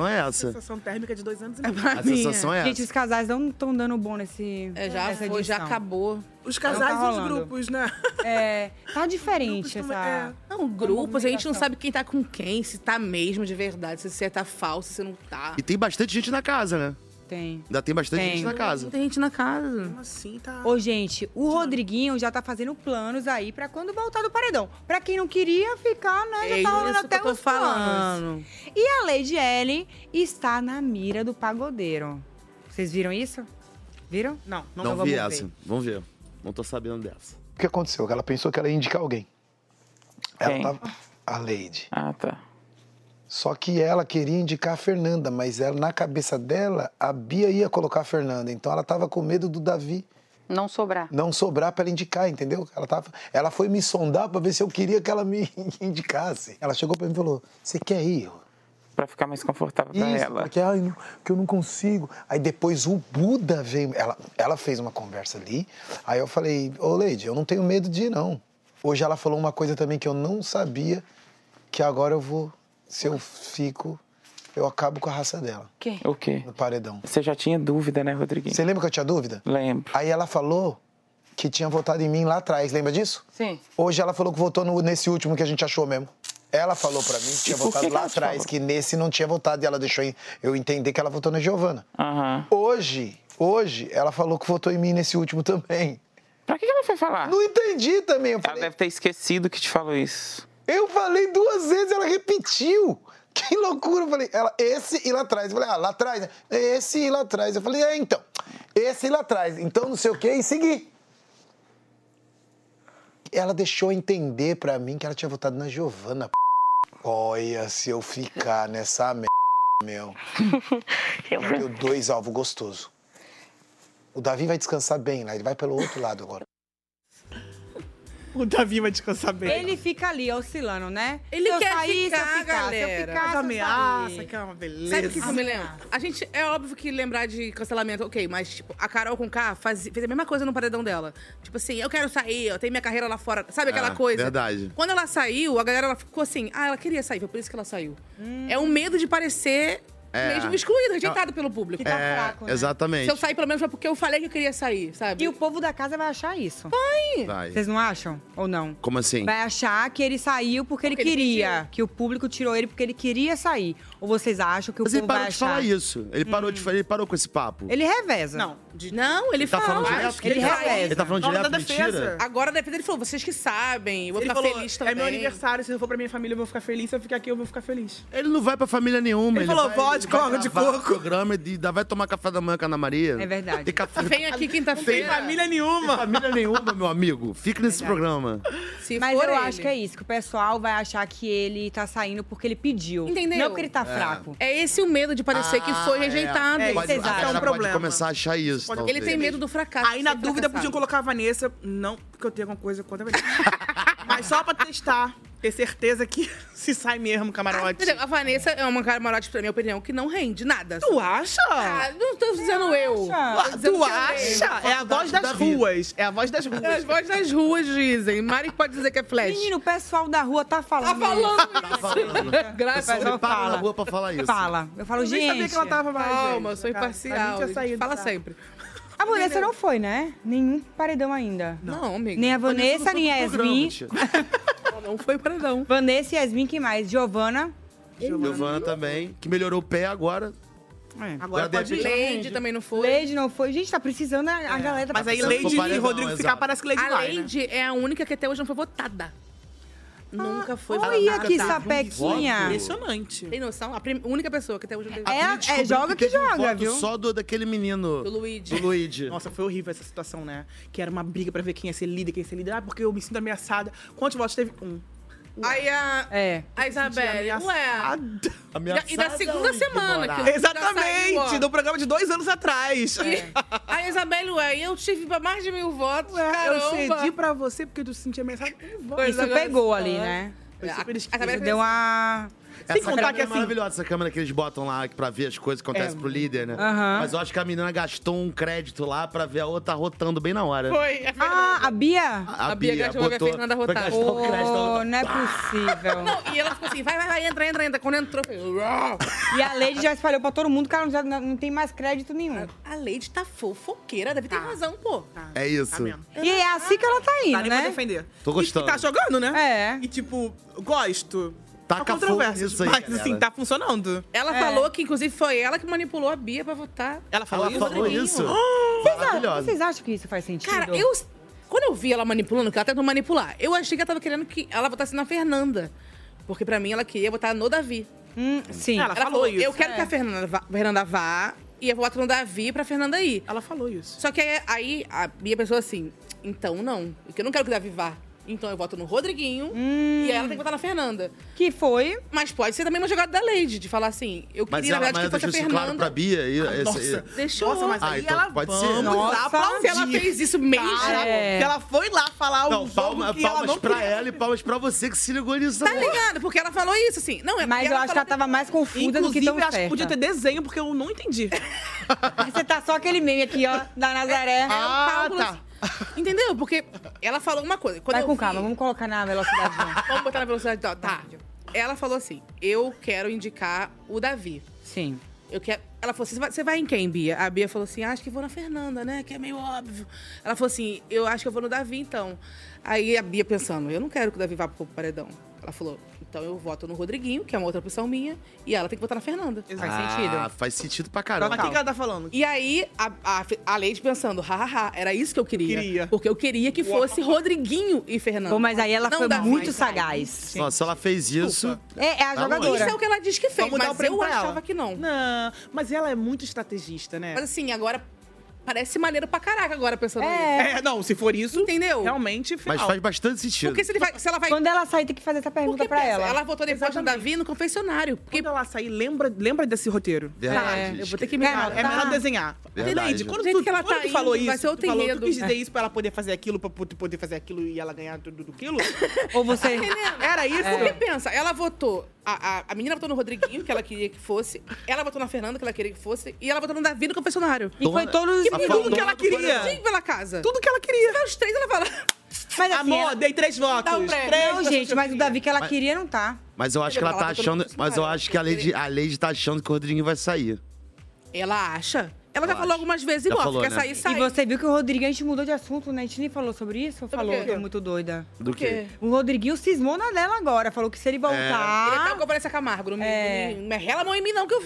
Speaker 3: é essa.
Speaker 2: sensação térmica de dois anos e
Speaker 3: pra A mim sensação é. é
Speaker 1: Gente, os casais não estão dando bom nesse.
Speaker 2: É, já
Speaker 1: nessa
Speaker 2: foi, já
Speaker 1: edição.
Speaker 2: acabou. Os
Speaker 1: Não tá
Speaker 2: casais e os
Speaker 1: rolando.
Speaker 2: grupos, né?
Speaker 1: É. Tá diferente essa.
Speaker 2: Não, grupos, a gente não sabe quem tá com quem, se tá mesmo de verdade, se você tá falso, se não tá.
Speaker 3: E tem bastante gente na casa, né?
Speaker 1: Tem.
Speaker 3: Ainda tem bastante
Speaker 1: Tem.
Speaker 3: gente na casa.
Speaker 2: Tem gente na casa. Como assim, tá?
Speaker 1: Ô, gente, o Rodriguinho já tá fazendo planos aí pra quando voltar do paredão. Pra quem não queria ficar, né? Já
Speaker 2: É
Speaker 1: tá rolando
Speaker 2: isso que
Speaker 1: até
Speaker 2: eu tô
Speaker 1: os planos.
Speaker 2: falando.
Speaker 1: E a Lady Ellen está na mira do pagodeiro. Vocês viram isso? Viram? Não,
Speaker 3: Não, vi essa. Vamos ver. Não tô sabendo dessa.
Speaker 17: O que aconteceu? Ela pensou que ela ia indicar alguém.
Speaker 8: Quem?
Speaker 17: Ela tava... A Lady.
Speaker 8: Ah, tá.
Speaker 17: Só que ela queria indicar a Fernanda, mas ela, na cabeça dela, a Bia ia colocar a Fernanda. Então ela tava com medo do Davi
Speaker 18: Não sobrar.
Speaker 17: não sobrar pra ela indicar, entendeu? Ela, tava, ela foi me sondar pra ver se eu queria que ela me indicasse. Ela chegou pra mim e falou: Você quer ir?
Speaker 8: Pra ficar mais confortável pra
Speaker 17: Isso,
Speaker 8: ela.
Speaker 17: porque ai, não- que eu não consigo. Aí depois o Buda veio, ela, ela fez uma conversa ali, aí eu falei, ô Leide, eu não tenho medo de ir, não. Hoje ela falou uma coisa também que eu não sabia, que agora eu vou, se eu fico, eu acabo com a raça dela.
Speaker 18: Quem?
Speaker 8: O quê?
Speaker 17: No paredão.
Speaker 8: Você já tinha dúvida, né, Rodriguinho?
Speaker 17: Você lembra que eu tinha dúvida?
Speaker 8: Lembro.
Speaker 17: Aí ela falou que tinha votado em mim lá atrás, lembra disso?
Speaker 18: Sim.
Speaker 17: Hoje ela falou que votou no- nesse último que a gente achou mesmo. Ela falou pra mim que tinha
Speaker 8: E por que
Speaker 17: votado
Speaker 8: que
Speaker 17: lá
Speaker 8: ela te
Speaker 17: atrás,
Speaker 8: falou?
Speaker 17: que nesse não tinha votado e ela deixou em- eu entender que ela votou na Giovana. Hoje, hoje, ela falou que votou em mim nesse último também.
Speaker 8: Pra que ela foi falar?
Speaker 17: Não entendi também. Eu falei,
Speaker 8: Deve ter esquecido que te falou isso.
Speaker 17: eu falei duas vezes, ela repetiu. Que loucura! Eu falei, ela, esse e lá atrás. Eu falei, ah, lá atrás, né? Esse e lá atrás. Eu falei, é, então, esse e lá atrás. Então, não sei o quê, e segui. Ela deixou entender pra mim que ela tinha votado na Giovana. p***. Olha, se eu ficar nessa merda, meu. Eu tenho dois alvos gostosos. O Davi vai descansar bem lá, ele vai pelo outro lado agora.
Speaker 4: O Davi vai descansar bem.
Speaker 1: Ele fica ali, oscilando, né?
Speaker 2: Ele
Speaker 1: Se eu
Speaker 2: quer
Speaker 1: sair,
Speaker 2: ficar,
Speaker 1: se eu ficar, Se eu
Speaker 2: galera.
Speaker 1: ficar, se eu
Speaker 2: ameaça,
Speaker 1: sair.
Speaker 2: que é uma beleza. Sabe o que isso me lembra? A gente, é óbvio que lembrar de cancelamento, ok, mas tipo, a Carol com K faz, fez a mesma coisa no paredão dela. Tipo assim, eu quero sair, eu tenho minha carreira lá fora. Sabe aquela
Speaker 3: É,
Speaker 2: coisa?
Speaker 3: verdade.
Speaker 2: Quando ela saiu, a galera ela ficou assim, ah, ela queria sair, foi por isso que ela saiu. É um medo de parecer
Speaker 3: É.
Speaker 2: mesmo excluído, rejeitado pelo público.
Speaker 1: tá
Speaker 3: é,
Speaker 1: né?
Speaker 3: Exatamente.
Speaker 2: Se eu sair, pelo menos foi porque eu falei que eu queria sair, sabe? né? E o
Speaker 1: povo da casa vai achar isso.
Speaker 2: Vai!
Speaker 3: Vai.
Speaker 1: Vocês não acham? Ou não?
Speaker 3: Como assim?
Speaker 1: Vai achar que ele saiu porque ele
Speaker 2: ele
Speaker 1: queria.
Speaker 2: pediu.
Speaker 1: que o público tirou ele porque ele queria sair. Ou vocês acham que o
Speaker 3: Mas ele
Speaker 1: público
Speaker 3: parou
Speaker 1: vai
Speaker 3: de
Speaker 1: achar? Hum.
Speaker 3: falar isso. Ele parou, de, fa- ele parou com esse papo.
Speaker 1: Ele reveza.
Speaker 2: Não, de- não ele
Speaker 3: Ele tá
Speaker 2: fala. "Ah,
Speaker 3: falando direto?
Speaker 2: Ele
Speaker 3: Ele tá-
Speaker 2: reveza.
Speaker 3: ele tá falando
Speaker 2: Na hora
Speaker 3: direto, mentira?
Speaker 2: Agora da defesa ele falou, vocês que sabem, eu vou
Speaker 4: Ele
Speaker 2: ficar
Speaker 4: falou,
Speaker 2: feliz também.
Speaker 4: é meu aniversário, se eu for pra minha família, eu vou ficar feliz. Se eu ficar aqui, eu vou ficar feliz.
Speaker 3: Ele não vai pra família nenhuma.
Speaker 4: Ele falou,
Speaker 3: vai-
Speaker 4: vodka,
Speaker 3: vai
Speaker 4: água de
Speaker 3: gravar
Speaker 4: coco.
Speaker 3: o programa e ainda vai tomar café da manhã com a Ana Maria.
Speaker 4: É verdade.
Speaker 3: Tem café-
Speaker 2: Vem aqui quinta-feira.
Speaker 3: Não tem
Speaker 2: família
Speaker 4: nenhuma.
Speaker 3: família nenhuma, meu amigo. Fica nesse programa.
Speaker 1: Mas
Speaker 2: for
Speaker 1: eu
Speaker 2: ele.
Speaker 1: acho que é isso, que o pessoal vai achar que ele tá saindo porque ele pediu.
Speaker 2: Entendeu?
Speaker 1: Não porque ele tá
Speaker 3: É. Ah,
Speaker 1: fraco.
Speaker 2: É esse o medo de parecer que foi rejeitado.
Speaker 4: É,
Speaker 3: Pode,
Speaker 4: isso,
Speaker 3: a
Speaker 4: exato.
Speaker 3: galera
Speaker 4: É um
Speaker 3: pode
Speaker 4: problema.
Speaker 3: começar a achar isso. talvez.
Speaker 2: do fracasso.
Speaker 4: Aí na dúvida podiam colocar a Vanessa. Não, porque eu tenho alguma coisa contra a Vanessa. Mas só pra testar, ter certeza que se sai mesmo, camarote.
Speaker 2: Entendeu? A Vanessa é uma camarote, na minha opinião, que não rende nada.
Speaker 4: Tu acha?
Speaker 2: Ah, não tô dizendo eu. Tô dizendo
Speaker 4: Tu
Speaker 2: que eu-
Speaker 4: acha? É a voz das ruas. É a voz das ruas.
Speaker 2: É as vozes das ruas dizem. Mari pode dizer que é flash.
Speaker 1: Menino, o pessoal da rua tá falando.
Speaker 2: Tá falando
Speaker 1: isso.
Speaker 2: Tá
Speaker 3: falando.
Speaker 2: Graças
Speaker 1: O pessoal
Speaker 2: a-
Speaker 1: para na
Speaker 3: rua pra falar isso.
Speaker 1: Fala. Eu falo,
Speaker 2: Eu nem
Speaker 1: gente.
Speaker 2: sabia que ela tava mais, Calma, gente. eu sou Cara, a gente imparcial, tinha a gente saído, fala tá? sempre.
Speaker 1: A Vanessa não foi, né? Nenhum paredão ainda.
Speaker 2: Não, amiga.
Speaker 1: Nem a Vanessa,
Speaker 2: Vanessa não
Speaker 4: é
Speaker 1: nem a
Speaker 2: foi pro programa,
Speaker 1: Yasmin.
Speaker 2: não foi paredão.
Speaker 1: Vanessa e Yasmin, quem mais? Giovana.
Speaker 3: Giovana também, que melhorou o pé agora. Agora
Speaker 1: Agora
Speaker 3: pode
Speaker 1: pode
Speaker 3: ir.
Speaker 2: Lady também não foi.
Speaker 1: Lady não foi. Gente, tá precisando, a, a galera tá
Speaker 4: Mas aí
Speaker 1: precisando.
Speaker 4: Lady e Rodrigo ficar, parece que Lady
Speaker 2: A
Speaker 4: vai, né?
Speaker 2: Lady é a única que até hoje não foi votada. Nunca foi
Speaker 1: Ah, olha
Speaker 2: votada.
Speaker 1: que sapequinha.
Speaker 2: Voto.
Speaker 4: Impressionante.
Speaker 2: Tem noção? A prim- única pessoa que até hoje não teve
Speaker 1: É,
Speaker 2: voto.
Speaker 1: é joga que
Speaker 3: teve um
Speaker 1: joga,
Speaker 3: voto
Speaker 1: viu?
Speaker 3: só do, daquele menino.
Speaker 2: Do Luigi.
Speaker 3: Do Luigi.
Speaker 4: Nossa, foi horrível essa situação, né? Que era uma briga pra ver quem ia ser líder, quem ia ser líder. Ah, porque eu me sinto ameaçada. Quantos votos teve? Um.
Speaker 2: Aí a,
Speaker 1: é.
Speaker 2: a Isabelle, ué. E da segunda
Speaker 4: ou
Speaker 2: semana.
Speaker 4: ignorada?
Speaker 2: Que
Speaker 4: Exatamente, do programa de dois anos atrás.
Speaker 2: É. A Isabelle, ué, eu tive pra mais de mil votos.
Speaker 4: eu
Speaker 2: caramba.
Speaker 4: cedi pra você porque tu se sentia ameaçado.
Speaker 1: Isso pegou ali, né?
Speaker 2: É, a- a
Speaker 1: Isso
Speaker 2: Isabelle
Speaker 1: deu
Speaker 4: Ah.
Speaker 2: fez-
Speaker 1: uma.
Speaker 3: Essa
Speaker 4: contar
Speaker 3: câmera
Speaker 4: que,
Speaker 3: é
Speaker 4: assim-
Speaker 3: maravilhosa, essa câmera que eles botam lá pra ver as coisas que acontecem
Speaker 4: É.
Speaker 3: pro líder, né?
Speaker 4: Aham.
Speaker 3: Mas eu acho que a menina gastou um crédito lá pra ver a outra rotando bem na hora. né?
Speaker 1: Foi. ah, a Bia? A,
Speaker 3: Bia Bia gastou, botou- a Fernanda foi Rotário. gastar o crédito, ela
Speaker 1: não é possível.
Speaker 2: Não, e ela ficou assim, vai, vai, vai, entra, entra, entra. Quando entrou, foi...
Speaker 1: E a Lady já espalhou pra todo mundo que ela já não não tem mais crédito nenhum.
Speaker 2: A Lady tá fofoqueira, deve ter
Speaker 1: Tá.
Speaker 2: razão, pô.
Speaker 3: É isso.
Speaker 1: E é assim que ela tá indo,
Speaker 2: Tá nem
Speaker 1: né?
Speaker 2: pra defender.
Speaker 3: Tô gostando.
Speaker 2: Tá jogando, né?
Speaker 1: É.
Speaker 2: E tipo, gosto.
Speaker 3: Taca
Speaker 2: Há
Speaker 3: fogo
Speaker 2: controvérsias,
Speaker 3: nisso aí,
Speaker 2: mas
Speaker 3: galera.
Speaker 2: assim, tá funcionando. Ela
Speaker 1: É.
Speaker 2: falou que, inclusive, foi ela que manipulou a Bia pra votar. Ela falou
Speaker 3: Ela
Speaker 2: isso?
Speaker 3: falou
Speaker 2: Rodriguinho.
Speaker 3: isso?
Speaker 2: Vocês
Speaker 1: Vocês acham- Vocês acham que isso faz sentido?
Speaker 2: Cara, eu. Quando eu vi ela manipulando, que ela tentou manipular, eu achei que ela tava querendo que ela votasse na Fernanda. Porque pra mim ela queria votar no Davi.
Speaker 1: Hum, sim.
Speaker 2: Ela,
Speaker 1: Ela
Speaker 2: falou,
Speaker 1: falou isso.
Speaker 2: Eu quero
Speaker 1: É.
Speaker 2: que a Fernanda vá, Fernanda vá e eu voto no Davi pra Fernanda ir. Ela falou isso. Só que aí, aí a Bia pensou assim: então não, porque eu não quero que o Davi vá. Então eu voto no Rodriguinho e aí ela tem que votar na Fernanda.
Speaker 1: Que foi.
Speaker 2: Mas pode ser também uma jogada da Lady, de falar assim: eu
Speaker 3: Mas é
Speaker 2: queria,
Speaker 3: ela,
Speaker 2: na
Speaker 3: mas ela
Speaker 2: verdade, que fosse a
Speaker 3: deixou isso claro
Speaker 2: Fernanda.
Speaker 3: pra Bia. E, esse-
Speaker 2: Nossa,
Speaker 3: e-
Speaker 2: deixou.
Speaker 4: Nossa, mas
Speaker 3: Ah,
Speaker 4: aí
Speaker 3: então
Speaker 4: ela
Speaker 3: pode ser.
Speaker 4: vamos
Speaker 3: Nossa.
Speaker 4: aplaudir.
Speaker 2: Se ela fez isso mesmo.
Speaker 4: Cara, Ah,
Speaker 2: É.
Speaker 4: que ela foi lá falar o
Speaker 3: Não,
Speaker 4: jogo
Speaker 3: palma-
Speaker 4: que
Speaker 3: palmas
Speaker 4: ela não
Speaker 3: pra
Speaker 4: queria.
Speaker 3: ela e palmas pra você que se ligou nisso.
Speaker 2: Tá
Speaker 3: amor.
Speaker 2: ligado? Porque ela falou isso, assim. Não,
Speaker 1: Mas eu acho que ela tava mais confusa do que tão
Speaker 4: Inclusive, acho que
Speaker 1: certa.
Speaker 4: podia ter desenho, porque eu não entendi.
Speaker 1: Você tá só aquele meme aqui, ó, da
Speaker 4: É
Speaker 1: Nazaré.
Speaker 2: Ah, tá. Entendeu? Porque ela falou uma coisa. Quando
Speaker 1: Vai
Speaker 2: eu
Speaker 1: com
Speaker 2: vi-
Speaker 1: calma, vamos colocar na velocidade. não.
Speaker 2: Vamos botar na velocidade do Tá. Ela falou assim: eu quero indicar o Davi.
Speaker 1: Sim.
Speaker 2: Eu quero. Ela falou assim: você vai, você vai em quem, Bia? A Bia falou assim: acho que vou na Fernanda, né? Que é meio óbvio. Ela falou assim: eu acho que eu vou no Davi, então. Aí a Bia pensando: eu não quero que o Davi vá pro paredão. Ela falou: então eu voto no Rodriguinho, que é uma outra opção minha, e ela tem que votar na Fernanda.
Speaker 3: Ah, Faz sentido pra caramba.
Speaker 2: Mas o que que ela tá falando? E aí, a, a, a Leite pensando, hahaha, era isso que eu queria. Porque eu queria que fosse Rodriguinho e Fernando.
Speaker 1: Pô, mas aí ela foi muito sagaz.
Speaker 3: Nossa, ela fez isso.
Speaker 1: É,
Speaker 3: Tá longe.
Speaker 2: Isso é o que ela diz que fez,
Speaker 4: Vamos dar o
Speaker 2: mas
Speaker 4: prêmio
Speaker 2: eu
Speaker 4: pra ela.
Speaker 2: achava que não.
Speaker 4: Não, mas ela é muito estrategista, né?
Speaker 2: Mas assim, agora parece maneiro pra caraca agora pensando nisso.
Speaker 4: É, não, se for isso,
Speaker 2: Entendeu?
Speaker 4: realmente final.
Speaker 3: Mas faz bastante sentido.
Speaker 2: Porque se, ele vai- se ela vai...
Speaker 1: Quando ela sair, tem que fazer essa pergunta pra ela.
Speaker 2: Ela votou depois do Davi no confessionário. Porque
Speaker 4: Quando ela sair, lembra, lembra desse roteiro.
Speaker 3: Verdade.
Speaker 2: eu vou ter que Tá. me
Speaker 4: Cara,
Speaker 2: anotar.
Speaker 4: é melhor desenhar.
Speaker 3: Verdade.
Speaker 4: Deneide, quando
Speaker 2: Do jeito
Speaker 4: tu,
Speaker 2: que ela
Speaker 4: quando
Speaker 2: tá
Speaker 4: tu
Speaker 2: indo,
Speaker 4: falou
Speaker 2: vai
Speaker 4: isso,
Speaker 2: ser outro
Speaker 4: tu, falou, tu
Speaker 2: enredo.
Speaker 4: quis dizer
Speaker 2: É.
Speaker 4: isso pra ela poder fazer aquilo, pra tu poder fazer aquilo e ela ganhar tudo do quilo?
Speaker 1: Ou você...
Speaker 4: Era isso?
Speaker 2: É. Porque pensa, ela votou. A, a, a menina votou no Rodriguinho, que ela queria que fosse. Ela votou na Fernanda, que ela queria que fosse. E ela votou no Davi no confessionário.
Speaker 1: E foi todos-
Speaker 2: E
Speaker 1: A
Speaker 2: tudo
Speaker 1: faldona
Speaker 2: que ela
Speaker 1: do
Speaker 2: queria.
Speaker 1: coração.
Speaker 2: Sim, pela casa.
Speaker 4: Tudo que ela queria.
Speaker 2: Os três, ela um fala.
Speaker 1: Mas assim,
Speaker 4: Amor,
Speaker 1: ela-
Speaker 4: dei três votos.
Speaker 1: Dá o prêmio.
Speaker 4: três
Speaker 1: Não,
Speaker 4: votos
Speaker 1: gente,
Speaker 4: eu
Speaker 1: mas o Davi que ela
Speaker 2: assim,
Speaker 3: Mas-
Speaker 1: queria não tá.
Speaker 3: Mas eu acho que ela tá
Speaker 2: Ela botou
Speaker 3: achando.
Speaker 2: no
Speaker 3: Mas eu acho que a Lady, a Lady tá achando que o Rodriguinho vai sair.
Speaker 2: Ela acha. Ela já
Speaker 3: Eu
Speaker 2: falou
Speaker 3: acho.
Speaker 2: algumas vezes
Speaker 3: Já
Speaker 2: igual.
Speaker 3: falou,
Speaker 2: quer
Speaker 3: né?
Speaker 2: sair, sai.
Speaker 1: E você viu que o Rodriguinho a gente mudou de assunto, né? A gente nem falou sobre isso? Falou
Speaker 2: quê?
Speaker 1: que é muito doida.
Speaker 3: Do quê?
Speaker 1: O Rodriguinho cismou na dela agora. Falou que se ele
Speaker 2: Ele tá
Speaker 1: voltar.
Speaker 2: com a Vanessa Camargo. Não me,
Speaker 1: É.
Speaker 2: não me rela a mão em mim, não, que eu,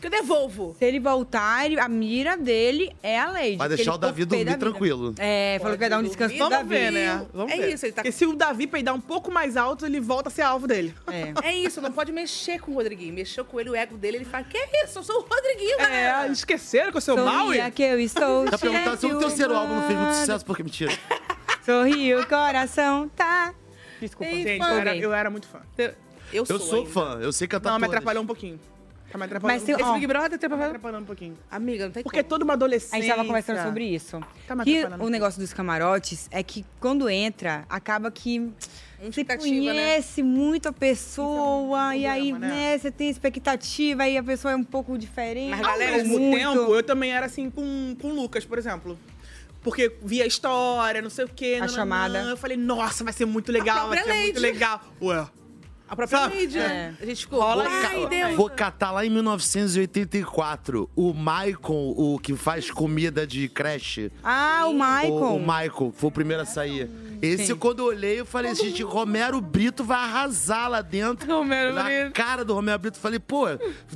Speaker 2: que eu devolvo.
Speaker 1: Se ele voltar, ele- a mira dele é a Lady.
Speaker 3: Vai
Speaker 1: porque
Speaker 3: deixar
Speaker 1: ele
Speaker 3: o Davi
Speaker 1: ficou feio da
Speaker 3: dormir
Speaker 1: vida.
Speaker 3: tranquilo.
Speaker 1: É, falou que vai dar um descanso pro
Speaker 4: Vamos
Speaker 1: Davi.
Speaker 4: ver, né? Vamos
Speaker 2: É
Speaker 4: ver.
Speaker 2: isso, ele tá-
Speaker 4: Porque se o Davi peidar um pouco mais alto, ele volta a ser alvo dele.
Speaker 1: É.
Speaker 2: É isso, não pode mexer com o Rodriguinho. Mexeu com ele, o ego dele, ele fala: Que isso? Eu sou o Rodriguinho, galera.
Speaker 4: É, esqueceram que eu sou mau?
Speaker 1: Sorria que eu estou
Speaker 3: Já perguntar Tá se o terceiro álbum não fez muito
Speaker 1: chegando.
Speaker 3: sucesso, porque mentira.
Speaker 1: Sorri, o coração tá... Desculpa,
Speaker 4: Gente, eu
Speaker 1: empolguei.
Speaker 4: era, eu era muito fã.
Speaker 2: Eu
Speaker 3: Eu sou fã, eu sei cantar
Speaker 4: Não, me
Speaker 3: todas.
Speaker 4: atrapalhou um pouquinho. Tá me atrapalhando.
Speaker 1: Mas se- ó,
Speaker 2: Brother,
Speaker 4: tá me atrapalhando um pouquinho.
Speaker 2: Amiga, não tem
Speaker 4: Porque é toda uma adolescência...
Speaker 1: A gente tava conversando sobre isso.
Speaker 4: Tá me
Speaker 1: que
Speaker 4: atrapalhando.
Speaker 1: o negócio dos camarotes é que quando entra, acaba que você
Speaker 2: Expectativa, né?
Speaker 1: conhece muito a pessoa e aí,
Speaker 4: problema,
Speaker 1: né?
Speaker 4: né?
Speaker 1: você tem expectativa e a pessoa é um pouco diferente.
Speaker 4: Mas, galera, ao mesmo tempo, eu também era assim com, com o Lucas, por exemplo. Porque via a história, não sei o quê. nananã.
Speaker 1: chamada.
Speaker 4: Eu falei, nossa, vai ser muito legal, vai
Speaker 2: própria
Speaker 4: ser muito
Speaker 2: Lady.
Speaker 4: legal. Ué.
Speaker 2: A própria
Speaker 4: Sabe? É.
Speaker 2: Lady, né? A gente ficou.
Speaker 3: Vou
Speaker 2: Ai,
Speaker 3: ca-
Speaker 2: Deus.
Speaker 3: Vou catar lá em 1984. O Michael, o que faz comida de creche.
Speaker 1: Ah, o Michael.
Speaker 3: O, o Michael, foi o primeiro a sair. Esse,
Speaker 1: Sim.
Speaker 3: quando eu olhei, eu falei, assim, gente, Romero Brito vai arrasar lá dentro.
Speaker 2: Romero
Speaker 3: Na
Speaker 2: Brito.
Speaker 3: cara do Romero Brito, eu falei, pô,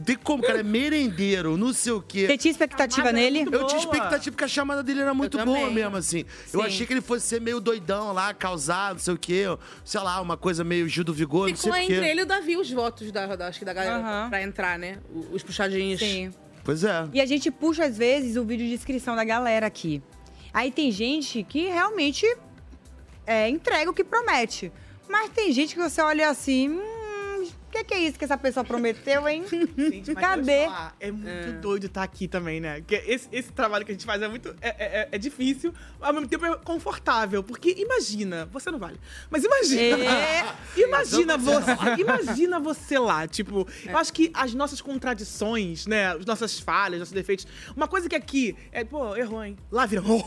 Speaker 3: tem como, cara, é merendeiro, não sei o quê.
Speaker 1: Você tinha expectativa nele?
Speaker 3: Eu tinha expectativa, porque a chamada dele era muito
Speaker 1: também.
Speaker 3: boa mesmo, assim. Eu
Speaker 1: Sim.
Speaker 3: achei que ele fosse ser meio doidão lá, causar, não sei o quê. Sei lá, uma coisa meio Gil do Vigor, não sei
Speaker 2: Ficou
Speaker 3: o quê.
Speaker 2: entre ele e o Davi os votos da, da- acho que da galera pra entrar, né? O- Os puxadinhos.
Speaker 1: Sim.
Speaker 3: Pois é.
Speaker 1: E a gente puxa, às vezes, o vídeo de inscrição da galera aqui. Aí tem gente que realmente é, entrega o que promete. Mas tem gente que você olha assim. Hum, O que, que é isso que essa pessoa prometeu, hein?
Speaker 4: Mas eu
Speaker 1: Cadê?
Speaker 4: vou te falar, É muito doido estar aqui também, né? Porque esse, esse trabalho que a gente faz é muito. É, é- é- é difícil, ao mesmo tempo é confortável. Porque imagina, você não vale. Mas imagina.
Speaker 2: É.
Speaker 4: imagina
Speaker 2: Eu não
Speaker 4: você.
Speaker 2: consigo falar.
Speaker 4: Imagina você lá. Tipo, eu acho que as nossas contradições, né? As nossas falhas, nossos defeitos. Uma coisa que aqui é, pô, errou, hein? Lá vira. "Oh,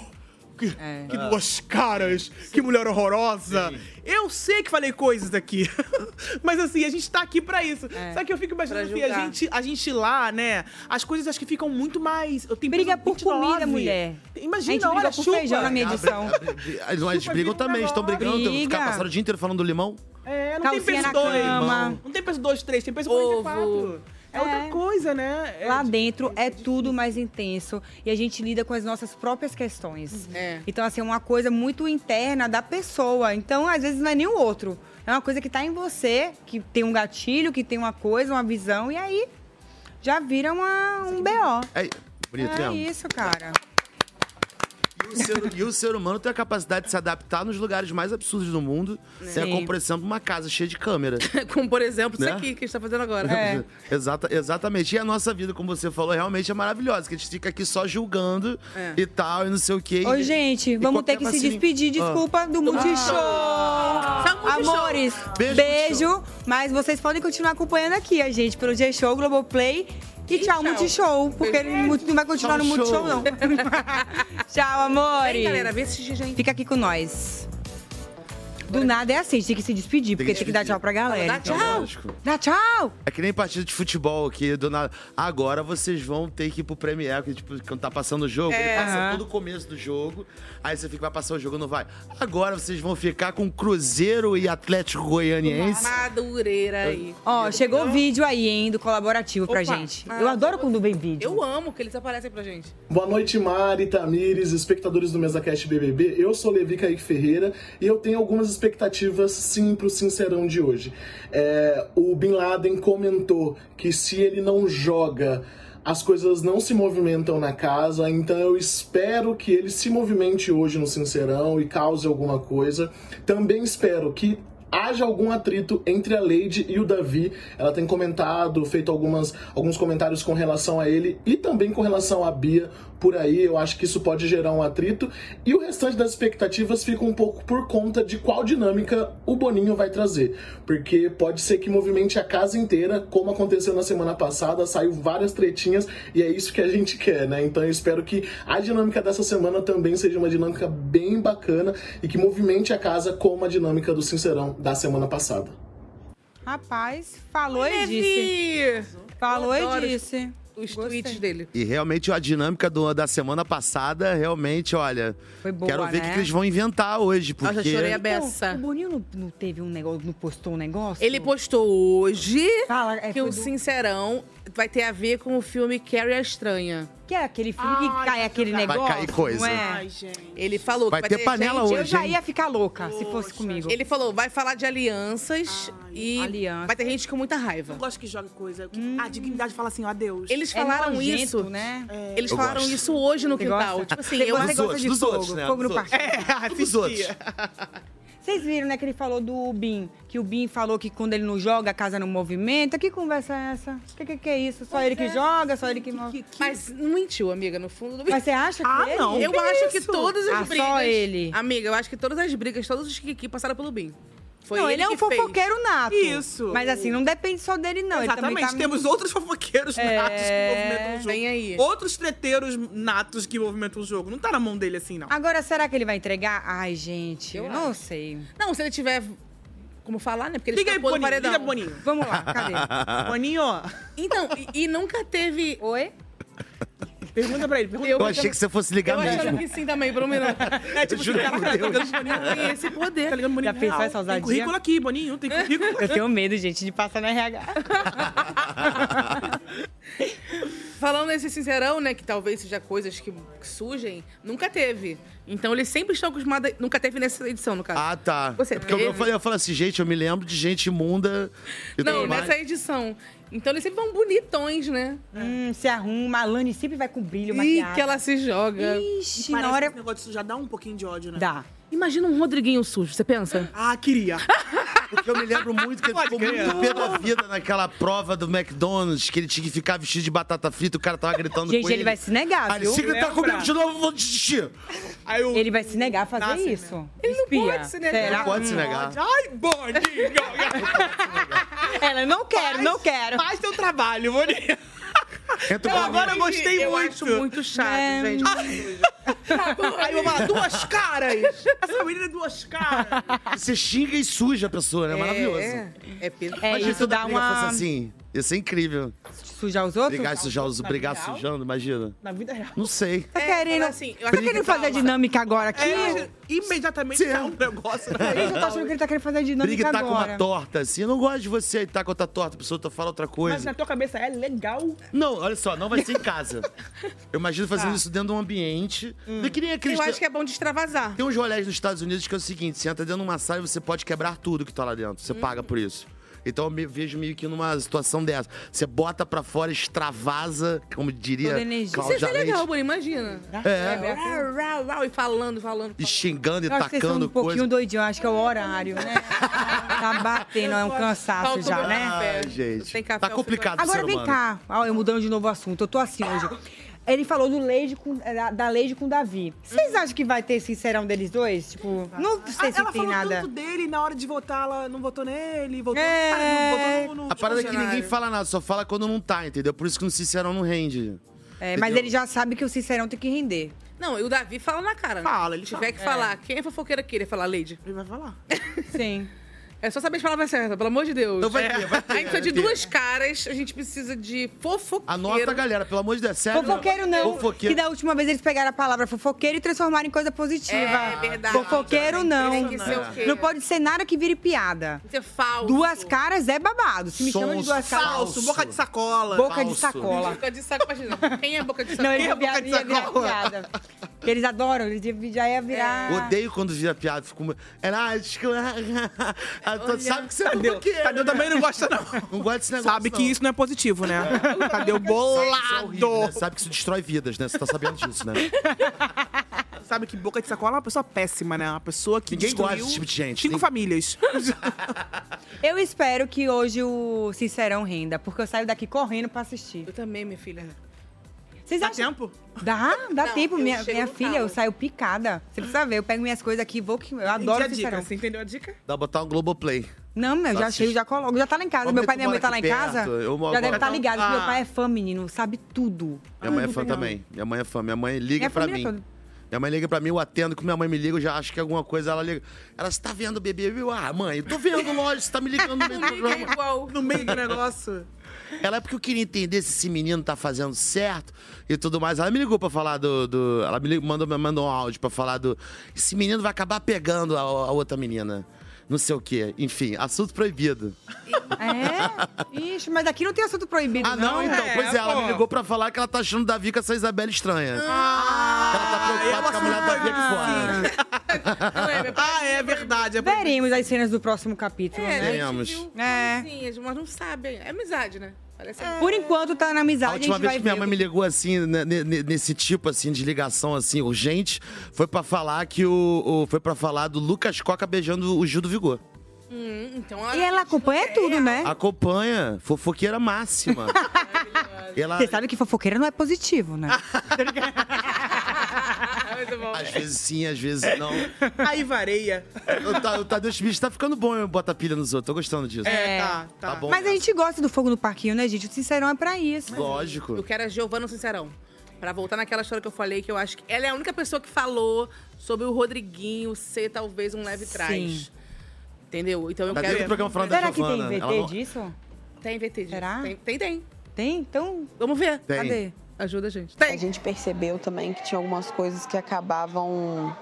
Speaker 4: que,
Speaker 17: É.
Speaker 4: que
Speaker 2: Ah.
Speaker 4: duas caras, que mulher horrorosa. Eu sei que falei coisas aqui, mas assim, a gente tá aqui pra isso. Só que eu fico imaginando
Speaker 2: Pra
Speaker 4: assim, a
Speaker 2: julgar.
Speaker 4: gente, a gente lá, né? As coisas acho que ficam muito mais. Eu tenho Briga por
Speaker 1: comida,
Speaker 4: É.
Speaker 1: mulher.
Speaker 4: Imagina,
Speaker 1: A gente briga
Speaker 4: olha,
Speaker 1: por
Speaker 4: chupa.
Speaker 1: feijão na minha
Speaker 3: Ah,
Speaker 1: edição.
Speaker 3: briga- ah, Eles brigam também, estão brigando.
Speaker 1: Briga.
Speaker 3: Ficar passaram o dia inteiro falando do limão.
Speaker 4: É, não
Speaker 1: Calcinha
Speaker 4: tem peso
Speaker 1: na
Speaker 4: dois.
Speaker 1: cama.
Speaker 4: Não tem peso dois, três, tem peso 44. É, outra coisa, né?
Speaker 1: Lá dentro é tudo mais intenso e a gente lida com as nossas próprias questões.
Speaker 4: É.
Speaker 1: Então, assim, é uma coisa muito interna da pessoa. Então, às vezes, não é nem o outro. É uma coisa que tá em você, que tem um gatilho, que tem uma coisa, uma visão, e aí já vira uma, um BO.
Speaker 3: É, bonito
Speaker 1: é
Speaker 3: mesmo.
Speaker 1: isso, cara.
Speaker 3: O ser- e o ser humano tem a capacidade de se adaptar nos lugares mais absurdos do mundo. Tem a
Speaker 2: Sim.
Speaker 3: compreensão de uma casa cheia de câmera.
Speaker 2: Como, por exemplo,
Speaker 3: Né?
Speaker 2: isso aqui que a gente tá fazendo agora.
Speaker 3: Exata, exatamente. E a nossa vida, como você falou, realmente é maravilhosa. Que a gente fica aqui só julgando
Speaker 1: É.
Speaker 3: e tal, e não sei o quê.
Speaker 1: Ô,
Speaker 3: E-
Speaker 1: gente,
Speaker 3: e
Speaker 1: vamos
Speaker 3: qualquer
Speaker 1: ter que se
Speaker 3: vacilinho-
Speaker 1: despedir,
Speaker 3: Ah.
Speaker 1: desculpa, do Multishow.
Speaker 2: Ah. Multishow.
Speaker 1: Amores, beijo, Mas vocês podem continuar acompanhando aqui a gente pelo G-Show, Globoplay. E, tchau, Multishow, porque não vai continuar no
Speaker 2: Tchau,
Speaker 1: Multishow,
Speaker 2: show.
Speaker 1: não. tchau, amores.
Speaker 2: Vem, galera, vem assistir, gente.
Speaker 1: Fica aqui com nós. Do nada é assim, a gente tem que se despedir, porque tem que dar tchau pra galera. então.
Speaker 3: Dá tchau. É lógico.
Speaker 1: Dá tchau.
Speaker 3: É que nem partida de futebol aqui, do nada. Agora vocês vão ter que ir pro Premier, que tipo, quando tá passando o jogo,
Speaker 2: É.
Speaker 3: ele passa
Speaker 2: Aham.
Speaker 3: todo o começo do jogo. Aí você fica, vai passar o jogo, não vai. Agora vocês vão ficar com Cruzeiro e Atlético Goianiense.
Speaker 2: Madureira aí.
Speaker 1: Ó, chegou o vídeo aí, hein, do colaborativo pra
Speaker 2: Opa.
Speaker 1: gente.
Speaker 2: Ah,
Speaker 1: Eu adoro quando vem vídeo.
Speaker 2: Eu amo que eles aparecem pra gente.
Speaker 18: Boa noite, Mari, Tamires, espectadores do MesaCast BBB. Eu sou Levi Kaique Ferreira e eu tenho algumas expectativas, sim, pro Sincerão de hoje. É, o Bin Laden comentou que se ele não joga, as coisas não se movimentam na casa, então eu espero que ele se movimente hoje no Sincerão e cause alguma coisa. Também espero que haja algum atrito entre a Lady e o Davi. Ela tem comentado, feito algumas, alguns comentários com relação a ele e também com relação à Bia por aí. Eu acho que isso pode gerar um atrito. E o restante das expectativas fica um pouco por conta de qual dinâmica o Boninho vai trazer. Porque pode ser que movimente a casa inteira, como aconteceu na semana passada, saiu várias tretinhas e é isso que a gente quer, né? Então eu espero que a dinâmica dessa semana também seja uma dinâmica bem bacana e que movimente a casa como a dinâmica do Sincerão da semana passada.
Speaker 1: Rapaz, falou e
Speaker 2: Levi!
Speaker 1: disse. Falou
Speaker 2: Eu adoro
Speaker 1: e
Speaker 2: os-
Speaker 1: disse.
Speaker 2: Os tweets dele.
Speaker 3: E realmente a dinâmica do- da semana passada, realmente, olha.
Speaker 1: Foi boa,
Speaker 3: quero ver o que
Speaker 1: né?
Speaker 3: que eles vão inventar hoje, porque.
Speaker 1: Então, o Boninho não, não teve um negócio, não postou um negócio? é,
Speaker 2: Ele postou hoje que
Speaker 1: foi
Speaker 2: o
Speaker 1: do-
Speaker 2: Sincerão vai ter a ver com o filme Carrie a Estranha.
Speaker 1: Que é aquele filme que cai aquele
Speaker 2: vai
Speaker 1: negócio.
Speaker 2: cair coisa.
Speaker 1: Não é?
Speaker 2: Ai, Ele falou que
Speaker 1: Vai
Speaker 2: vai,
Speaker 1: ter panela
Speaker 2: gente,
Speaker 1: hoje, Eu já hein? ia ficar louca se fosse comigo.
Speaker 2: Ele falou, vai falar de alianças e vai ter gente com muita raiva.
Speaker 4: Eu gosto que joga coisa. que A dignidade fala assim, ó, adeus. né?
Speaker 2: Eles falaram isso. Eles
Speaker 4: Eu
Speaker 2: falaram
Speaker 4: gosto.
Speaker 2: isso hoje no
Speaker 4: Você
Speaker 2: quintal.
Speaker 4: gosta?
Speaker 2: Tipo assim,
Speaker 4: Você
Speaker 2: eu
Speaker 4: gosta Dos outros, de dos fogo, outros, né? fogo no Dos outros. parquinho.
Speaker 1: É,
Speaker 4: Dos outros.
Speaker 1: Vocês viram, né, que ele falou do Bin, que o Bin falou que quando ele não joga, a casa não movimenta. Que conversa é essa? Que que, que é isso? Só ele que joga, só ele que move.
Speaker 2: Mas não mentiu, amiga, no fundo.
Speaker 1: Mas você acha
Speaker 4: Ah,
Speaker 1: que ele?
Speaker 2: Eu
Speaker 1: Que
Speaker 2: acho que
Speaker 1: isso?
Speaker 2: todas as
Speaker 1: Ah,
Speaker 2: brigas.
Speaker 1: só ele.
Speaker 2: Amiga, eu acho que todas as brigas, todos os Kiki passaram pelo Bim. Foi
Speaker 1: não, ele, é um
Speaker 2: que fez.
Speaker 1: fofoqueiro nato.
Speaker 2: Isso.
Speaker 1: Mas assim, não depende só dele, não. Ele também
Speaker 4: Exatamente,
Speaker 1: tá-
Speaker 4: temos outros fofoqueiros
Speaker 1: É.
Speaker 4: natos que movimentam o jogo.
Speaker 1: Vem aí.
Speaker 4: Outros treteiros natos que movimentam o jogo. Não tá na mão dele assim, não.
Speaker 1: Agora, será que ele vai entregar? Ai, gente, eu
Speaker 4: Eu
Speaker 1: não
Speaker 4: acho.
Speaker 1: sei.
Speaker 2: Não, se ele tiver como falar, né? Porque ele
Speaker 4: Liga aí,
Speaker 2: escapou do
Speaker 4: Boninho,
Speaker 2: paredão.
Speaker 4: liga, Boninho.
Speaker 1: Vamos lá,
Speaker 3: cadê?
Speaker 4: Boninho,
Speaker 2: Então, e, e nunca teve...
Speaker 1: Oi?
Speaker 4: Pergunta pra ele. Pergunta
Speaker 3: Eu achei que você fosse ligar
Speaker 2: eu
Speaker 3: mesmo.
Speaker 2: achando que sim também, por um minuto.
Speaker 4: É tipo,
Speaker 3: Juro
Speaker 4: caraca,
Speaker 3: por
Speaker 4: tá
Speaker 3: Deus.
Speaker 4: ligando Boninho.
Speaker 2: Tem esse poder.
Speaker 4: Tá ligando Boninho.
Speaker 1: Já pensou
Speaker 4: real.
Speaker 1: essa ousadia?
Speaker 4: Tem currículo aqui, Boninho. Tem currículo.
Speaker 1: Eu tenho medo, gente, de passar na RH.
Speaker 2: Falando nesse sincerão, né? Que talvez seja coisas que, que surgem, nunca teve. Então eles sempre estão acostumados. a- Nunca teve nessa edição, no caso.
Speaker 3: Ah, tá.
Speaker 2: Você
Speaker 3: é porque eu,
Speaker 2: teve?
Speaker 3: eu, falei, eu falei assim, gente, eu me lembro de gente imunda. e
Speaker 2: Não,
Speaker 3: tudo mais.
Speaker 2: nessa edição. Então eles sempre vão bonitões, né?
Speaker 1: Hum, se arruma. A Lani sempre vai com brilho, maquiada.
Speaker 2: que ela se joga.
Speaker 1: Ixi,
Speaker 4: Parece
Speaker 1: na
Speaker 4: que
Speaker 1: hora... é
Speaker 4: esse negócio já dá um pouquinho de ódio, né?
Speaker 1: Dá.
Speaker 2: Imagina um Rodriguinho sujo, você pensa?
Speaker 4: Ah, queria.
Speaker 3: Porque eu me lembro muito que ele ficou muito pé da vida naquela prova do McDonald's, que ele tinha que ficar vestido de batata frita, o cara tava gritando
Speaker 1: Gente,
Speaker 3: com
Speaker 1: ele
Speaker 3: ele.
Speaker 1: vai se negar,
Speaker 3: Aí,
Speaker 1: viu?
Speaker 3: se gritar
Speaker 1: Lembra?
Speaker 3: comigo de novo, eu vou desistir.
Speaker 1: Ele vai se negar a fazer isso. Ele não
Speaker 3: pode se negar. Não pode se negar.
Speaker 1: Ai, boninho! Ela, não quero, não quero. Faz teu trabalho, boninho.
Speaker 3: Entra
Speaker 4: Eu agora eu gostei
Speaker 2: Eu
Speaker 4: muito. É.
Speaker 2: acho muito chato, gente.
Speaker 4: Aí eu falo, duas caras! Essa menina é duas caras!
Speaker 3: Você xinga e suja a pessoa, né? É maravilhoso.
Speaker 4: É, é pesado.
Speaker 3: Imagina se toda briga fosse assim. Ia ser incrível.
Speaker 1: Sujar os outros?
Speaker 3: Brigar e sujar os
Speaker 1: Na
Speaker 3: brigar
Speaker 1: vida real?
Speaker 3: sujando, imagina.
Speaker 4: Na vida real.
Speaker 3: Não sei.
Speaker 2: É,
Speaker 1: Tá querendo,
Speaker 2: assim,
Speaker 1: tá
Speaker 3: briga
Speaker 1: querendo
Speaker 3: e trava.
Speaker 1: fazer a dinâmica agora aqui?
Speaker 4: É, imediatamente dá um negócio.
Speaker 1: Gente, eu tô achando que ele tá querendo fazer a dinâmica
Speaker 3: Briga e tá com
Speaker 1: agora.
Speaker 3: uma torta, assim. Eu não gosto de você e tá com outra torta, a pessoa tá fala outra
Speaker 4: Mas
Speaker 3: coisa.
Speaker 4: na tua cabeça é legal.
Speaker 3: Não, olha só, não vai ser em casa. Eu imagino
Speaker 1: Tá.
Speaker 3: fazendo isso dentro de um ambiente. Eu queria
Speaker 4: Eu acho que é bom de extravasar.
Speaker 3: Tem uns rolés nos Estados Unidos que é o seguinte: você entra dentro de uma sala e você pode quebrar tudo que tá lá dentro. Você paga por isso. Então eu me vejo meio que numa situação dessa. Você bota pra fora, extravasa, como diria
Speaker 4: Isso
Speaker 3: Cláudia
Speaker 4: é legal,
Speaker 3: Leite.
Speaker 4: Bruno, imagina.
Speaker 3: É.
Speaker 4: Rau, rau, rau, e falando, falando.
Speaker 3: E xingando e
Speaker 1: Eu acho que vocês são um
Speaker 3: tacando
Speaker 1: pouquinho
Speaker 3: coisa.
Speaker 1: doidinho, acho que é o horário, né? tá batendo, é um cansaço já, né?
Speaker 3: Ah, gente.
Speaker 1: Tem café,
Speaker 3: tá complicado
Speaker 1: Agora
Speaker 3: ser
Speaker 1: vem
Speaker 3: humano.
Speaker 1: cá, Ó, eu mudando de novo o assunto, eu tô assim hoje. Ele falou do Lady com, é, da, da Lady com o Davi.
Speaker 2: Uhum.
Speaker 1: Vocês acham que vai ter sincerão deles dois? Tipo, não sei
Speaker 4: Ah,
Speaker 1: se
Speaker 4: ela
Speaker 1: tem
Speaker 4: falou
Speaker 1: nada.
Speaker 4: tanto dele, na hora de votar, ela não votou nele, votou,
Speaker 1: É.
Speaker 4: cara, não votou no
Speaker 3: A parada é que ninguém
Speaker 4: funcionário.
Speaker 3: fala nada, só fala quando não tá, entendeu? Por isso que no Sincerão não rende.
Speaker 1: É, mas ele já sabe que o sincerão tem que render.
Speaker 2: Não, e o Davi fala na cara. Fala, ele Se tiver que
Speaker 1: fala.
Speaker 2: falar, quem é fofoqueira aqui? Ele fala, Lady. Ele vai falar.
Speaker 1: Sim.
Speaker 2: É só saber as palavras certas, pelo amor de Deus.
Speaker 3: Então vai ter, vai ter,
Speaker 2: A gente precisa
Speaker 3: vai
Speaker 2: de
Speaker 3: ter.
Speaker 2: duas caras, a gente precisa de fofoqueiro.
Speaker 3: Anota, galera, pelo amor de Deus. é Sério?
Speaker 1: Fofoqueiro não.
Speaker 3: Fofoqueiro.
Speaker 1: Que da última vez eles pegaram a palavra fofoqueiro e transformaram em coisa positiva.
Speaker 2: É verdade.
Speaker 1: Fofoqueiro não.
Speaker 2: Tem que ser o quê?
Speaker 1: Não pode ser nada que vire piada.
Speaker 2: Tem que ser falso.
Speaker 1: Duas caras é babado. Se me chama de
Speaker 2: Sonso,
Speaker 1: duas caras.
Speaker 2: falso, boca de
Speaker 1: sacola. Boca de
Speaker 2: Falso.
Speaker 1: sacola.
Speaker 2: Boca de sacola, imagina. Quem é boca de sacola?
Speaker 1: Não, ele
Speaker 2: Quem
Speaker 1: ia
Speaker 2: é boca
Speaker 1: virar,
Speaker 2: de
Speaker 1: ia virar
Speaker 2: sacola?
Speaker 1: piada. Porque eles adoram, eles iam- já ia
Speaker 2: É.
Speaker 1: virar.
Speaker 3: Odeio quando vira piada. Fico... mu- Ela, ah, acho que- Ah, tu sabe que você é
Speaker 4: Tadeu,
Speaker 3: fofoqueiro.
Speaker 4: Tadeu também não gosta, não.
Speaker 3: Não gosta desse negócio,
Speaker 4: Sabe que
Speaker 3: não.
Speaker 4: isso não é positivo, né? Cadê o
Speaker 3: Sabe que isso é horrível, né?
Speaker 4: bolado?
Speaker 3: Sabe que isso destrói vidas, né? Você tá sabendo disso, né?
Speaker 4: Sabe que boca de sacola é uma pessoa péssima, né? Uma pessoa que
Speaker 3: Ninguém
Speaker 4: destruiu
Speaker 3: gosta desse tipo de gente.
Speaker 4: cinco
Speaker 3: Tem-
Speaker 4: famílias.
Speaker 1: Eu espero que hoje o Sincerão renda, porque eu saio daqui correndo pra assistir. Eu
Speaker 2: também, minha filha.
Speaker 1: Vocês dá tempo? Dá, dá
Speaker 2: Não,
Speaker 1: tempo.
Speaker 2: eu
Speaker 1: Minha,
Speaker 2: chego
Speaker 1: minha
Speaker 2: no
Speaker 1: filha,
Speaker 2: carro.
Speaker 1: eu saio picada. Você precisa ver, eu pego minhas coisas aqui, vou que. Eu adoro
Speaker 2: a assim. dica,
Speaker 4: assim.
Speaker 1: Sincerão.
Speaker 2: você entendeu a dica?
Speaker 3: Dá pra botar um Globoplay.
Speaker 1: Não, meu, já
Speaker 3: Assiste.
Speaker 1: chego, já coloco. Já tá lá em casa.
Speaker 3: Vamos
Speaker 1: Meu
Speaker 3: ver
Speaker 1: pai e
Speaker 3: tu
Speaker 1: minha mãe
Speaker 3: mora
Speaker 1: tá lá em
Speaker 3: aqui
Speaker 1: casa.
Speaker 3: perto. Eu moro
Speaker 1: já deve
Speaker 3: agora.
Speaker 1: tá ligado. que Meu
Speaker 3: Ah.
Speaker 1: pai é fã, menino. Sabe tudo.
Speaker 3: Minha mãe é fã também. Minha mãe é fã. Minha mãe liga
Speaker 1: Minha
Speaker 3: pra mim.
Speaker 1: família toda.
Speaker 3: Minha mãe liga pra mim, eu atendo, que minha mãe me liga, eu já acho que alguma coisa ela liga. Ela, você tá vendo, bebê? Eu, ah, mãe, eu tô vendo, lógico, você tá me ligando no meio do
Speaker 4: é
Speaker 3: programa.
Speaker 4: No meio do negócio.
Speaker 3: Ela é porque eu queria entender se esse menino tá fazendo certo e tudo mais. Ela me ligou pra falar do. do- ela me ligou, mandou, me mandou um áudio pra falar do. Esse menino vai acabar pegando a, a outra menina. Não sei o quê. Enfim, assunto proibido.
Speaker 1: É? Ixi, mas aqui não tem assunto proibido.
Speaker 3: Ah, não? Então, pois é, ela me ligou pra falar que ela tá achando o Davi com essa Isabela estranha. que ela tá preocupada com a mulher do Davi aqui fora.
Speaker 1: ah, é verdade. Veremos as cenas do próximo capítulo,
Speaker 2: É,
Speaker 1: né?
Speaker 2: a gente viu
Speaker 1: É.
Speaker 2: coisinhas, mas não sabem. É amizade, né? Parece
Speaker 1: Por enquanto tá na
Speaker 3: A
Speaker 1: amizade, a,
Speaker 3: última
Speaker 1: gente
Speaker 3: vez
Speaker 1: vai
Speaker 3: que minha mãe
Speaker 1: vendo.
Speaker 3: me ligou assim, né, ne- ne- nesse tipo assim de ligação assim urgente, foi pra falar que o, o- foi para falar do Lucas Coca beijando o Gil do Vigor.
Speaker 2: Hum, então
Speaker 1: E ela acompanha tudo, né?
Speaker 3: Acompanha, fofoqueira máxima. ela
Speaker 1: Você sabe que fofoqueira não é positivo, né?
Speaker 3: às vezes sim, às vezes não.
Speaker 4: Aí vareia.
Speaker 3: O Ta- o Tadeu Schmidt tá ficando bom eu botar pilha nos outros, tô gostando disso.
Speaker 2: É, tá, tá.
Speaker 3: Tá bom.
Speaker 1: Mas a gente gosta do fogo no parquinho, né, gente? O sincerão é pra isso.
Speaker 3: Lógico.
Speaker 2: Eu quero a Giovana Sincerão. Pra voltar naquela história que eu falei, que eu acho que ela é a única pessoa que falou sobre o Rodriguinho ser talvez um leve trás. Entendeu? Então eu
Speaker 3: Tá
Speaker 2: quero.
Speaker 3: dentro do programa falando da
Speaker 1: Será que tem
Speaker 3: Giovana,
Speaker 1: VT
Speaker 3: ela não-
Speaker 1: disso?
Speaker 2: Tem VT disso.
Speaker 1: Será?
Speaker 2: Tem, tem, tem.
Speaker 1: Tem? Então.
Speaker 2: Vamos ver.
Speaker 19: Tem. Cadê?
Speaker 2: Ajuda a gente.
Speaker 19: A gente percebeu também que tinha algumas coisas que acabavam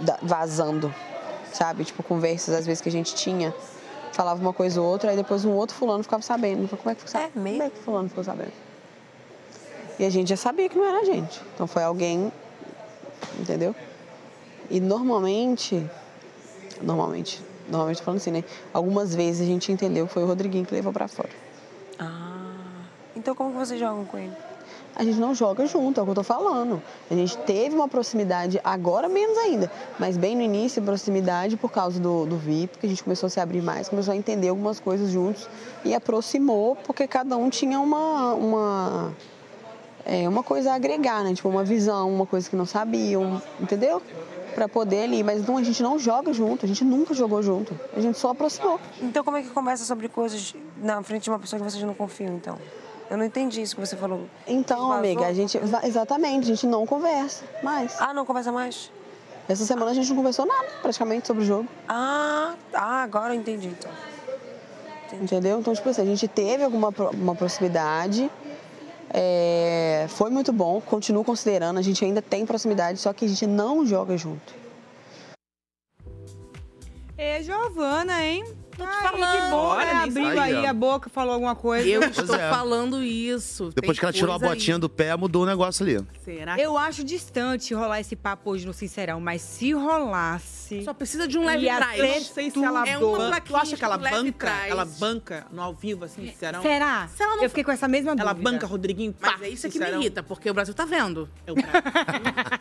Speaker 19: da- vazando, sabe? Tipo, conversas às vezes que a gente tinha. Falava uma coisa ou outra, aí depois um outro fulano ficava sabendo. Falei, Como é que, ficou sabendo? Como é que fulano ficou sabendo? E a gente já sabia que não era a gente. Então foi alguém, entendeu? E normalmente, normalmente, normalmente falando assim, né? Algumas vezes a gente entendeu que foi o Rodriguinho que levou pra fora.
Speaker 7: Então como que vocês jogam com ele?
Speaker 19: a gente não joga junto, é o que eu tô falando. A gente teve uma proximidade, agora menos ainda, mas bem no início, proximidade por causa do, do VIP, que a gente começou a se abrir mais, começou a entender algumas coisas juntos e aproximou, porque cada um tinha uma. uma é, uma coisa a agregar, né? Tipo, uma visão, uma coisa que não sabiam, entendeu? Pra poder ali, mas não, a gente não joga junto, a gente nunca jogou junto, a gente só aproximou.
Speaker 10: Então como é que conversa sobre coisas na frente de uma pessoa que vocês não confiam, então? Eu não entendi isso que você falou.
Speaker 19: Então,
Speaker 10: Vazou?
Speaker 19: amiga, a gente. va- Exatamente, a gente não conversa mais.
Speaker 10: Ah, não conversa mais?
Speaker 19: Essa semana a gente não conversou nada, praticamente, sobre o jogo.
Speaker 10: Ah, ah, agora eu entendi, então.
Speaker 19: Entendeu? Então, tipo assim, a gente teve alguma pro- uma proximidade. é, foi muito bom, continuo considerando, a gente ainda tem proximidade, só que a gente não joga junto.
Speaker 1: Ê, É, Giovana, hein? Tô te
Speaker 2: falando.
Speaker 1: que bom, né?
Speaker 2: Olha,
Speaker 1: Abriu
Speaker 3: aí,
Speaker 1: aí
Speaker 3: ó.
Speaker 1: a boca, falou alguma coisa.
Speaker 3: Eu Pois estou é.
Speaker 1: falando isso.
Speaker 3: Depois que ela tirou a botinha do pé, mudou o negócio ali.
Speaker 1: Será que... Eu acho distante rolar esse papo hoje no Sincerão, mas se rolasse... Só
Speaker 2: precisa de um leve trás.
Speaker 1: Não sei se ela
Speaker 2: é uma plaquinha.
Speaker 4: Tu acha que ela
Speaker 2: com leve
Speaker 4: banca?
Speaker 2: trás.
Speaker 4: Ela banca no ao vivo, assim, sincerão?
Speaker 1: É. Será?
Speaker 4: Se ela não
Speaker 1: Eu fiquei com essa mesma dúvida.
Speaker 4: Ela banca Rodriguinho, pá,
Speaker 2: Mas é isso que me
Speaker 4: sincerão.
Speaker 2: irrita, porque o Brasil tá vendo.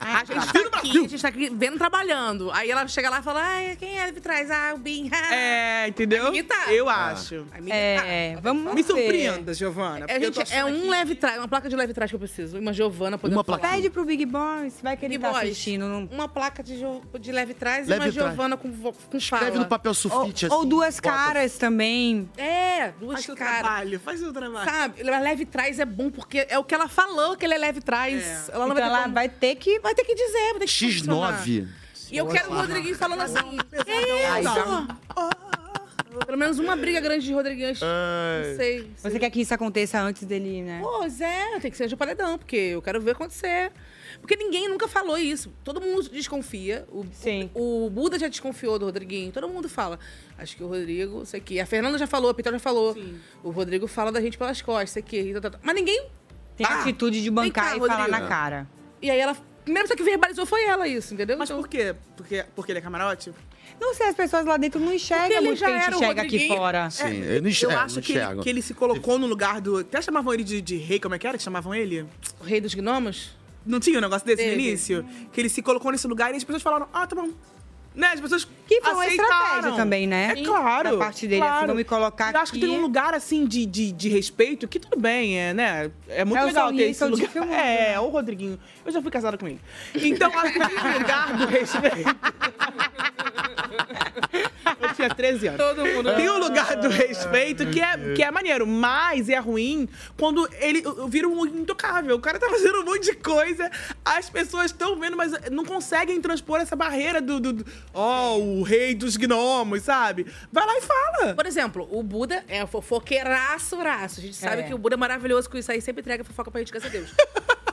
Speaker 2: a, gente tá aqui, a gente tá aqui vendo, trabalhando. Aí ela chega lá e fala, ai, quem é que traz? Ah, o Bin.
Speaker 4: É, entendeu?
Speaker 2: Aí me irritar.
Speaker 4: Eu acho.
Speaker 2: Aí me
Speaker 1: É, vamos
Speaker 4: Me
Speaker 1: ver.
Speaker 4: surpreenda, Giovana.
Speaker 2: É,
Speaker 4: porque eu tô
Speaker 2: gente, é
Speaker 4: achando
Speaker 2: um
Speaker 4: aqui-
Speaker 2: leve trás, uma placa de leve trás que eu preciso. Uma Giovana podendo
Speaker 4: Uma
Speaker 2: falar.
Speaker 4: plaquinha.
Speaker 1: Pede pro Big Boys, vai que ele
Speaker 2: Big
Speaker 1: tá
Speaker 2: Boys,
Speaker 1: assistindo. Não...
Speaker 2: Uma placa de, jo- de leve trás e
Speaker 1: Leve
Speaker 2: uma
Speaker 1: trás.
Speaker 2: Giovana com, vo- com fala.
Speaker 1: Escreve no papel assim,
Speaker 3: sulfite,
Speaker 1: Ou duas caras também.
Speaker 2: É, duas
Speaker 4: Faz o
Speaker 2: caras.
Speaker 4: trabalho, faz o trabalho.
Speaker 2: Sabe? Ela leve trás é bom, porque é o que ela falou que ele é leve trás. Ela não
Speaker 1: Então
Speaker 2: vai ter
Speaker 1: ela
Speaker 2: como-
Speaker 1: vai ter que...
Speaker 2: Vai ter que dizer, vai ter que funcionar.
Speaker 3: X9.
Speaker 2: E eu quero o Rodriguinho falando
Speaker 1: um
Speaker 2: assim, que
Speaker 1: Ai, tá?
Speaker 2: isso? Pelo menos uma briga grande de Rodriguinho. Não sei.
Speaker 1: Você quer que isso aconteça antes dele, né?
Speaker 2: Pois é, tem que ser de paredão, porque eu quero ver acontecer. Porque ninguém nunca falou isso. Todo mundo desconfia. O, Sim. O, o Buda já desconfiou do Rodriguinho. Todo mundo fala. Acho que o Rodrigo, sei que. A Fernanda já falou, a Pitão já falou. O Rodrigo fala da gente pelas costas, sei que. tá, tá, tá. Mas ninguém.
Speaker 1: Tem
Speaker 2: Ah,
Speaker 1: atitude de
Speaker 2: vem
Speaker 1: bancar
Speaker 2: cá,
Speaker 1: e falar
Speaker 2: Rodrigo.
Speaker 1: na cara.
Speaker 2: E aí ela. A primeira pessoa que verbalizou foi ela isso, entendeu?
Speaker 4: Mas por quê? Porque, porque ele é camarote?
Speaker 1: Não sei, as pessoas lá dentro não enxergam
Speaker 4: ele
Speaker 1: muito
Speaker 4: já
Speaker 1: quem a
Speaker 4: era
Speaker 1: gente
Speaker 4: o
Speaker 1: enxerga aqui
Speaker 4: Rodriguinho. É,
Speaker 1: fora.
Speaker 3: Sim, eu não enxergo,
Speaker 4: Eu acho
Speaker 3: não
Speaker 4: que ele,
Speaker 3: enxergo.
Speaker 4: que ele se colocou no lugar do. Até chamavam ele de, de rei, como é que era que chamavam ele?
Speaker 2: O rei dos gnomos?
Speaker 4: Não tinha um negócio desse no
Speaker 2: Teve.
Speaker 4: início? Que ele se colocou nesse lugar e as pessoas falaram: ah, tá bom. Né? As pessoas.
Speaker 1: Que foi uma
Speaker 4: aceitaram.
Speaker 1: estratégia também, né?
Speaker 4: É
Speaker 1: Sim,
Speaker 4: claro.
Speaker 1: da parte dele, assim,
Speaker 4: claro.
Speaker 1: vamos me colocar
Speaker 4: Eu acho que
Speaker 1: aqui.
Speaker 4: tem um lugar assim de, de, de respeito que tudo bem, é, né? É muito
Speaker 1: É o
Speaker 4: legal ter
Speaker 1: sorriso
Speaker 4: esse
Speaker 1: de
Speaker 4: lugar.
Speaker 1: filmando, né?
Speaker 4: é, o Rodriguinho. Eu já fui casada com ele. Então, acho que tem um lugar do respeito. Eu tinha 13 anos.
Speaker 2: Todo mundo-
Speaker 4: Tem um lugar do respeito que é, que é maneiro, mas é ruim quando ele uh, vira um intocável. O cara tá fazendo um monte de coisa, as pessoas estão vendo, mas não conseguem transpor essa barreira do. do- do- Ó, o rei dos gnomos, sabe? Vai lá e fala.
Speaker 2: Por exemplo, o Buda é fofoqueiraço, raço. A gente sabe
Speaker 4: É.
Speaker 2: que o Buda é maravilhoso com isso aí, sempre entrega fofoca pra gente, graças a Deus.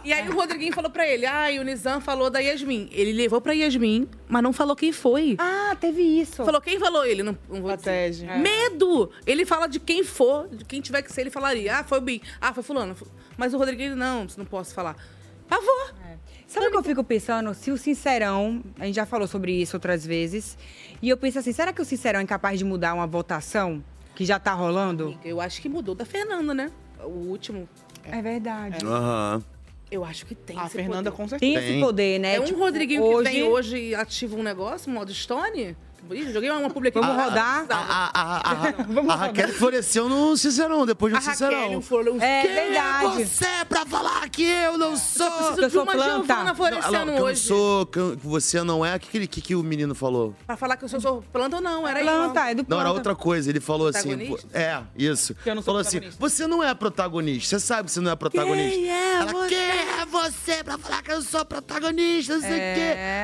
Speaker 2: E aí o Rodriguinho falou pra ele, ah, e o Nizam falou da Yasmin. Ele levou pra Yasmin, mas não falou quem foi.
Speaker 1: Ah, teve isso.
Speaker 2: Falou quem falou ele, não, não vou dizer.
Speaker 1: É.
Speaker 2: Medo! Ele fala de quem for, de quem tiver que ser, ele falaria. Ah, foi o Bin. Ah, foi fulano. Mas o Rodriguinho, não, não posso falar. Pavor!
Speaker 1: Sabe o que eu fico pensando? Se o Sincerão, a gente já falou sobre isso outras vezes, e eu penso assim, será que o Sincerão é incapaz de mudar uma votação que já tá rolando?
Speaker 2: Eu acho que mudou da Fernanda, né? O último.
Speaker 1: É verdade.
Speaker 3: Aham.
Speaker 2: Eu acho que tem
Speaker 4: A
Speaker 2: esse
Speaker 4: Fernanda
Speaker 2: poder.
Speaker 4: com certeza.
Speaker 1: Tem esse poder, né?
Speaker 2: É um
Speaker 1: Tipo,
Speaker 2: Rodriguinho que vem hoje e ativa um negócio, um modo Stone. Ih, Joguei uma publica aqui. Ah,
Speaker 3: A- A, a, a, a, a Raquel floresceu no Cicerão, depois de um Cicerão.
Speaker 1: É
Speaker 3: Quem
Speaker 1: verdade.
Speaker 3: É você pra falar que eu não sou.
Speaker 2: preciso de uma Giovana florescendo
Speaker 3: Não, ela- que eu não
Speaker 2: hoje.
Speaker 3: sou, que eu- que você não é. O que, que, ele- que, que o menino falou?
Speaker 2: Pra falar que eu sou- sou planta ou não, era
Speaker 1: Planta,
Speaker 2: isso.
Speaker 1: é do
Speaker 3: Não, era outra coisa. Ele falou assim. pô-
Speaker 2: Protagonista?
Speaker 3: É, isso. falou assim: você não é protagonista. Você sabe que você não é protagonista.
Speaker 20: Quem é
Speaker 3: Ela,
Speaker 20: você?
Speaker 3: quem é você pra falar que eu sou protagonista? Não sei o
Speaker 2: É.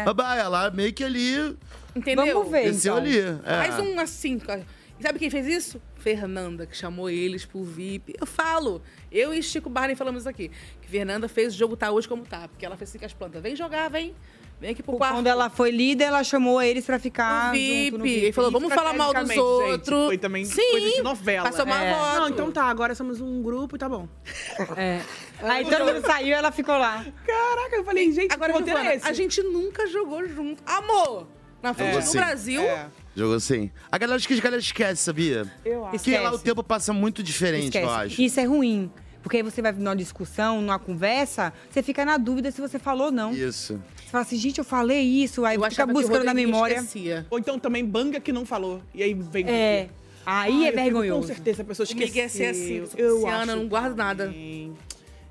Speaker 3: quê. Babá, ela meio que ali.
Speaker 2: Entendeu?
Speaker 3: Vamos ver, Desceu então. ali, é.
Speaker 2: Faz um assim. cara. E Sabe quem fez isso? Fernanda, que chamou eles pro VIP. Eu falo. Eu e Chico Barney falamos isso aqui. Que Fernanda fez o jogo tá hoje como tá. Porque ela fez assim com as plantas. Vem jogar, vem. Vem aqui pro quarto.
Speaker 1: Quando ela foi líder, ela chamou eles pra ficar
Speaker 2: O
Speaker 1: junto
Speaker 2: VIP.
Speaker 1: no
Speaker 2: Ele falou, vamos falar mal dos
Speaker 4: Estrategicamente, gente,
Speaker 2: outros.
Speaker 4: foi também
Speaker 2: Sim.
Speaker 4: coisa de novela.
Speaker 2: Passou mal
Speaker 4: É.
Speaker 2: voto.
Speaker 4: Não, então tá, agora somos um grupo e tá bom.
Speaker 1: É. Aí todo mundo saiu, ela ficou lá.
Speaker 4: Caraca, eu falei, gente,
Speaker 2: Agora,
Speaker 4: que roteiro
Speaker 2: Giovana,
Speaker 4: é esse?
Speaker 2: a gente nunca jogou junto. Amor! Na frente
Speaker 3: Jogou
Speaker 2: do
Speaker 3: sim.
Speaker 2: Brasil.
Speaker 4: é.
Speaker 1: É.
Speaker 3: Jogou assim. A galera acho que a galera esquece, sabia?
Speaker 2: Eu acho.
Speaker 3: Porque lá o
Speaker 2: Esquece.
Speaker 3: tempo passa muito diferente, eu
Speaker 1: Esquece.
Speaker 3: acho.
Speaker 1: Isso é ruim. Porque aí você vai numa discussão, numa conversa, você fica na dúvida se você falou ou não.
Speaker 3: Isso.
Speaker 1: Você fala assim, gente, eu falei isso, aí fica
Speaker 2: achava que o
Speaker 1: buscando na
Speaker 2: Rodrigo
Speaker 1: memória.
Speaker 2: esquecia. Ou então também banga que não falou. E aí vem. Ah,
Speaker 1: É. Aí é
Speaker 2: eu fico
Speaker 1: vergonhoso.
Speaker 2: Com certeza a pessoa
Speaker 1: Comigo
Speaker 2: esqueceu.
Speaker 1: ia ser assim,
Speaker 2: é Eu
Speaker 1: Luciana,
Speaker 2: acho
Speaker 1: eu não guardo
Speaker 2: nada.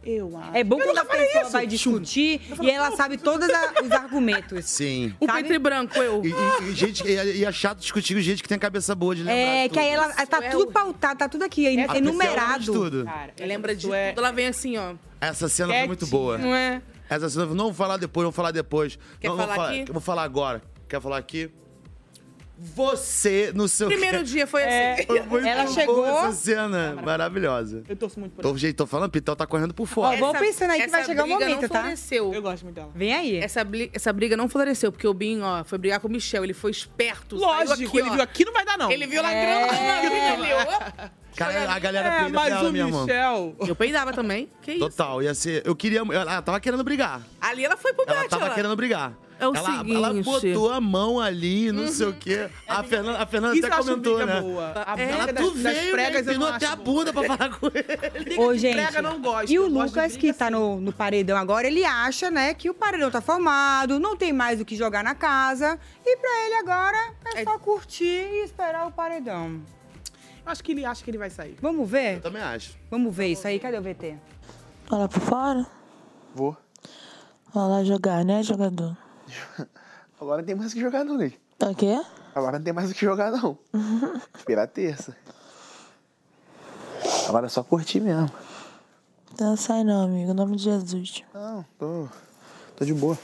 Speaker 2: Eu acho.
Speaker 1: É bom
Speaker 2: Eu
Speaker 1: quando
Speaker 2: nunca
Speaker 1: a
Speaker 2: falei
Speaker 1: pessoa
Speaker 2: isso.
Speaker 1: vai discutir e ela sabe todos a- os argumentos.
Speaker 3: Sim.
Speaker 1: O
Speaker 3: peito
Speaker 1: Sabe? ventre
Speaker 3: branco, eu. E, e- e gente, e, e é chato discutir com gente que tem cabeça boa de lembrar.
Speaker 1: É, que aí ela tá tudo pautado, tá tudo aqui,
Speaker 3: A pessoa
Speaker 1: enumerado.
Speaker 3: lembra é de tudo. Cara,
Speaker 2: Lembra de tudo. Ela vem assim, ó.
Speaker 3: Essa cena foi muito
Speaker 2: Quietinha.
Speaker 3: boa.
Speaker 2: Não é?
Speaker 3: Essa cena não vou falar depois, vou falar depois.
Speaker 2: Quer
Speaker 3: não,
Speaker 2: falar
Speaker 3: vou falar
Speaker 2: aqui?
Speaker 3: Eu vou falar agora. Quer falar aqui? Você no seu É,
Speaker 2: Primeiro dia foi assim.
Speaker 3: Foi muito
Speaker 2: Ela
Speaker 3: boa
Speaker 2: chegou-
Speaker 3: Essa cena maravilhosa.
Speaker 2: Eu torço muito por
Speaker 3: Tô, gente, tô falando, Pitel tá correndo por
Speaker 2: Ó,
Speaker 3: fora.
Speaker 2: essa- essa briga não Floresceu.
Speaker 3: Eu
Speaker 2: gosto muito dela.
Speaker 1: Vem aí.
Speaker 2: Essa, bli- essa briga não floresceu, porque o Bin, ó, foi brigar com o Michel. Ele foi esperto.
Speaker 3: Lógico,
Speaker 2: saiu aqui,
Speaker 3: ele
Speaker 2: ó.
Speaker 3: viu
Speaker 2: aqui, não vai dar, não. Ele viu lá grana,
Speaker 3: É.
Speaker 2: ele olhou.
Speaker 3: Cara, a galera
Speaker 2: É,
Speaker 3: peida
Speaker 2: mas
Speaker 3: pra ela,
Speaker 2: o
Speaker 3: minha irmã.
Speaker 2: Michel- Eu peidava também. Que isso?
Speaker 3: Total, ia ser. Eu queria. Ela tava querendo brigar.
Speaker 2: Ali ela foi pro
Speaker 3: Ela
Speaker 2: bate,
Speaker 3: tava
Speaker 2: ó.
Speaker 3: querendo brigar.
Speaker 2: É o
Speaker 3: ela,
Speaker 2: seguinte. Uhum. É
Speaker 3: ela botou a mão ali, não sei o quê. A Fernanda, a Fernanda
Speaker 2: Isso
Speaker 3: até
Speaker 2: eu acho
Speaker 3: comentou,
Speaker 2: briga
Speaker 3: né?
Speaker 2: boa. A
Speaker 3: É,
Speaker 2: briga
Speaker 3: ela
Speaker 2: das-
Speaker 3: tu
Speaker 2: das
Speaker 3: veio, né?
Speaker 2: pregas eu
Speaker 3: Empinou
Speaker 2: não
Speaker 3: até
Speaker 2: acho
Speaker 3: a bunda pra falar com ele.
Speaker 1: Ô, gente.
Speaker 2: prega, não gosto.
Speaker 1: E o
Speaker 2: Eu gosto de assim.
Speaker 1: Lucas, que tá no, no paredão agora, ele acha, né, que o paredão tá formado, não tem mais o que jogar na casa. E pra ele agora é, só curtir e esperar o paredão.
Speaker 2: Acho que ele acha que ele vai sair.
Speaker 1: Vamos ver? Eu
Speaker 3: também acho.
Speaker 1: Vamos ver isso aí. Cadê o VT?
Speaker 19: Olha lá pra fora?
Speaker 14: Vou.
Speaker 19: Olha lá jogar, né, jogador?
Speaker 14: Agora não tem mais o que jogar, não, Neide.
Speaker 19: O quê?
Speaker 14: Agora não tem mais o que jogar, não.
Speaker 19: Uhum.
Speaker 14: Esperar terça. Agora é só curtir mesmo.
Speaker 19: Então não sai não, amigo. Em nome de Jesus.
Speaker 14: Não, tô, tô de boa.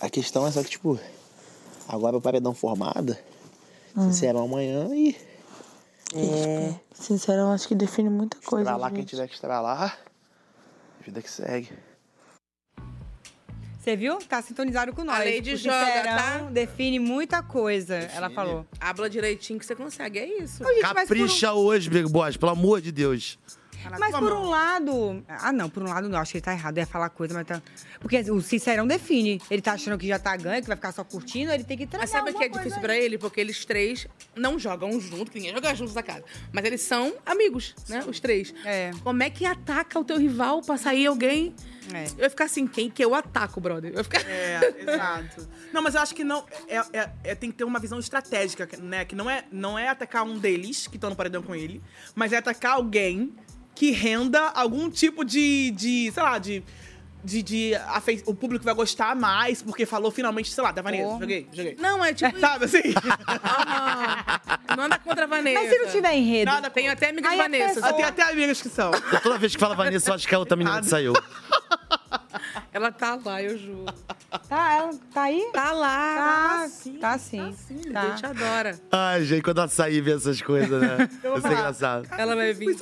Speaker 14: A questão é só que, tipo, agora o paredão formado,
Speaker 19: Hum.
Speaker 14: sincerão amanhã e. É.
Speaker 19: Sincerão, acho que define muita coisa.
Speaker 14: Estralar quem
Speaker 19: gente.
Speaker 14: tiver que estralar, vida que segue.
Speaker 1: Você viu? Tá sintonizado com nós.
Speaker 2: A Lady
Speaker 1: O
Speaker 2: joga,
Speaker 1: sincerão
Speaker 2: tá?
Speaker 1: define muita coisa, ela falou.
Speaker 2: Habla direitinho que você consegue, é isso.
Speaker 3: Capricha
Speaker 2: um-
Speaker 3: hoje, Big Boss, pelo amor de Deus.
Speaker 1: Mas por um lado. Ah, não, por um lado não. Acho que ele tá errado. Eu ia falar coisa, mas tá. Porque o Sincerão define. Ele tá achando que já tá ganho, que vai ficar só curtindo, ele tem que trabalhar.
Speaker 2: Mas sabe o que é difícil pra ele? Porque eles três não jogam junto, que ninguém joga juntos na casa. Mas eles são amigos, né? Os três. Como é que ataca o teu rival pra sair alguém? Eu ia ficar assim, quem que eu ataco, brother? Eu ia ficar...
Speaker 4: É, exato. Não, mas eu acho que não. É, é- é- tem que ter uma visão estratégica, né? Que não é, não é atacar um deles, que estão no paredão com ele, mas é atacar alguém que renda algum tipo de. de sei lá, de. De, de afei- o público vai gostar mais, porque falou finalmente, sei lá, da Vanessa.
Speaker 2: Porra.
Speaker 4: Joguei, joguei.
Speaker 2: Não, é tipo.
Speaker 4: Sabe assim?
Speaker 2: Não anda contra a Vanessa.
Speaker 4: Mas se não tiver
Speaker 1: enredo?
Speaker 2: Nada, tenho até amigas
Speaker 4: Aí a
Speaker 2: Vanessa.
Speaker 4: pessoa- Eu tenho até amigas que são.
Speaker 3: Toda vez que fala Vanessa, eu acho que a outra menina saiu.
Speaker 2: Ela tá lá, eu juro.
Speaker 1: Tá, ela tá aí?
Speaker 2: Tá lá.
Speaker 1: Tá, tá sim. Tá sim.
Speaker 2: A gente adora.
Speaker 3: Ai, gente, quando ela sair e ver essas coisas, né? Isso é engraçado.
Speaker 2: Ela vai vir.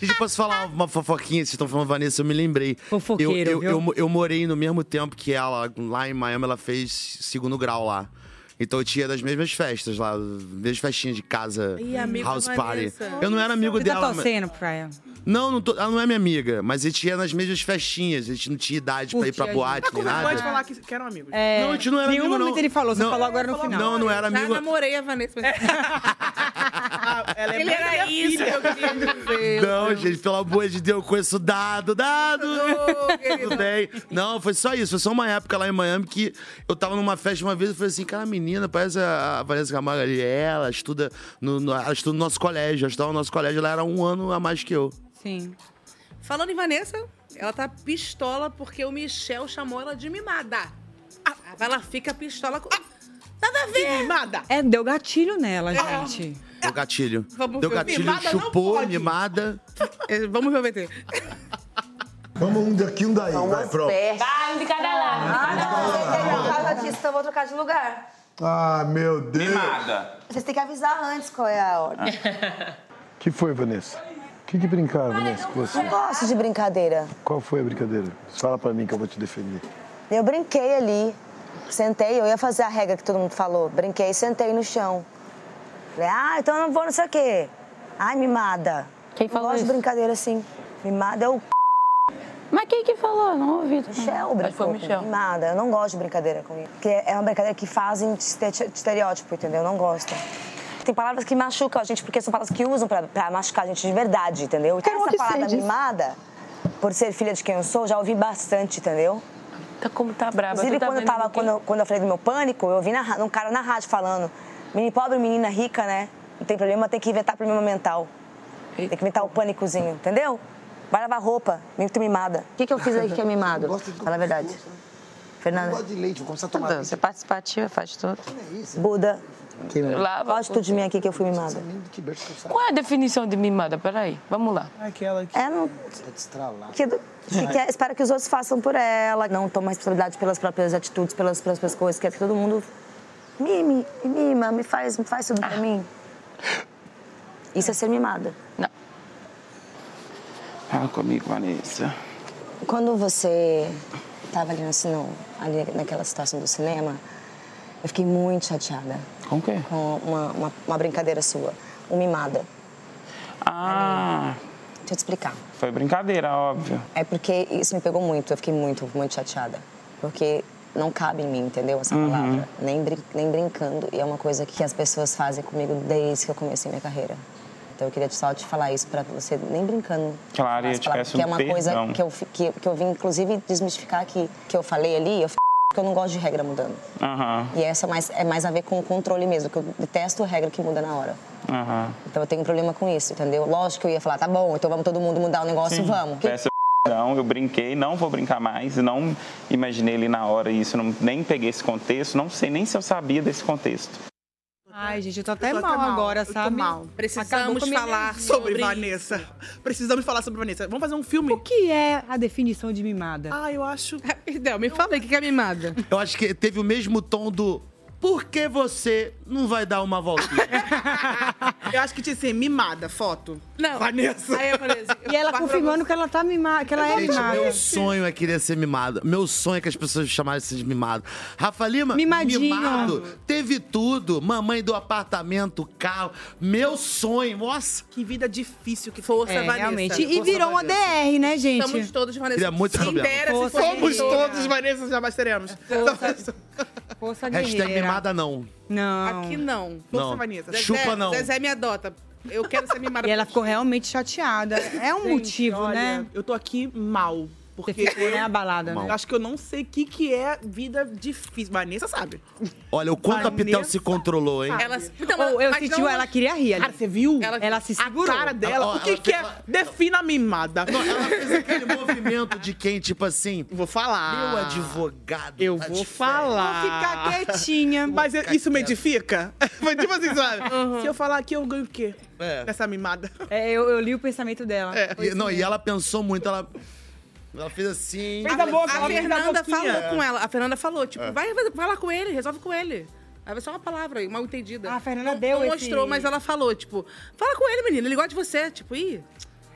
Speaker 3: Gente, posso falar uma fofoquinha? Vocês estão falando Vanessa, eu me lembrei.
Speaker 1: Fofoqueiro,
Speaker 3: eu, eu,
Speaker 1: viu?
Speaker 3: eu, mo- eu morei no mesmo tempo que ela, lá em Miami, ela fez segundo grau lá. Então eu tinha das mesmas festas lá, mesmas festinhas de casa,
Speaker 1: Ih, amigo
Speaker 3: house
Speaker 1: da
Speaker 3: party.
Speaker 1: Vanessa.
Speaker 3: Eu não era amigo
Speaker 1: Você
Speaker 3: dela.
Speaker 1: tá
Speaker 3: mas-
Speaker 1: torcendo pra ela.
Speaker 3: Não, não tô- ela não é minha amiga, mas a gente ia nas mesmas festinhas, a gente não tinha idade pra ir pra
Speaker 1: Curtia
Speaker 3: boate
Speaker 1: junto.
Speaker 3: nem
Speaker 1: Mas
Speaker 3: nada.
Speaker 4: Pode falar que, que eram amigos.
Speaker 1: É,
Speaker 3: Não, a gente não era
Speaker 1: nenhum
Speaker 3: amigo,
Speaker 1: momento
Speaker 3: não.
Speaker 1: ele falou, você
Speaker 3: Não.
Speaker 1: falou agora no final.
Speaker 3: Não, não era
Speaker 2: Já
Speaker 3: amigo. Ah,
Speaker 2: namorei a Vanessa. mas-
Speaker 3: é
Speaker 4: ela
Speaker 2: Ele era isso que eu queria dizer.
Speaker 3: Não, gente, pelo amor de Deus, eu conheço dado, dado!
Speaker 2: Ô, querida.
Speaker 3: Tudo bem. Não, foi só isso. Foi só uma época lá em Miami que eu tava numa festa uma vez e falei assim: cara, a menina, parece a a Vanessa Camargo ali. Ela estuda no, no- ela estuda no nosso colégio, ela estudava no nosso colégio, ela era um ano a mais que eu.
Speaker 1: Sim.
Speaker 2: Falando em Vanessa, ela tá pistola porque o Michel chamou ela de mimada. Ah, ela fica pistola com. Ah, nada a ver! Mimada!
Speaker 1: É, deu gatilho nela, gente.
Speaker 3: Deu gatilho.
Speaker 2: Vamos
Speaker 3: Deu
Speaker 2: ver.
Speaker 3: gatilho,
Speaker 2: Mimada não
Speaker 3: chupou,
Speaker 2: pode.
Speaker 3: mimada.
Speaker 2: É, Vamos ver o VT.
Speaker 17: Vamos um daqui, um daí. Vai, pronto.
Speaker 12: Vai, um de cada lado. Ah, não, vocês aí não fala disso, então eu vou trocar de lugar.
Speaker 17: Ah, meu Deus.
Speaker 8: Mimada.
Speaker 12: Vocês têm que avisar antes qual é a hora.
Speaker 17: que foi, Vanessa? O que, que brincaram, Vanessa, com você?
Speaker 12: Não gosto de brincadeira.
Speaker 17: Qual foi a brincadeira? Fala pra mim que eu vou te defender.
Speaker 12: Eu brinquei ali, sentei, eu ia fazer a regra que todo mundo falou. Brinquei, sentei no chão. Falei, ah, então eu não vou não sei o quê. Ai, mimada. Quem falou não gosto de brincadeira assim. Mimada é o c... Mas quem que falou? Não ouvi. Michel brincou
Speaker 21: foi o
Speaker 12: comigo.
Speaker 21: Michel.
Speaker 12: Mimada, eu não gosto de brincadeira comigo. Porque é uma brincadeira que fazem de este- de estereótipo, entendeu? Eu não gosto. tem palavras que machucam a gente, porque são palavras que usam pra, pra machucar a gente de verdade, entendeu? Então,
Speaker 19: Carol,
Speaker 12: essa
Speaker 19: que
Speaker 12: parada
Speaker 19: sede.
Speaker 12: mimada, por ser filha de quem eu sou, já ouvi bastante, entendeu?
Speaker 7: Tá como tá brava.
Speaker 12: Inclusive,
Speaker 7: tu tá
Speaker 12: quando, eu
Speaker 7: vendo
Speaker 12: tava,
Speaker 7: que-
Speaker 12: quando, eu- quando eu falei do meu pânico, eu ouvi na ra- um cara na rádio falando: menina pobre, menina rica, né? Não tem problema, tem que inventar problema mental. Tem que inventar o pânicozinho, entendeu? Vai lavar roupa, muito mimada. O que, que eu fiz aí que é mimado? Fala a verdade. Fernanda.
Speaker 17: gosto de leite, vou começar a tomar
Speaker 12: Você é participativa, faz tudo. Buda.
Speaker 17: Que mimado.
Speaker 12: Lava. Fala de tudo de mim aqui que eu fui mimada.
Speaker 7: Qual é a definição de mimada? Peraí, vamos lá.
Speaker 17: Aquela que.
Speaker 12: É, não. Que, que quer- espera que os outros façam por ela, não toma responsabilidade pelas próprias atitudes, pelas próprias coisas, quer que é todo mundo me, me, me mima, me faz, me faz tudo pra mim. Isso é ser mimada. Não.
Speaker 8: Fala comigo, Vanessa.
Speaker 12: Quando você tava ali, no, cine- ali naquela situação do cinema, eu fiquei muito chateada.
Speaker 8: Com o quê?
Speaker 12: Com uma, uma, uma brincadeira sua, um mimada.
Speaker 8: Ah,
Speaker 12: Deixa eu te explicar.
Speaker 8: foi brincadeira, óbvio.
Speaker 12: É porque isso me pegou muito, eu fiquei muito, muito chateada. Porque não cabe em mim, entendeu? Essa
Speaker 8: Uhum.
Speaker 12: palavra. Nem, brin- nem brincando. E é uma coisa que as pessoas fazem comigo desde que eu comecei minha carreira. Então eu queria só te falar isso pra você, nem brincando.
Speaker 8: Claro,
Speaker 12: falar
Speaker 8: eu
Speaker 12: essa
Speaker 8: te
Speaker 12: palavra,
Speaker 8: peço
Speaker 12: que é uma
Speaker 8: perdão.
Speaker 12: coisa que eu, fi- que, que eu vim, inclusive, desmistificar que, que eu falei ali, eu f... porque eu não gosto de regra mudando.
Speaker 8: Aham,
Speaker 12: E essa é mais, é mais a ver com o controle mesmo, que eu detesto regra que muda na hora.
Speaker 8: aham.
Speaker 12: Então eu tenho um problema com isso, entendeu? Lógico que eu ia falar, tá bom, então vamos todo mundo mudar o negócio,
Speaker 8: Sim.
Speaker 12: vamos. Que-
Speaker 8: Peço perdão, eu brinquei, não vou brincar mais, não imaginei ali na hora isso, não, nem peguei esse contexto, não sei nem se eu sabia desse contexto.
Speaker 1: Ai, gente, eu tô até
Speaker 4: Eu tô
Speaker 1: mal
Speaker 4: até mal,
Speaker 1: agora,
Speaker 4: eu tô
Speaker 1: sabe?
Speaker 4: mal.
Speaker 1: Acabou
Speaker 4: Precisamos
Speaker 1: com a minha
Speaker 4: falar
Speaker 1: energia
Speaker 4: sobre,
Speaker 1: isso.
Speaker 4: Vanessa. Precisamos falar sobre Vanessa. Vamos fazer um filme? O
Speaker 1: que é a definição de mimada?
Speaker 4: Ah, eu acho. Perdão, me fala aí o que é mimada.
Speaker 3: Eu acho que teve o mesmo tom do por que você não vai dar uma voltinha?
Speaker 4: Eu acho que tinha que ser mimada, foto.
Speaker 1: Não.
Speaker 3: Vanessa.
Speaker 4: Aí eu falei assim,
Speaker 1: E ela confirmando que ela tá mimada, que ela é
Speaker 3: Gente,
Speaker 1: mimada.
Speaker 3: meu sonho é querer ser mimado. Meu sonho é que as pessoas me chamassem de mimado. Rafa Lima,
Speaker 1: Mimadinho.
Speaker 3: mimado. Teve tudo. Mamãe do apartamento, carro. Meu sonho. Nossa.
Speaker 4: Que vida difícil que força,
Speaker 1: É,
Speaker 4: Vanessa.
Speaker 1: realmente. E virou uma DR, né, gente?
Speaker 4: Somos todos Vanessa.
Speaker 3: Queria muito esse
Speaker 4: Quem
Speaker 3: problema.
Speaker 4: dera se
Speaker 3: Força
Speaker 4: fosse
Speaker 3: guerreira.
Speaker 4: Somos todos Vanessa, jamais teremos.
Speaker 1: Força
Speaker 3: Hashtag mimada não.
Speaker 1: Não.
Speaker 4: Aqui não. Força,
Speaker 3: Não.
Speaker 4: Vanessa.
Speaker 3: Chupa não.
Speaker 4: Zezé me adota. Eu quero ser mimada.
Speaker 1: E ela ficou realmente chateada. É um
Speaker 4: Gente,
Speaker 1: motivo,
Speaker 4: olha,
Speaker 1: né?
Speaker 4: Eu tô aqui mal. Porque
Speaker 1: ficou, né, abalada, né?
Speaker 4: Eu Acho que eu não sei o que, que é vida difícil. Vanessa sabe.
Speaker 3: Olha, o quanto a Pitel se controlou, hein?
Speaker 4: Ela, então,
Speaker 1: Ou eu senti, ela queria rir ali.
Speaker 4: Cara, você viu? é- Ela,
Speaker 1: se segurou.
Speaker 4: A cara dela.
Speaker 3: Ela-
Speaker 4: o que,
Speaker 3: ela
Speaker 4: que é? Defina a mimada.
Speaker 3: movimento de quem, tipo assim.
Speaker 4: Vou falar.
Speaker 3: Meu advogado.
Speaker 4: Eu
Speaker 3: tá
Speaker 4: vou
Speaker 3: de Vou
Speaker 4: falar.
Speaker 3: ficar
Speaker 1: quietinha.
Speaker 4: Mas eu- é isso me edifica? Mas tipo assim, sabe?
Speaker 1: Uhum.
Speaker 4: Se eu falar aqui, eu ganho o quê?
Speaker 3: É.
Speaker 4: Nessa mimada.
Speaker 1: É, eu, eu li o pensamento
Speaker 4: Ah,
Speaker 1: dela.
Speaker 4: É.
Speaker 3: E- É, não, e ela pensou muito, ela. Ela fez assim.
Speaker 4: A, a Fernanda falou com ela. A Fernanda falou, tipo,
Speaker 3: É.
Speaker 4: vai, vai lá com ele, resolve com ele. Aí vai só uma palavra, aí, mal entendida. A
Speaker 1: Ah, Fernanda deu
Speaker 4: Não
Speaker 1: esse-
Speaker 4: mostrou, mas ela falou, tipo, fala com ele, menino, ele gosta de você. Tipo, ih.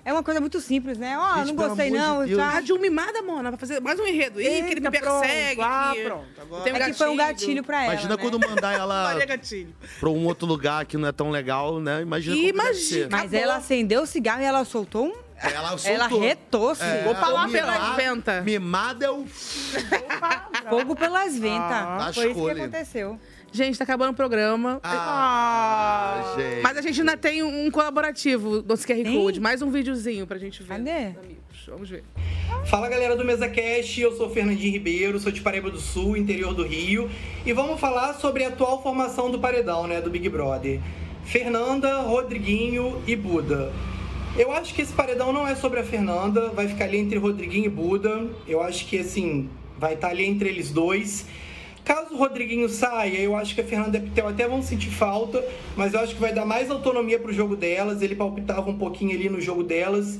Speaker 1: É uma coisa muito simples, né? Ó,
Speaker 4: Gente,
Speaker 1: não
Speaker 4: pelo
Speaker 1: gostei
Speaker 4: amor de
Speaker 1: não.
Speaker 4: Deus.
Speaker 1: tá?
Speaker 4: Rádio mimada, mona, vai fazer mais um enredo. Ih, que ele me
Speaker 1: Eita, pronto.
Speaker 4: persegue.
Speaker 1: Ah,
Speaker 4: que-
Speaker 1: pronto, agora-
Speaker 4: tem
Speaker 1: É que foi um gatilho pra ela,
Speaker 3: Imagina
Speaker 1: né?
Speaker 3: quando mandar ela-
Speaker 4: Maria Gatilho.
Speaker 3: Pra um outro lugar que não é tão legal, né? Imagina. como deve ser.
Speaker 1: Mas ela acendeu o cigarro e ela soltou um.
Speaker 3: Ela soltou. É,
Speaker 1: Ela retou, sim. Vou falar pelas
Speaker 4: ventas.
Speaker 3: Mimada é o.
Speaker 1: Fogo pelas ventas.
Speaker 3: Ah,
Speaker 1: Foi isso que
Speaker 3: escolha.
Speaker 1: aconteceu.
Speaker 4: Gente, tá acabando o programa.
Speaker 3: Ah, gente.
Speaker 4: Mas a gente ainda tem um colaborativo do QR Code. Mais um videozinho pra gente ver.
Speaker 1: Cadê?
Speaker 4: Amigos, vamos ver.
Speaker 6: Fala galera do MesaCast, eu sou Fernandinho Ribeiro, sou de Paraíba do Sul, interior do Rio, e vamos falar sobre a atual formação do paredão, né, do Big Brother. Fernanda, Rodriguinho e Buda. Eu acho que esse paredão não é sobre a Fernanda, vai ficar ali entre Rodriguinho e Buda. Eu acho que assim, vai estar ali entre eles dois. Caso o Rodriguinho saia, eu acho que a Fernanda e a Pitel até vão sentir falta, mas eu acho que vai dar mais autonomia pro jogo delas. Ele palpitava um pouquinho ali no jogo delas.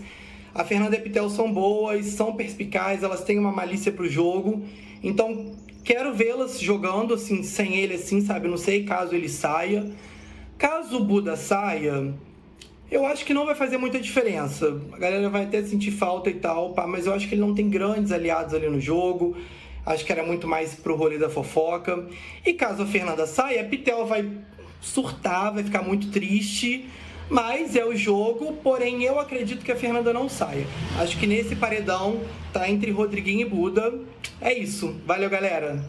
Speaker 6: A Fernanda e a Pitel são boas, são perspicazes, elas têm uma malícia pro jogo. Então, quero vê-las jogando assim, sem ele assim, sabe? Não sei caso ele saia. Caso o Buda saia, eu acho que não vai fazer muita diferença. A galera vai até sentir falta e tal, pá, mas eu acho que ele não tem grandes aliados ali no jogo. Acho que era muito mais pro rolê da fofoca. E caso a Fernanda saia, a Pitel vai surtar, vai ficar muito triste. Mas é o jogo, porém eu acredito que a Fernanda não saia. Acho que nesse paredão tá entre Rodriguinho e Buda. É isso. Valeu, galera.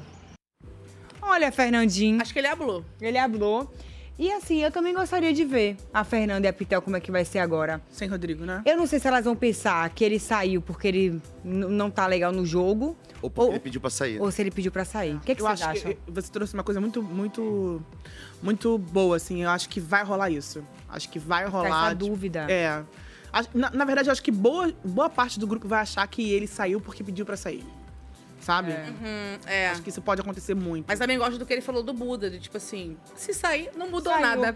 Speaker 1: Olha, Fernandinho. Acho
Speaker 4: que ele ablou.
Speaker 1: Ele ablou. E assim, eu também gostaria de ver a Fernanda e a Pitel como é que vai ser agora.
Speaker 4: Sem Rodrigo, né?
Speaker 1: Eu não sei se elas vão pensar que ele saiu porque ele n- não tá legal no jogo
Speaker 3: Ou porque ele pediu pra sair.
Speaker 1: ou se ele pediu pra sair. O que, é que
Speaker 4: eu
Speaker 1: vocês
Speaker 4: acho
Speaker 1: acham?
Speaker 4: Que você trouxe uma coisa muito, muito, muito boa, assim. Eu acho que vai rolar isso. Acho que vai rolar.
Speaker 1: essa
Speaker 4: tipo,
Speaker 1: dúvida.
Speaker 4: É. Acho- Na, na verdade, eu acho que boa, boa parte do grupo vai achar que ele saiu porque pediu pra sair. Sabe? Uhum,
Speaker 5: é.
Speaker 4: Acho que isso pode acontecer muito.
Speaker 5: Mas também gosto do que ele falou do Buda, de tipo assim, se sair, não mudou
Speaker 4: Saiu.
Speaker 5: nada.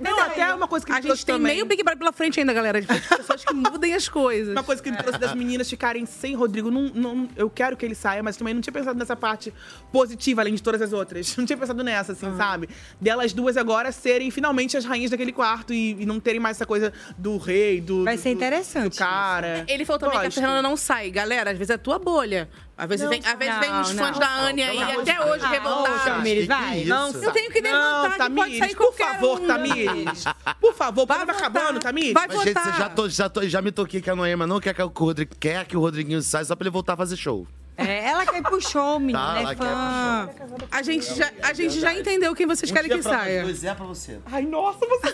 Speaker 5: Então,
Speaker 4: Não, até uma coisa que ele
Speaker 5: A gente
Speaker 4: trouxe
Speaker 5: tem
Speaker 4: também.
Speaker 5: meio Big Brother pela frente ainda, galera. Tipo, as pessoas que mudem as coisas.
Speaker 4: Uma coisa que ele trouxe das meninas ficarem sem Rodrigo. Não, não- eu quero que ele saia, mas também não tinha pensado nessa parte positiva, além de todas as outras. Não tinha pensado nessa, assim,
Speaker 5: Ah.
Speaker 4: sabe? Delas duas agora serem finalmente as rainhas daquele quarto e, e não terem mais essa coisa do rei, do. Vai ser interessante. Do cara.
Speaker 5: Ele falou também que
Speaker 4: Gosto.
Speaker 5: a Fernanda não sai. Galera, às vezes é a tua bolha. Às vezes,
Speaker 4: Não,
Speaker 5: vem, às vezes
Speaker 4: não,
Speaker 5: vem uns
Speaker 4: não.
Speaker 5: fãs da Anne aí,
Speaker 4: Não,
Speaker 5: até
Speaker 4: não.
Speaker 5: hoje,
Speaker 4: Ah,
Speaker 5: revoltados.
Speaker 4: ô, Tamires, Que vai. que
Speaker 5: Não,
Speaker 4: isso?
Speaker 5: eu tenho que
Speaker 4: Não,
Speaker 5: levantar, que pode
Speaker 4: Tamires,
Speaker 5: sair
Speaker 4: por
Speaker 5: qualquer
Speaker 4: favor,
Speaker 5: um.
Speaker 4: Tamires. Por favor, vai acabando, Tamires.
Speaker 3: Mas, gente, você já, tô, já, tô- já me toquei que a Noema não quer que o Rodrigo, quer que o Rodriguinho saia só pra ele voltar a fazer show.
Speaker 1: É, ela quer ir pro show, menina.
Speaker 3: Tá,
Speaker 1: é
Speaker 3: ela quer ir pro
Speaker 1: fã.
Speaker 5: A gente já, a
Speaker 3: é
Speaker 5: gente já entendeu quem
Speaker 3: Então,
Speaker 5: vocês querem que saia.
Speaker 3: Pois é, Um pra você.
Speaker 4: Ai, nossa, você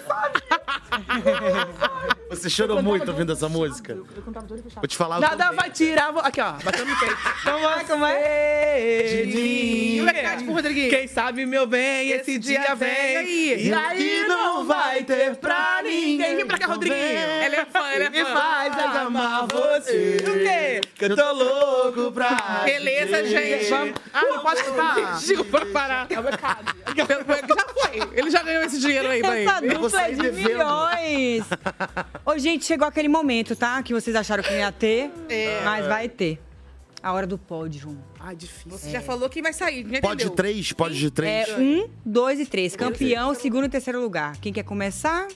Speaker 3: Você chorou muito ouvindo essa música? Vou te falar o um que eu
Speaker 4: Nada vai tirar. vo- Aqui, ó. Bateu no peito. Como é, como é?
Speaker 3: De mim.
Speaker 4: Como é que tá, tipo, Rodriguinho? Quem sabe, meu bem, esse, dia, vem.
Speaker 5: aí.
Speaker 4: E aí não vai ter pra ninguém. Vem pra cá, Rodriguinho.
Speaker 5: Ela é fã, ela é
Speaker 4: Me
Speaker 5: fã.
Speaker 4: faz amar você. O quê? Que eu tô Tá louco pra.
Speaker 5: Beleza,
Speaker 4: te
Speaker 5: gente.
Speaker 4: ver. Ah, não pode escutar.
Speaker 5: Digo pra parar. É o mercado. Já foi. Ele já ganhou esse dinheiro aí, vai.
Speaker 1: Essa dupla é de
Speaker 2: né?
Speaker 1: milhões. Ô, gente, chegou aquele momento, tá? Que vocês acharam que não ia ter,
Speaker 5: É.
Speaker 1: mas vai ter. A hora do pódio.
Speaker 4: Ah, difícil.
Speaker 5: Você já falou quem vai sair, já
Speaker 3: Pode de
Speaker 5: entendeu?
Speaker 3: três, pode de três.
Speaker 1: É um, dois e três. Campeão, segundo e terceiro lugar. Quem quer começar?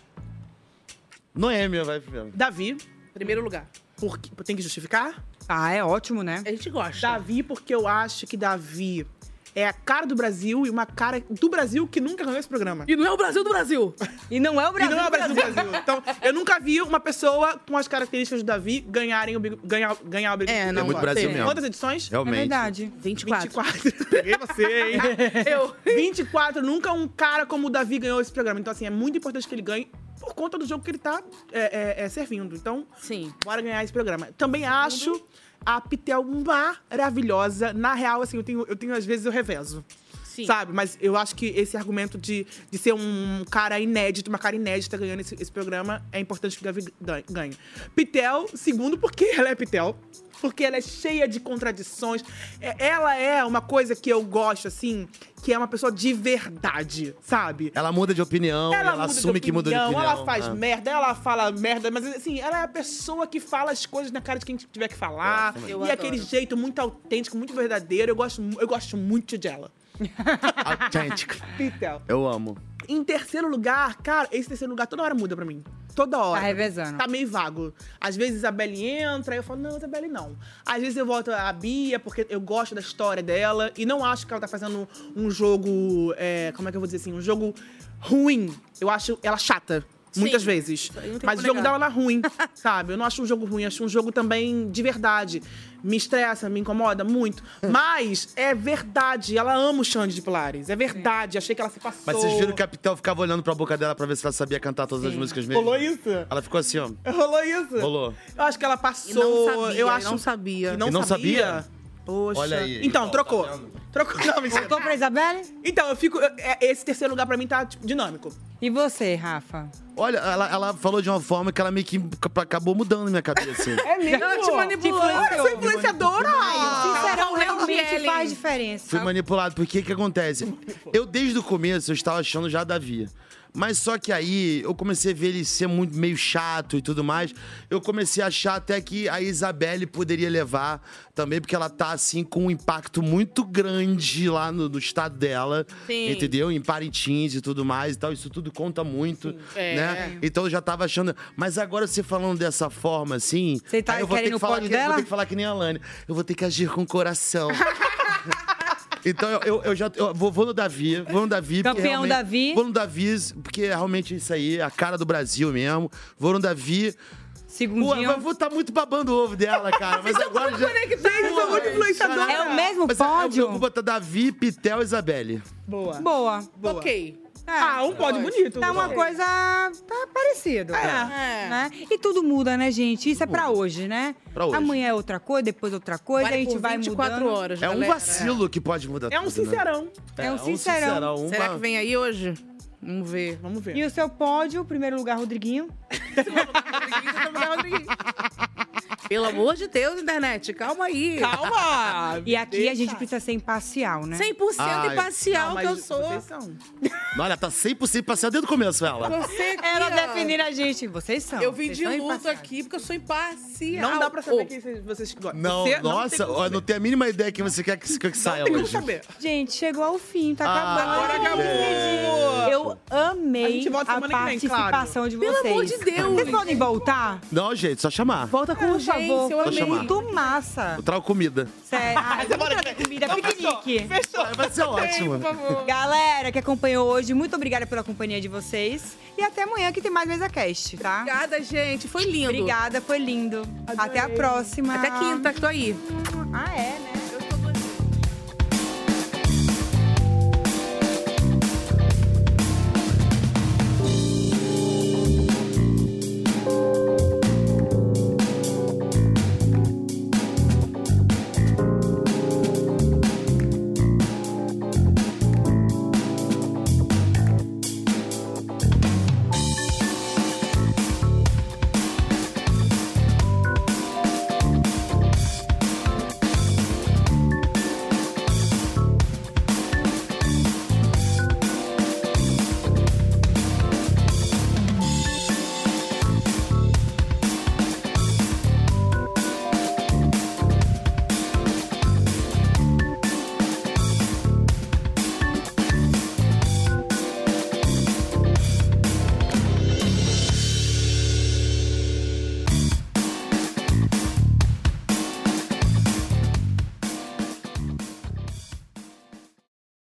Speaker 3: Noêmia vai primeiro.
Speaker 4: Davi.
Speaker 5: Primeiro lugar.
Speaker 4: Porque, tem que justificar?
Speaker 1: Ah, é ótimo, né?
Speaker 5: A gente gosta.
Speaker 4: Davi, porque eu acho que Davi é a cara do Brasil e uma cara do Brasil que nunca ganhou esse programa.
Speaker 5: E não é o Brasil do Brasil.
Speaker 1: E não é o
Speaker 4: Brasil, e não é o Brasil do Brasil. Então, eu nunca vi uma pessoa com as características do Davi ganharem o Big, ganhar, ganhar o Big Brother.
Speaker 5: É, não Tem muito gosto. Brasil mesmo.
Speaker 4: Quantas edições?
Speaker 3: Realmente. É
Speaker 1: verdade.
Speaker 5: 24.
Speaker 4: 24. Peguei você, hein?
Speaker 5: eu.
Speaker 4: 24. Nunca um cara como o Davi ganhou esse programa. Então, assim, é muito importante que ele ganhe por conta do jogo que ele tá é, é, é, servindo. Então,
Speaker 5: Sim.
Speaker 4: bora ganhar esse programa. Também acho a Pitel maravilhosa. Na real, assim, eu tenho, eu tenho às vezes, eu revezo.
Speaker 5: Sim.
Speaker 4: Sabe? Mas eu acho que esse argumento de, de ser um cara inédito, uma cara inédita ganhando esse, esse programa, é importante que o Davi gan- ganhe. Pitel, segundo, porque ela é Pitel. Porque ela é cheia de contradições. É- Ela é uma coisa que eu gosto, assim, que é uma pessoa de verdade, sabe?
Speaker 3: Ela muda de opinião, ela,
Speaker 4: muda de
Speaker 3: assume que muda de opinião.
Speaker 4: Ela faz
Speaker 3: né?
Speaker 4: merda, ela fala merda, mas assim, ela é a pessoa que fala as coisas na cara de quem tiver que falar.
Speaker 3: também.
Speaker 4: e
Speaker 3: Eu
Speaker 4: aquele jeito muito autêntico, muito verdadeiro. Eu gosto, mu- eu gosto muito dela.
Speaker 3: Autêntico.
Speaker 4: Pitel.
Speaker 3: Eu amo.
Speaker 4: Em terceiro lugar, cara, esse terceiro lugar toda hora muda pra mim. Toda hora. Tá
Speaker 1: revezando.
Speaker 4: Tá meio vago. Às vezes a Isabelle entra, eu falo, não, Isabelle não. Às vezes eu volto a Bia, porque eu gosto da história dela. E não acho que ela tá fazendo um jogo. é, como é que eu vou dizer assim? Um jogo ruim. Eu acho ela chata. Muitas
Speaker 5: Sim.
Speaker 4: vezes.
Speaker 5: Isso aí não tem
Speaker 4: Mas o
Speaker 5: como
Speaker 4: jogo
Speaker 5: negar.
Speaker 4: dela é ruim, sabe? Eu não acho um jogo ruim, acho um jogo também de verdade. Me estressa, me incomoda muito.
Speaker 5: Hum.
Speaker 4: Mas é verdade. Ela ama o Xande de Pilares. É verdade. Achei que ela se passou.
Speaker 3: Mas vocês viram que a Pitel ficava olhando pra boca dela pra ver se ela sabia cantar todas as músicas mesmo?
Speaker 4: Rolou isso?
Speaker 3: Ela ficou assim, ó.
Speaker 4: Rolou isso?
Speaker 3: Rolou.
Speaker 4: Eu acho que ela passou.
Speaker 5: E não sabia,
Speaker 4: eu
Speaker 5: e
Speaker 4: acho
Speaker 5: não sabia.
Speaker 4: que
Speaker 3: E
Speaker 4: não,
Speaker 3: não
Speaker 4: sabia.
Speaker 3: sabia?
Speaker 4: Poxa.
Speaker 3: Olha aí. tá
Speaker 4: Então, trocou. trocou. Não, mentira.
Speaker 1: Voltou pra Isabelle?
Speaker 4: Então, eu fico. eu- é- Esse terceiro lugar pra mim tá tipo, dinâmico.
Speaker 1: E você, Rafa?
Speaker 3: Olha, ela, ela falou de uma forma que ela meio que acabou mudando minha cabeça.
Speaker 1: É mesmo?
Speaker 4: Ela te manipulou.
Speaker 1: Te influenciou.
Speaker 4: Olha, eu sou influenciadora.
Speaker 1: Sincerão,
Speaker 4: Ela é o
Speaker 1: realmente
Speaker 4: Ellen.
Speaker 1: faz diferença.
Speaker 3: Fui manipulado, porque o que acontece? Eu, desde o começo, eu estava achando já Davi. Mas só que aí, eu comecei a ver ele ser muito meio chato e tudo mais. Eu comecei a achar até que a Isabelle poderia levar também, porque ela tá, assim, com um impacto muito grande lá no, no estado dela.
Speaker 5: Sim.
Speaker 3: Entendeu? Em Parintins e tudo mais e tal. Isso tudo conta muito,
Speaker 5: É.
Speaker 3: né? Então eu já tava achando... Mas agora você falando dessa forma, assim... Você
Speaker 1: tá
Speaker 3: eu vou ter
Speaker 1: querendo
Speaker 3: que
Speaker 1: o
Speaker 3: falar
Speaker 1: pódio
Speaker 3: que, eu vou
Speaker 1: dela?
Speaker 3: ter que falar que nem a Lani. Eu vou ter que agir com o coração. Então eu, eu, eu já eu vou, vou no Davi, vou no Davi. porque
Speaker 1: Campeão
Speaker 3: realmente-
Speaker 1: Davi.
Speaker 3: Vou no Davi, porque é realmente isso aí, a cara do Brasil mesmo. Vou no Davi.
Speaker 1: Segundinho.
Speaker 3: Pô, eu vou estar muito babando o ovo dela, cara. Mas agora já...
Speaker 1: conectados, eu sou muito influenciadora. É o mesmo
Speaker 3: pódio? Eu, eu vou botar Davi, Pitel e Isabelle.
Speaker 4: Boa.
Speaker 1: Boa.
Speaker 5: Ok.
Speaker 4: ah, um pódio bonito.
Speaker 1: Tá uma
Speaker 4: Bom.
Speaker 1: coisa. Tá parecido.
Speaker 4: É.
Speaker 1: Né? E tudo muda, né, gente? Isso é pra hoje, né?
Speaker 3: Pra hoje.
Speaker 1: Amanhã é outra coisa, depois outra coisa,
Speaker 4: Vale
Speaker 1: a gente
Speaker 4: por
Speaker 1: vai
Speaker 4: 24
Speaker 1: mudando.
Speaker 4: horas,
Speaker 3: É um
Speaker 4: galera.
Speaker 3: vacilo que pode mudar
Speaker 4: É um
Speaker 3: tudo, né?
Speaker 4: sincerão.
Speaker 3: É É um um sincerão. sincerão, uma-
Speaker 4: Será que vem aí hoje? Vamos ver, vamos ver.
Speaker 1: E o seu pódio, primeiro lugar, Rodriguinho.
Speaker 2: Pelo amor de Deus, internet, calma aí. Calma!
Speaker 1: E aqui a gente precisa ser imparcial, né?
Speaker 2: 100%
Speaker 3: Ai.
Speaker 2: imparcial
Speaker 1: Não,
Speaker 2: que eu
Speaker 1: mas
Speaker 2: sou.
Speaker 3: Olha, tá 100% passeado desde o começo, ela.
Speaker 1: Ela
Speaker 5: é.
Speaker 1: definir a gente. Vocês são.
Speaker 2: Eu vim
Speaker 1: Vocês
Speaker 2: de
Speaker 1: são
Speaker 2: luto
Speaker 1: imparciais.
Speaker 2: aqui porque eu sou imparcial.
Speaker 4: Não dá pra saber
Speaker 2: Ô,
Speaker 4: quem vocês- vocês gostam.
Speaker 3: Não,
Speaker 4: Você
Speaker 3: nossa,
Speaker 4: tem
Speaker 3: ó, não tenho a mínima ideia quem você quer que, que saia hoje.
Speaker 1: Gente, chegou ao fim, tá
Speaker 3: Ah,
Speaker 1: acabando.
Speaker 3: agora acabou.
Speaker 1: Eu amei a,
Speaker 4: A gente volta semana que vem, claro.
Speaker 1: participação de
Speaker 4: Pelo
Speaker 1: vocês.
Speaker 4: amor de Deus.
Speaker 1: Vocês podem voltar?
Speaker 3: Não, gente, só chamar.
Speaker 1: Volta com o favor.
Speaker 3: eu Vou amei. chamar.
Speaker 1: Muito massa.
Speaker 3: Eu trago comida.
Speaker 1: Sério. Ai, vamos trazer comida piquenique.
Speaker 3: Fechou. Vai ser ótimo.
Speaker 1: Galera que acompanhou hoje, muito obrigada pela companhia de vocês. E até amanhã que tem mais mesa cast, tá?
Speaker 2: Obrigada, gente. Foi lindo.
Speaker 1: Obrigada, foi lindo. Até a
Speaker 2: Adorei.
Speaker 1: próxima.
Speaker 2: Até quinta que tô aí.
Speaker 1: Ah, é, né?